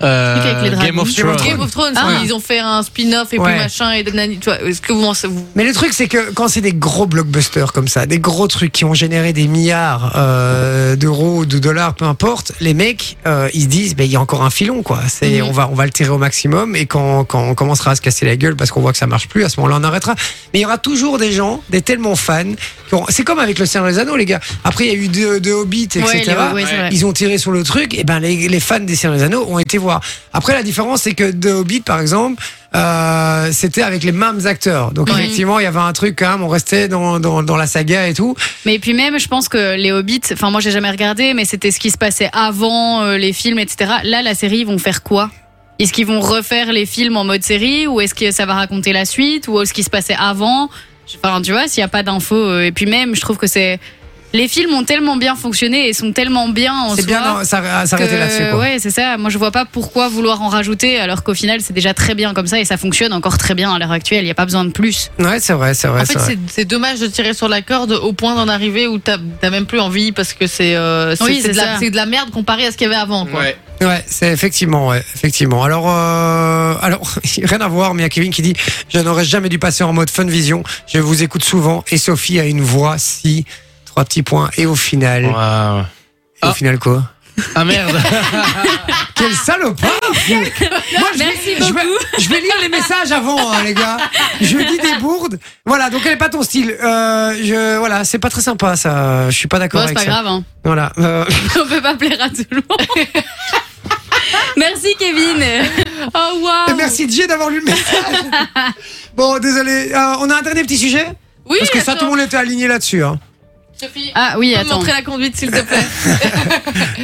[SPEAKER 6] Euh,
[SPEAKER 7] Avec les dragons.
[SPEAKER 6] Game of
[SPEAKER 3] Game of
[SPEAKER 6] Thrones.
[SPEAKER 8] Game of Thrones,
[SPEAKER 7] Ah.
[SPEAKER 8] ils ont fait un spin-off et
[SPEAKER 3] Ouais.
[SPEAKER 8] puis machin et nanani, tu vois. Est-ce que vous en savez
[SPEAKER 3] Mais le truc, c'est que quand c'est des gros blockbusters comme ça, des gros trucs qui ont généré des milliards euh, d'euros, de dollars, peu importe, les mecs, euh, ils se disent, ben il y a encore un filon, quoi. C'est,
[SPEAKER 7] Mhm.
[SPEAKER 3] on va, on va le tirer au maximum, et quand, quand on commencera à se casser la gueule parce qu'on voit que ça marche plus, à ce moment-là, on arrêtera. Mais il y aura toujours des gens, des tellement fans. qui auront- C'est comme avec le Seigneur des Anneaux, les gars. Après, il y a eu deux, deux Hobbits, etc.
[SPEAKER 7] Ouais, les- ouais, c'est vrai.
[SPEAKER 3] Ils ont tiré sur le truc, et ben les, les fans des Seigneurs des Anneaux ont été voir. Après, la différence, c'est que The Hobbit, par exemple, euh, c'était avec les mêmes acteurs. Donc,
[SPEAKER 7] Ouais.
[SPEAKER 3] effectivement, il y avait un truc quand même, on restait dans, dans, dans la saga et tout.
[SPEAKER 7] Mais puis même, je pense que les Hobbits, enfin moi j'ai jamais regardé, mais c'était ce qui se passait avant euh, les films, etc. Là, la série, ils vont faire quoi Est-ce qu'ils vont refaire les films en mode série Ou est-ce que ça va raconter la suite Ou ce qui se passait avant Enfin, tu vois, s'il n'y a pas d'infos. euh, et puis même, je trouve que c'est... Les films ont tellement bien fonctionné et sont tellement bien en
[SPEAKER 3] C'est
[SPEAKER 7] soi.
[SPEAKER 3] bien non, ça-
[SPEAKER 7] que-
[SPEAKER 3] s'arrêter là-dessus. quoi.
[SPEAKER 7] ouais, c'est ça. Moi, je vois pas pourquoi vouloir en rajouter alors qu'au final, c'est déjà très bien comme ça et ça fonctionne encore très bien à l'heure actuelle. Il n'y a pas besoin de plus.
[SPEAKER 3] Ouais, c'est vrai, c'est vrai.
[SPEAKER 8] En
[SPEAKER 3] c'est
[SPEAKER 8] fait,
[SPEAKER 3] vrai.
[SPEAKER 8] c'est- c'est dommage de tirer sur la corde au point d'en arriver où t'as t'as même plus envie parce que c'est euh, c'est-
[SPEAKER 7] Oui,
[SPEAKER 8] c'est
[SPEAKER 7] c'est
[SPEAKER 8] de,
[SPEAKER 7] ça.
[SPEAKER 8] la- c'est de la merde comparé à ce qu'il y avait avant. Quoi.
[SPEAKER 6] Ouais.
[SPEAKER 3] Ouais, c'est effectivement, ouais, effectivement. Alors, euh, alors, rien à voir, mais il y a Kevin qui dit, je n'aurais jamais dû passer en mode fun vision. Je vous écoute souvent et Sophie a une voix si trois petits points. Et au final,
[SPEAKER 6] Ouais, ouais.
[SPEAKER 3] et au
[SPEAKER 6] Ah.
[SPEAKER 3] final quoi
[SPEAKER 6] Ah merde.
[SPEAKER 3] Quel salopard Moi, je,
[SPEAKER 7] Ah. Merci
[SPEAKER 3] vais, je, vais, je vais lire les messages avant, hein, les gars. Je dis des bourdes. Voilà, donc elle est pas ton style. Euh, je, voilà, c'est pas très sympa, ça. Je suis pas d'accord
[SPEAKER 7] Bon, c'est
[SPEAKER 3] avec
[SPEAKER 7] pas
[SPEAKER 3] ça.
[SPEAKER 7] grave. Hein.
[SPEAKER 3] Voilà. euh,
[SPEAKER 7] On peut pas plaire à tout le monde. Merci Kevin. Oh
[SPEAKER 3] et
[SPEAKER 7] waouh.
[SPEAKER 3] merci Jay d'avoir lu le message. bon, désolé. Euh, on a un dernier petit sujet
[SPEAKER 8] Oui,
[SPEAKER 3] Parce que ça, tout le monde était aligné là-dessus. hein.
[SPEAKER 8] Sophie,
[SPEAKER 7] Ah oui,
[SPEAKER 8] peux me
[SPEAKER 7] attends.
[SPEAKER 8] montrer la conduite, s'il te plaît.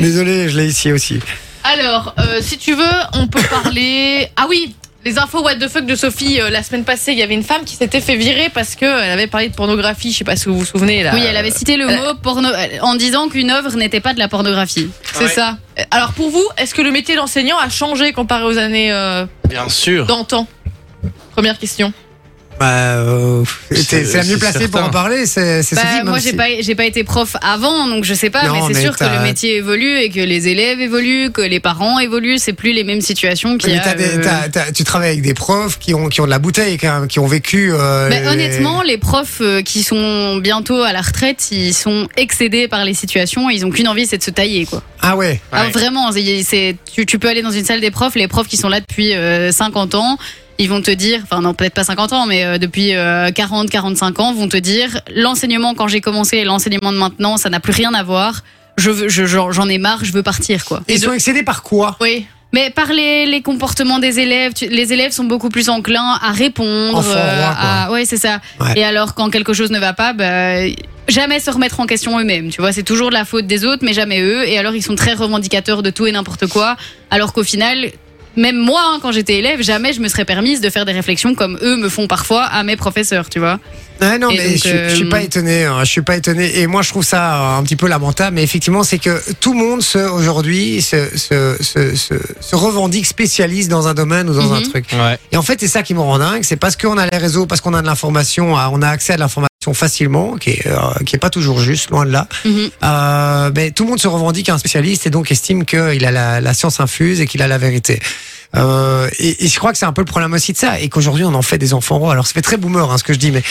[SPEAKER 3] Désolé, je l'ai ici aussi.
[SPEAKER 8] Alors, euh, si tu veux, on peut parler. Ah oui, les infos what the fuck de Sophie. euh, la semaine passée, il y avait une femme qui s'était fait virer parce que euh, elle avait parlé de pornographie. Je sais pas si vous vous souvenez là.
[SPEAKER 7] Oui, elle avait cité le mot porno euh, en disant qu'une œuvre n'était pas de la pornographie.
[SPEAKER 8] C'est ça. Euh, Alors pour vous, est-ce que le métier d'enseignant a changé comparé aux années euh,
[SPEAKER 6] Bien sûr.
[SPEAKER 8] d'antan Première question.
[SPEAKER 3] Bah, euh, t'es-
[SPEAKER 6] C'est-
[SPEAKER 3] c'est la mieux
[SPEAKER 6] c'est
[SPEAKER 3] placée pour
[SPEAKER 6] certain.
[SPEAKER 3] en parler. C'est c'est
[SPEAKER 7] Bah,
[SPEAKER 3] Sophie, même
[SPEAKER 7] moi, j'ai
[SPEAKER 3] si-
[SPEAKER 7] pas, j'ai pas été prof avant, donc je sais pas,
[SPEAKER 3] Non,
[SPEAKER 7] mais c'est
[SPEAKER 3] mais
[SPEAKER 7] sûr que
[SPEAKER 3] t'as-
[SPEAKER 7] le métier évolue et que les élèves évoluent, que les parents évoluent. C'est plus les mêmes situations qu'il y
[SPEAKER 3] Mais
[SPEAKER 7] a.
[SPEAKER 3] t'as des-
[SPEAKER 7] euh,
[SPEAKER 3] t'as- t'as- tu travailles avec des profs qui ont, qui ont de la bouteille, quand même, qui ont vécu. euh,
[SPEAKER 7] Ben,
[SPEAKER 3] les-
[SPEAKER 7] honnêtement, les profs euh, qui sont bientôt à la retraite, ils sont excédés par les situations et ils ont qu'une envie, c'est de se tailler, quoi.
[SPEAKER 3] Ah ouais.
[SPEAKER 7] Ah,
[SPEAKER 6] Ouais.
[SPEAKER 7] vraiment, c'est- c'est- tu, tu peux aller dans une salle des profs, les profs qui sont là depuis euh, 50 ans, ils vont te dire, enfin non, peut-être pas 50 ans, mais euh, depuis euh, 40, 45 ans, vont te dire, l'enseignement quand j'ai commencé et l'enseignement de maintenant, ça n'a plus rien à voir, je veux- je- j'en j'en ai marre, je veux partir, quoi.
[SPEAKER 3] Ils sont excédés par quoi
[SPEAKER 8] Oui.
[SPEAKER 7] Mais par les, les comportements des élèves, tu- les élèves sont beaucoup plus enclins à répondre. euh,
[SPEAKER 3] Enfant roi, quoi.
[SPEAKER 7] à, ouais, c'est ça.
[SPEAKER 3] Ouais.
[SPEAKER 7] Et alors, quand quelque chose ne va pas, bah, jamais se remettre en question eux-mêmes. Tu vois, c'est toujours de la faute des autres, mais jamais eux. Et alors, ils sont très revendicateurs de tout et n'importe quoi. Alors qu'au final, même moi, hein, quand j'étais élève, jamais je me serais permise de faire des réflexions comme eux me font parfois à mes professeurs, tu vois.
[SPEAKER 3] Ouais, Ah non,
[SPEAKER 7] Et
[SPEAKER 3] mais
[SPEAKER 7] donc,
[SPEAKER 3] je, je suis
[SPEAKER 7] euh,
[SPEAKER 3] pas étonné. hein, je suis pas étonné. Et moi, je trouve ça euh, un petit peu lamentable. Mais effectivement, c'est que tout le monde se- aujourd'hui se, se, se, se, se revendique spécialiste dans un domaine ou dans un
[SPEAKER 6] Mhm.
[SPEAKER 3] truc.
[SPEAKER 6] Ouais.
[SPEAKER 3] Et en fait, c'est ça qui me rend dingue. C'est parce qu'on a les réseaux, parce qu'on a de l'information, euh, on a accès à de l'information facilement, qui est, euh, qui est pas toujours juste, loin de là.
[SPEAKER 7] Mhm.
[SPEAKER 3] Euh, mais tout le monde se revendique un spécialiste et donc estime qu'il a la, la science infuse et qu'il a la vérité. Euh, et, et je crois que c'est un peu le problème aussi de ça, et qu'aujourd'hui on en fait des enfants rois. Alors ça fait très boomer hein, ce que je dis, mais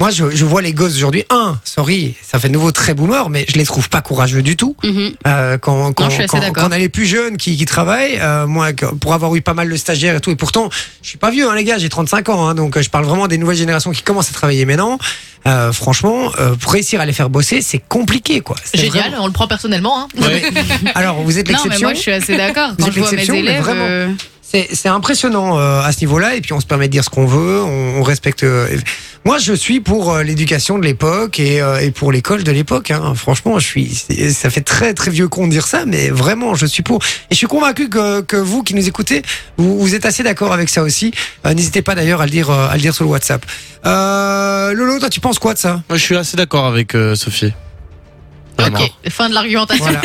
[SPEAKER 3] moi je, je vois les gosses aujourd'hui. Un, sorry, ça fait de nouveau très boomer, mais je les trouve pas courageux du tout.
[SPEAKER 7] Mhm.
[SPEAKER 3] Euh, quand, quand,
[SPEAKER 7] je suis assez
[SPEAKER 3] quand,
[SPEAKER 7] d'accord.
[SPEAKER 3] quand on a les plus jeunes qui, qui travaillent, euh, moi, que- pour avoir eu pas mal de stagiaires et tout, et pourtant, je suis pas vieux, hein, les gars, j'ai 35 ans, hein, donc euh, je parle vraiment des nouvelles générations qui commencent à travailler maintenant. Euh, franchement, euh, pour réussir à les faire bosser, c'est compliqué, quoi. C'est
[SPEAKER 8] Génial,
[SPEAKER 3] vraiment-
[SPEAKER 8] on le prend personnellement. hein.
[SPEAKER 3] Alors, vous êtes
[SPEAKER 7] Non, mais
[SPEAKER 3] l'exception.
[SPEAKER 7] moi, je suis assez d'accord.
[SPEAKER 3] Vous
[SPEAKER 7] Quand
[SPEAKER 3] êtes
[SPEAKER 7] je vois mes
[SPEAKER 3] l'exception, mais
[SPEAKER 7] élèves.
[SPEAKER 3] vraiment.
[SPEAKER 7] euh,
[SPEAKER 3] C'est c'est impressionnant euh, à ce niveau-là, et puis on se permet de dire ce qu'on veut, on, on respecte. euh, et- moi, je suis pour euh, l'éducation de l'époque et, euh, et pour l'école de l'époque. hein. Franchement, je suis. c'est- Ça fait très très vieux con de dire ça, mais vraiment, je suis pour. Et je suis convaincu que, que vous qui nous écoutez, vous, vous êtes assez d'accord avec ça aussi. Euh, N'hésitez pas d'ailleurs à le dire euh, à le dire sur le WhatsApp. Euh, Lolo, toi, tu penses quoi de ça
[SPEAKER 6] Moi, je suis assez d'accord avec euh, Sophie. Vraiment.
[SPEAKER 8] Ok, fin de l'argumentation.
[SPEAKER 3] Voilà.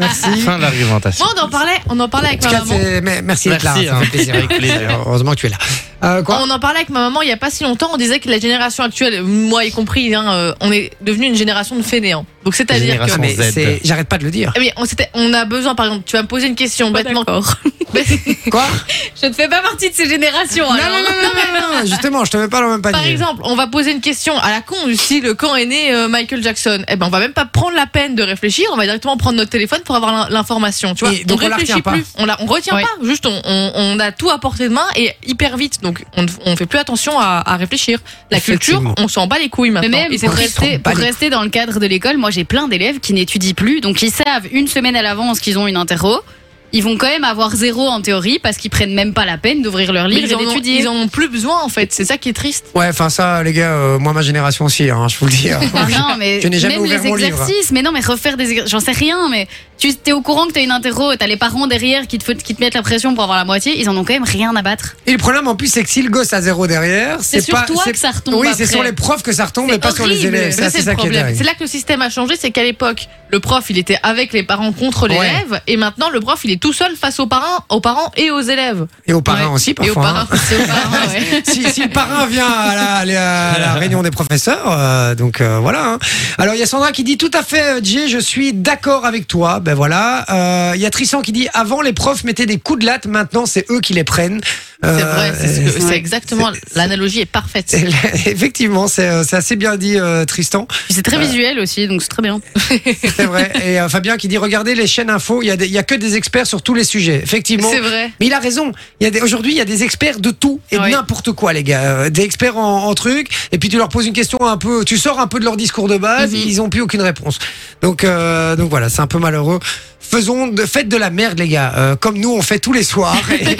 [SPEAKER 3] Merci.
[SPEAKER 6] Fin de l'argumentation.
[SPEAKER 8] Moi, on en parlait, on en parlait avec
[SPEAKER 3] En
[SPEAKER 8] ma
[SPEAKER 3] tout cas,
[SPEAKER 8] maman.
[SPEAKER 3] c'est- mais- merci d'être là.
[SPEAKER 6] Merci,
[SPEAKER 3] ça
[SPEAKER 6] hein. Oh,
[SPEAKER 3] fait plaisir.
[SPEAKER 6] Avec plaisir.
[SPEAKER 3] Heureusement que tu es là. Euh, quoi
[SPEAKER 8] on en parlait avec ma maman il n'y a pas si longtemps. On disait que la génération actuelle, moi y compris, hein, euh, on est devenu une génération de fainéants. Donc c'est-à-dire que.
[SPEAKER 6] Génération
[SPEAKER 3] Ah, mais
[SPEAKER 6] Z.
[SPEAKER 3] c'est- J'arrête pas de le dire.
[SPEAKER 8] Eh bien, on, s'était- on a besoin, par exemple, tu vas me poser une question bêtement.
[SPEAKER 3] Quoi
[SPEAKER 7] Je ne fais pas partie de ces générations.
[SPEAKER 3] Non,
[SPEAKER 7] alors.
[SPEAKER 3] non, non, non, non, non, justement, je te mets pas dans le même panier.
[SPEAKER 8] Par exemple, on va poser une question à la con du style quand est né euh, Michael Jackson. Eh ben, on va même pas prendre la peine de réfléchir. On va directement prendre notre téléphone pour avoir l'in- l'information. Tu vois,
[SPEAKER 3] Et donc, on la
[SPEAKER 8] réfléchit
[SPEAKER 3] retient pas.
[SPEAKER 8] plus. On la, on retient
[SPEAKER 7] Ouais.
[SPEAKER 8] pas. Juste, on, on- on a tout à portée de main et hyper vite. Donc, on, ne- on fait plus attention à, à réfléchir. La culture,
[SPEAKER 3] Effectivement.
[SPEAKER 8] on s'en bat les couilles
[SPEAKER 7] Mais
[SPEAKER 8] maintenant.
[SPEAKER 7] même
[SPEAKER 8] Et c'est
[SPEAKER 7] pour
[SPEAKER 8] vrai.
[SPEAKER 3] s'en
[SPEAKER 7] rester,
[SPEAKER 3] bat
[SPEAKER 7] pour
[SPEAKER 3] les
[SPEAKER 7] rester dans le cadre de l'école, moi j'ai plein d'élèves qui n'étudient plus, donc ils savent une semaine à l'avance qu'ils ont une interro. Ils vont quand même avoir zéro en théorie parce qu'ils prennent même pas la peine d'ouvrir leur
[SPEAKER 8] Mais
[SPEAKER 7] livre
[SPEAKER 8] ils,
[SPEAKER 7] et
[SPEAKER 8] en ont,
[SPEAKER 7] d'étudier.
[SPEAKER 8] ils en ont plus besoin en fait. C'est ça qui est triste.
[SPEAKER 3] Ouais, enfin ça, les gars, euh, moi ma génération aussi, hein, je vous le dis. hein.
[SPEAKER 7] Ah non, mais
[SPEAKER 3] Je n'ai jamais
[SPEAKER 7] même
[SPEAKER 3] ouvert
[SPEAKER 7] les
[SPEAKER 3] mon livre.
[SPEAKER 7] exercices, mais non, mais refaire des exercices, j'en sais rien, mais tu t'es au courant que t'as une interro, t'as les parents derrière qui te, faut- qui te mettent la pression pour avoir la moitié, ils en ont quand même rien à battre.
[SPEAKER 3] Et le problème en plus, c'est que si le gosse a zéro derrière,
[SPEAKER 7] C'est
[SPEAKER 3] c'est
[SPEAKER 7] sur
[SPEAKER 3] pas.
[SPEAKER 7] toi
[SPEAKER 3] c'est-
[SPEAKER 7] que ça retombe.
[SPEAKER 3] Oui, c'est
[SPEAKER 7] après.
[SPEAKER 3] sur les profs que ça retombe, mais
[SPEAKER 7] C'est
[SPEAKER 3] pas sur les
[SPEAKER 7] horrible.
[SPEAKER 3] élèves.
[SPEAKER 8] Mais
[SPEAKER 3] Ça,
[SPEAKER 8] c'est
[SPEAKER 3] c'est
[SPEAKER 8] le
[SPEAKER 3] ça qui est
[SPEAKER 8] problème.
[SPEAKER 3] dingue.
[SPEAKER 8] C'est là que le système a changé, c'est qu'à l'époque, le prof, il était avec les parents contre
[SPEAKER 3] Ouais.
[SPEAKER 8] l'élève, et maintenant, le prof, il est tout seul face aux parents, aux parents et aux élèves.
[SPEAKER 3] Et aux parrains
[SPEAKER 8] Ouais.
[SPEAKER 3] aussi,
[SPEAKER 8] Et aux
[SPEAKER 3] parfois. hein.
[SPEAKER 8] parents, c'est aux parents, ouais.
[SPEAKER 3] si, si le parrain vient à la, à la- à la réunion des professeurs, euh, donc euh, voilà. hein. Alors il y a Sandra qui dit tout à fait, euh, Jay, je suis d'accord avec toi. Ben voilà. Euh, Il y a Tristan qui dit avant les profs mettaient des coups de latte, maintenant c'est eux qui les prennent.
[SPEAKER 8] C'est
[SPEAKER 3] Euh,
[SPEAKER 8] vrai, c'est ce que-
[SPEAKER 3] euh,
[SPEAKER 8] c'est exactement, l'analogie est parfaite.
[SPEAKER 3] Effectivement, c'est euh, c'est assez bien dit, euh, Tristan.
[SPEAKER 7] Puis C'est très visuel aussi, donc c'est très bien.
[SPEAKER 3] C'est vrai. Et euh, Fabien qui dit regardez les chaînes info, il y, a des- il y a que des experts sur tous les sujets. Effectivement.
[SPEAKER 8] C'est vrai.
[SPEAKER 3] Mais il a raison. Il y a des- Aujourd'hui, il y a des experts de tout et de
[SPEAKER 8] Oui.
[SPEAKER 3] n'importe quoi, les gars. Euh, Des experts en, en trucs. Et puis tu leur poses une question un peu, tu sors un peu de leur discours de base.
[SPEAKER 8] Mhm.
[SPEAKER 3] Ils n'ont plus aucune réponse. Donc, euh, donc voilà, c'est un peu malheureux. Faisons, de, faites de la merde, les gars. euh, comme nous, on fait tous les soirs. Et, et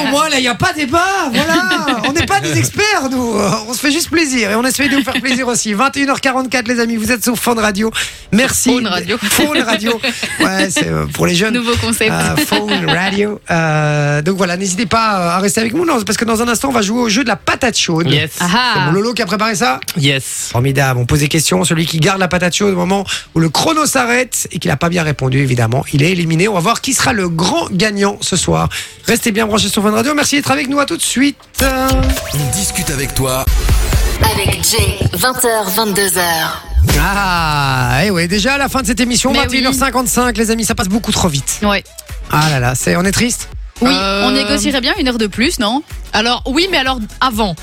[SPEAKER 3] au moins, là, il n'y a pas débat. Voilà. On n'est pas des experts, nous. Euh, On se fait juste plaisir. Et on essaie de vous faire plaisir aussi. 21h44, les amis. Vous êtes sur Fun Radio. Merci.
[SPEAKER 8] Fun Radio.
[SPEAKER 3] Fun Radio. Ouais, c'est euh, pour les jeunes.
[SPEAKER 7] Nouveau concept.
[SPEAKER 3] Euh, phone radio. Euh, donc voilà, n'hésitez pas euh, à rester avec nous non, parce que dans un instant, on va jouer au jeu de la patate chaude.
[SPEAKER 6] Yes.
[SPEAKER 3] C'est
[SPEAKER 7] Ah
[SPEAKER 3] mon Lolo qui a préparé ça
[SPEAKER 6] Yes.
[SPEAKER 3] Formidable. On pose des questions. Celui qui garde la patate chaude au moment où le chrono s'arrête et qu'il n'a pas bien répondu, évidemment, il est éliminé. On va voir qui sera le grand gagnant ce soir. Restez bien branchés sur Fun Radio. Merci d'être avec nous. À tout de suite. Euh,
[SPEAKER 5] On discute avec toi
[SPEAKER 4] Avec Jay, 20h, 22h.
[SPEAKER 3] Ah, et ouais, déjà à la fin de cette émission,
[SPEAKER 7] Mais
[SPEAKER 3] 21h55, les amis, ça passe beaucoup trop vite.
[SPEAKER 7] Ouais.
[SPEAKER 3] Ah là là, c'est, on est triste.
[SPEAKER 7] Oui,
[SPEAKER 8] Euh,
[SPEAKER 7] on négocierait bien une heure de plus, non
[SPEAKER 8] Alors, oui, mais alors, avant.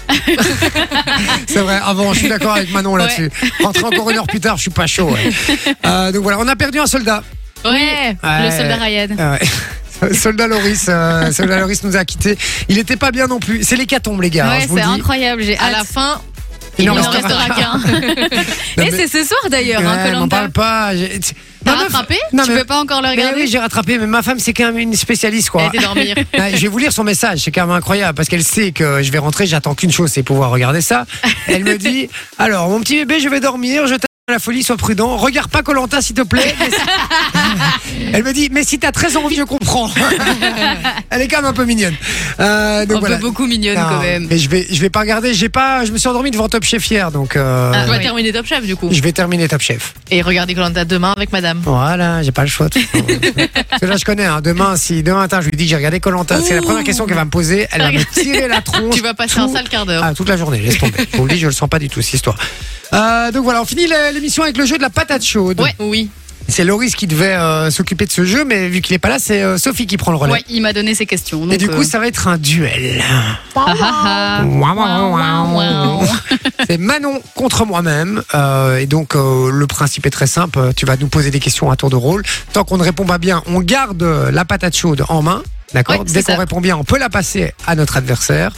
[SPEAKER 3] C'est vrai, avant, je suis d'accord avec Manon là-dessus. Rentrer encore une heure plus tard, je suis pas chaud. ouais. Euh, donc voilà, on a perdu un soldat.
[SPEAKER 7] Ouais,
[SPEAKER 3] Ouais.
[SPEAKER 7] le soldat Ryan.
[SPEAKER 3] Euh, soldat Loris, euh, soldat Loris nous a quittés. Il était pas bien non plus. C'est l'hécatombe, les gars. hein,
[SPEAKER 7] Ouais,
[SPEAKER 3] je vous
[SPEAKER 7] c'est
[SPEAKER 3] le dis.
[SPEAKER 7] incroyable, j'ai
[SPEAKER 8] À
[SPEAKER 7] hâte.
[SPEAKER 8] la fin,
[SPEAKER 3] Il
[SPEAKER 7] Il
[SPEAKER 3] en
[SPEAKER 7] n'en
[SPEAKER 3] restera
[SPEAKER 7] restera qu'un.
[SPEAKER 3] Non, mais-
[SPEAKER 7] Et c'est ce soir d'ailleurs,
[SPEAKER 3] Ouais,
[SPEAKER 7] hein,
[SPEAKER 3] m'en
[SPEAKER 7] Colanta.
[SPEAKER 3] parle pas. j'ai- Ma
[SPEAKER 7] T'as
[SPEAKER 3] meuf-
[SPEAKER 7] rattrapé
[SPEAKER 3] non,
[SPEAKER 7] Tu
[SPEAKER 3] mais-
[SPEAKER 7] peux pas encore le
[SPEAKER 3] Mais
[SPEAKER 7] regarder
[SPEAKER 3] oui, j'ai rattrapé, mais ma femme, c'est quand même une spécialiste,
[SPEAKER 8] elle
[SPEAKER 3] quoi.
[SPEAKER 8] était dormir.
[SPEAKER 3] Ouais, Bah, je vais vous lire son message, c'est quand même incroyable parce qu'elle sait que je vais rentrer, j'attends qu'une chose, c'est pouvoir regarder ça. Elle me dit Alors, mon petit bébé, je vais dormir, je la folie, sois prudent. Regarde pas Colanta, s'il te plaît. Mais si- Elle me dit, mais si t'as très envie, je comprends. Elle est quand même un peu mignonne. Euh, donc
[SPEAKER 7] Un peu
[SPEAKER 3] voilà.
[SPEAKER 7] beaucoup mignonne,
[SPEAKER 3] Non,
[SPEAKER 7] quand même.
[SPEAKER 3] Mais je vais, je vais pas regarder. J'ai pas, je me suis endormi devant Top Chef hier, donc euh,
[SPEAKER 8] Ah, tu vas terminer Top Chef du coup.
[SPEAKER 3] je vais terminer Top Chef.
[SPEAKER 8] Et regardez Colanta demain avec madame.
[SPEAKER 3] Voilà, j'ai pas le choix. de toute façon. Parce que là, je connais. hein. Demain, si demain matin, je lui dis que j'ai regardé Colanta, c'est la première question qu'elle va me poser. Elle va me tirer la tronche.
[SPEAKER 8] Oh. Tu vas passer un
[SPEAKER 3] tout-
[SPEAKER 8] sale quart d'heure.
[SPEAKER 3] Ah, toute la journée, laisse tomber. Je vous le dis, je le sens pas du tout, cette histoire. Euh, donc voilà, on finit la- l'émission avec le jeu de la patate chaude.
[SPEAKER 7] Ouais.
[SPEAKER 8] Oui.
[SPEAKER 3] C'est Loris qui devait euh, s'occuper de ce jeu, mais vu qu'il est pas là, c'est euh, Sophie qui prend le relais.
[SPEAKER 7] Ouais, il m'a donné ses questions.
[SPEAKER 3] Et
[SPEAKER 7] donc,
[SPEAKER 3] du coup,
[SPEAKER 7] euh,
[SPEAKER 3] ça va être un duel.
[SPEAKER 7] ah, ah, ah.
[SPEAKER 3] Ouah, ouah, ouah,
[SPEAKER 7] Ouah, ouah.
[SPEAKER 3] C'est Manon contre moi-même. euh, et donc, euh, le principe est très simple. Tu vas nous poser des questions à tour de rôle. Tant qu'on ne répond pas bien, on garde euh, la patate chaude en main. D'accord
[SPEAKER 7] Ouais, c'est
[SPEAKER 3] Dès qu'on
[SPEAKER 7] ça.
[SPEAKER 3] répond bien, on peut la passer à notre adversaire.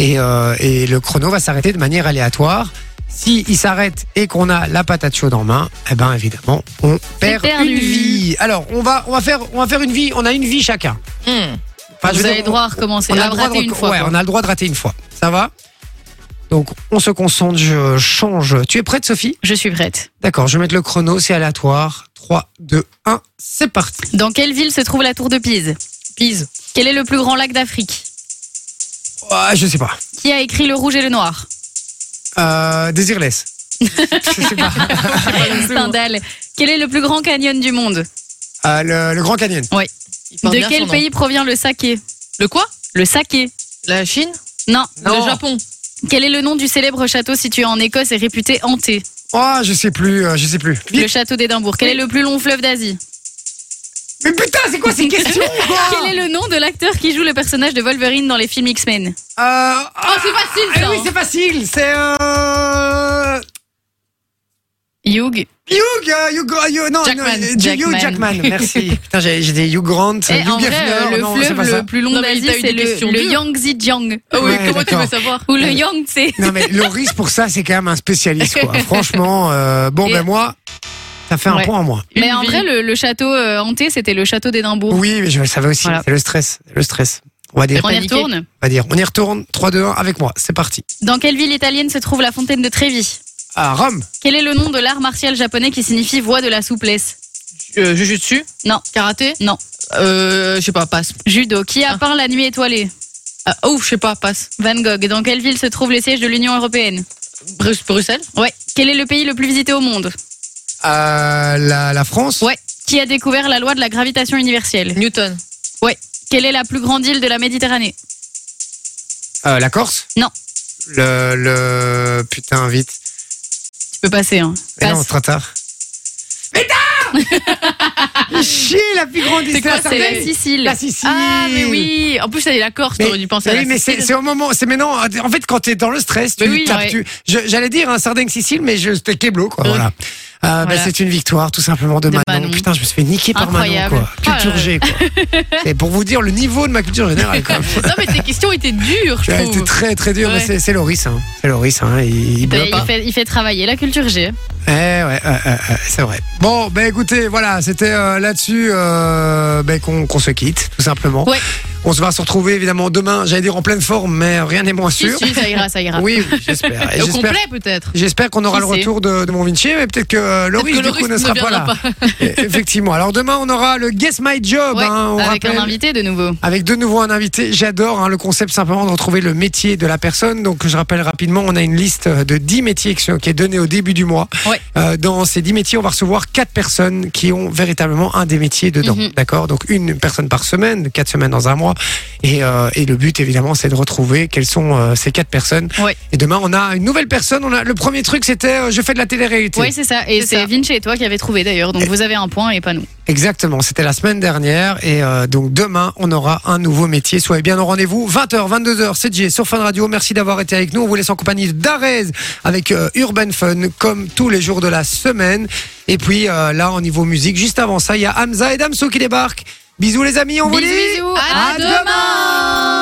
[SPEAKER 3] Et, euh, et le chrono va s'arrêter de manière aléatoire. Si il s'arrête et qu'on a la patate chaude en main, eh ben évidemment, on perd
[SPEAKER 7] perdu.
[SPEAKER 3] une vie. Alors, on va, on va faire, on va faire une vie. On a une vie chacun.
[SPEAKER 8] Hmm.
[SPEAKER 3] Enfin, je
[SPEAKER 7] Vous
[SPEAKER 3] veux
[SPEAKER 7] avez
[SPEAKER 3] dire,
[SPEAKER 7] droit à recommencer.
[SPEAKER 3] on a,
[SPEAKER 7] à
[SPEAKER 3] le droit
[SPEAKER 7] rater
[SPEAKER 3] de,
[SPEAKER 7] une fois.
[SPEAKER 3] ouais,
[SPEAKER 7] quoi.
[SPEAKER 3] on a le droit de rater une fois. Ça va Donc, on se concentre, je change. Tu es prête, Sophie
[SPEAKER 7] Je suis prête.
[SPEAKER 3] D'accord, je vais mettre le chrono, c'est aléatoire. 3, 2, 1, c'est parti.
[SPEAKER 7] Dans quelle ville se trouve la tour de Pise
[SPEAKER 8] Pise.
[SPEAKER 7] Quel est le plus grand lac d'Afrique
[SPEAKER 3] Ah, je sais pas.
[SPEAKER 7] Qui a écrit Le Rouge et le Noir
[SPEAKER 3] Euh, Désirless. je sais pas.
[SPEAKER 7] Stendhal. Quel est le plus grand canyon du monde
[SPEAKER 3] Euh, le, le Grand Canyon.
[SPEAKER 8] Il porte
[SPEAKER 7] De
[SPEAKER 8] bien son
[SPEAKER 7] quel
[SPEAKER 8] nom.
[SPEAKER 7] pays provient le saké
[SPEAKER 8] Le quoi
[SPEAKER 7] Le saké
[SPEAKER 8] La Chine
[SPEAKER 7] Non.
[SPEAKER 8] Le Japon
[SPEAKER 7] Quel est le nom du célèbre château situé en Écosse et réputé hanté
[SPEAKER 3] Oh, je sais plus, euh, je sais plus.
[SPEAKER 7] Le château d'Édimbourg. Quel est le plus long fleuve d'Asie
[SPEAKER 3] Mais putain, c'est quoi ces questions quoi
[SPEAKER 8] Ah.
[SPEAKER 7] Quel est le nom de l'acteur qui joue le personnage de Wolverine dans les films X-Men
[SPEAKER 3] Euh,
[SPEAKER 8] Oh,
[SPEAKER 3] ah,
[SPEAKER 8] c'est facile
[SPEAKER 3] eh
[SPEAKER 8] ça
[SPEAKER 7] hein.
[SPEAKER 3] oui, c'est facile, c'est euh...
[SPEAKER 7] Hugh.
[SPEAKER 3] Hugh, euh, Hugh, Gra- Hugh- non,
[SPEAKER 8] Jackman,
[SPEAKER 3] non, euh, Hugh
[SPEAKER 7] Jackman.
[SPEAKER 3] Jackman, merci. Putain, j'ai j'ai des Hugh Grant,
[SPEAKER 7] Eh,
[SPEAKER 3] Hugh
[SPEAKER 7] en vrai, euh,
[SPEAKER 3] Hefner,
[SPEAKER 7] le
[SPEAKER 3] non, c'est pas
[SPEAKER 7] fleuve
[SPEAKER 3] ça.
[SPEAKER 7] le plus long
[SPEAKER 8] Non, mais
[SPEAKER 7] d'Asie,
[SPEAKER 8] t'as eu
[SPEAKER 7] c'est
[SPEAKER 8] des
[SPEAKER 7] le,
[SPEAKER 8] questions
[SPEAKER 7] le
[SPEAKER 8] dures.
[SPEAKER 7] Yangtze-Jiang.
[SPEAKER 8] Ah oui,
[SPEAKER 3] Ouais,
[SPEAKER 8] comment tu
[SPEAKER 3] d'accord.
[SPEAKER 8] veux savoir
[SPEAKER 7] Ou le Yangtze.
[SPEAKER 3] Non mais Loris pour ça c'est quand même un spécialiste quoi. Franchement, euh, bon
[SPEAKER 7] Et-
[SPEAKER 3] ben moi, ça fait un
[SPEAKER 7] Ouais.
[SPEAKER 3] point en moins.
[SPEAKER 7] Mais
[SPEAKER 8] Une
[SPEAKER 7] en
[SPEAKER 8] ville.
[SPEAKER 7] vrai, le, le château euh, hanté, c'était le château d'Édimbourg.
[SPEAKER 3] Oui mais je le savais aussi,
[SPEAKER 7] Voilà.
[SPEAKER 3] c'est le stress, le stress. On va dire,
[SPEAKER 7] On
[SPEAKER 3] on
[SPEAKER 7] y
[SPEAKER 8] paniqué.
[SPEAKER 7] retourne.
[SPEAKER 3] va dire, on y retourne. 3, 2, 1 avec moi, c'est parti.
[SPEAKER 7] Dans quelle ville italienne se trouve la fontaine de Trévi
[SPEAKER 3] À Rome,
[SPEAKER 7] Quel est le nom de l'art martial japonais qui signifie voie de la souplesse
[SPEAKER 8] euh, Jujutsu
[SPEAKER 7] Non.
[SPEAKER 8] Karaté
[SPEAKER 7] Non.
[SPEAKER 8] Euh, je sais pas, passe.
[SPEAKER 7] Judo. Qui a peint la nuit étoilée
[SPEAKER 8] Ah, oh, je sais pas, passe.
[SPEAKER 7] Van Gogh. Dans quelle ville se trouve le siège de l'Union européenne
[SPEAKER 8] Brus- Bruxelles
[SPEAKER 7] Ouais. Quel est le pays le plus visité au monde
[SPEAKER 3] à la, la France,
[SPEAKER 7] Ouais. Qui a découvert la loi de la gravitation universelle
[SPEAKER 8] Newton.
[SPEAKER 7] Quelle est la plus grande île de la Méditerranée
[SPEAKER 3] euh, la Corse.
[SPEAKER 7] Non.
[SPEAKER 3] Le, le putain vite.
[SPEAKER 7] Tu peux passer. Hein.
[SPEAKER 3] Mais non,
[SPEAKER 7] Passe.
[SPEAKER 3] c'est trop tard. Putain Chier la plus grande
[SPEAKER 8] C'est quoi,
[SPEAKER 3] histoire.
[SPEAKER 7] C'est la
[SPEAKER 8] c'est-
[SPEAKER 7] Sicile.
[SPEAKER 3] La Sicile.
[SPEAKER 8] Ah, mais oui En plus, t'as dit la Corse,
[SPEAKER 3] Mais-
[SPEAKER 8] t'aurais dû penser à
[SPEAKER 3] oui,
[SPEAKER 8] la
[SPEAKER 3] mais c'est
[SPEAKER 8] Sicile.
[SPEAKER 3] c'est au moment, c'est maintenant. En fait, quand t'es dans le stress, tu
[SPEAKER 8] Mais oui,
[SPEAKER 3] tapes.
[SPEAKER 8] ouais.
[SPEAKER 3] tu- je- J'allais dire un sardaigne Sicile, mais je c'était Keblo, quoi.
[SPEAKER 8] Ouais.
[SPEAKER 3] Voilà. Euh, ben,
[SPEAKER 8] Voilà.
[SPEAKER 3] c'est une victoire, tout simplement, de,
[SPEAKER 7] De
[SPEAKER 3] Manon.
[SPEAKER 7] Manon.
[SPEAKER 3] Putain, je me suis fait niquer par
[SPEAKER 7] Incroyable.
[SPEAKER 3] Manon, quoi.
[SPEAKER 8] Ah,
[SPEAKER 3] Culture G, quoi. C'est pour vous dire le niveau de ma culture générale, quoi.
[SPEAKER 8] Non, mais tes questions étaient dures, je
[SPEAKER 3] C'était
[SPEAKER 8] trouve.
[SPEAKER 3] très très dur,
[SPEAKER 8] Ouais.
[SPEAKER 3] mais c'est- c'est Loris, hein. C'est Loris, hein. Il, il
[SPEAKER 7] Il,
[SPEAKER 3] bloque.
[SPEAKER 7] il fait, il fait travailler la culture G.
[SPEAKER 3] Eh ouais, euh, euh, euh, c'est vrai. Bon, ben écoutez, voilà, c'était euh, là-dessus euh, ben, qu'on qu'on se quitte, tout simplement.
[SPEAKER 7] Ouais.
[SPEAKER 3] On se va se retrouver évidemment demain, j'allais dire en pleine forme, mais rien n'est moins
[SPEAKER 7] Si,
[SPEAKER 3] sûr.
[SPEAKER 7] si, ça ira, ça ira.
[SPEAKER 3] Oui, oui, j'espère. Et
[SPEAKER 8] Au
[SPEAKER 3] j'espère-
[SPEAKER 8] complet, peut-être.
[SPEAKER 3] J'espère qu'on aura
[SPEAKER 7] Qui
[SPEAKER 3] le
[SPEAKER 7] sait
[SPEAKER 3] retour de, de mon Vinci, mais peut-être que euh, Loris,
[SPEAKER 8] Peut-être que
[SPEAKER 3] du coup,
[SPEAKER 8] Loris
[SPEAKER 3] ne
[SPEAKER 8] ne
[SPEAKER 3] sera pas là.
[SPEAKER 8] viendra
[SPEAKER 3] Et- Effectivement. Alors demain, on aura le Guess My Job.
[SPEAKER 7] Ouais,
[SPEAKER 3] hein, on
[SPEAKER 7] avec
[SPEAKER 3] rappelle.
[SPEAKER 7] un invité de nouveau.
[SPEAKER 3] Avec de nouveau un invité, j'adore hein, le concept simplement de retrouver le métier de la personne. Donc je rappelle rapidement, on a une liste de 10 métiers qui sont- qui est donnée au début du mois.
[SPEAKER 7] Ouais.
[SPEAKER 3] Euh, dans ces 10 métiers, on va recevoir 4 personnes qui ont véritablement un des métiers dedans.
[SPEAKER 7] Mhm.
[SPEAKER 3] D'accord Donc une personne par semaine, 4 semaines dans un mois. Et, euh, et le but évidemment, c'est de retrouver quelles sont euh, ces 4 personnes.
[SPEAKER 7] Ouais.
[SPEAKER 3] Et demain, on a une nouvelle personne. On a, le premier truc, c'était euh, je fais de la télé-réalité.
[SPEAKER 7] Oui, c'est ça. Et
[SPEAKER 8] C'est
[SPEAKER 7] c'est
[SPEAKER 8] ça.
[SPEAKER 7] Vinci et toi qui avez trouvé d'ailleurs. Donc vous avez un point et pas nous.
[SPEAKER 3] Exactement, c'était la semaine dernière et euh, donc demain on aura un nouveau métier. Soyez bien au rendez-vous, 20h, 22h, c'est Jay sur Fun Radio. Merci d'avoir été avec nous. On vous laisse en compagnie d'Arez avec euh, Urban Fun comme tous les jours de la semaine. Et puis euh, là en niveau musique, juste avant ça, il y a Hamza et Damso qui débarquent. Bisous les amis, on vous
[SPEAKER 7] Bisous,
[SPEAKER 3] dit
[SPEAKER 7] bisous. À demain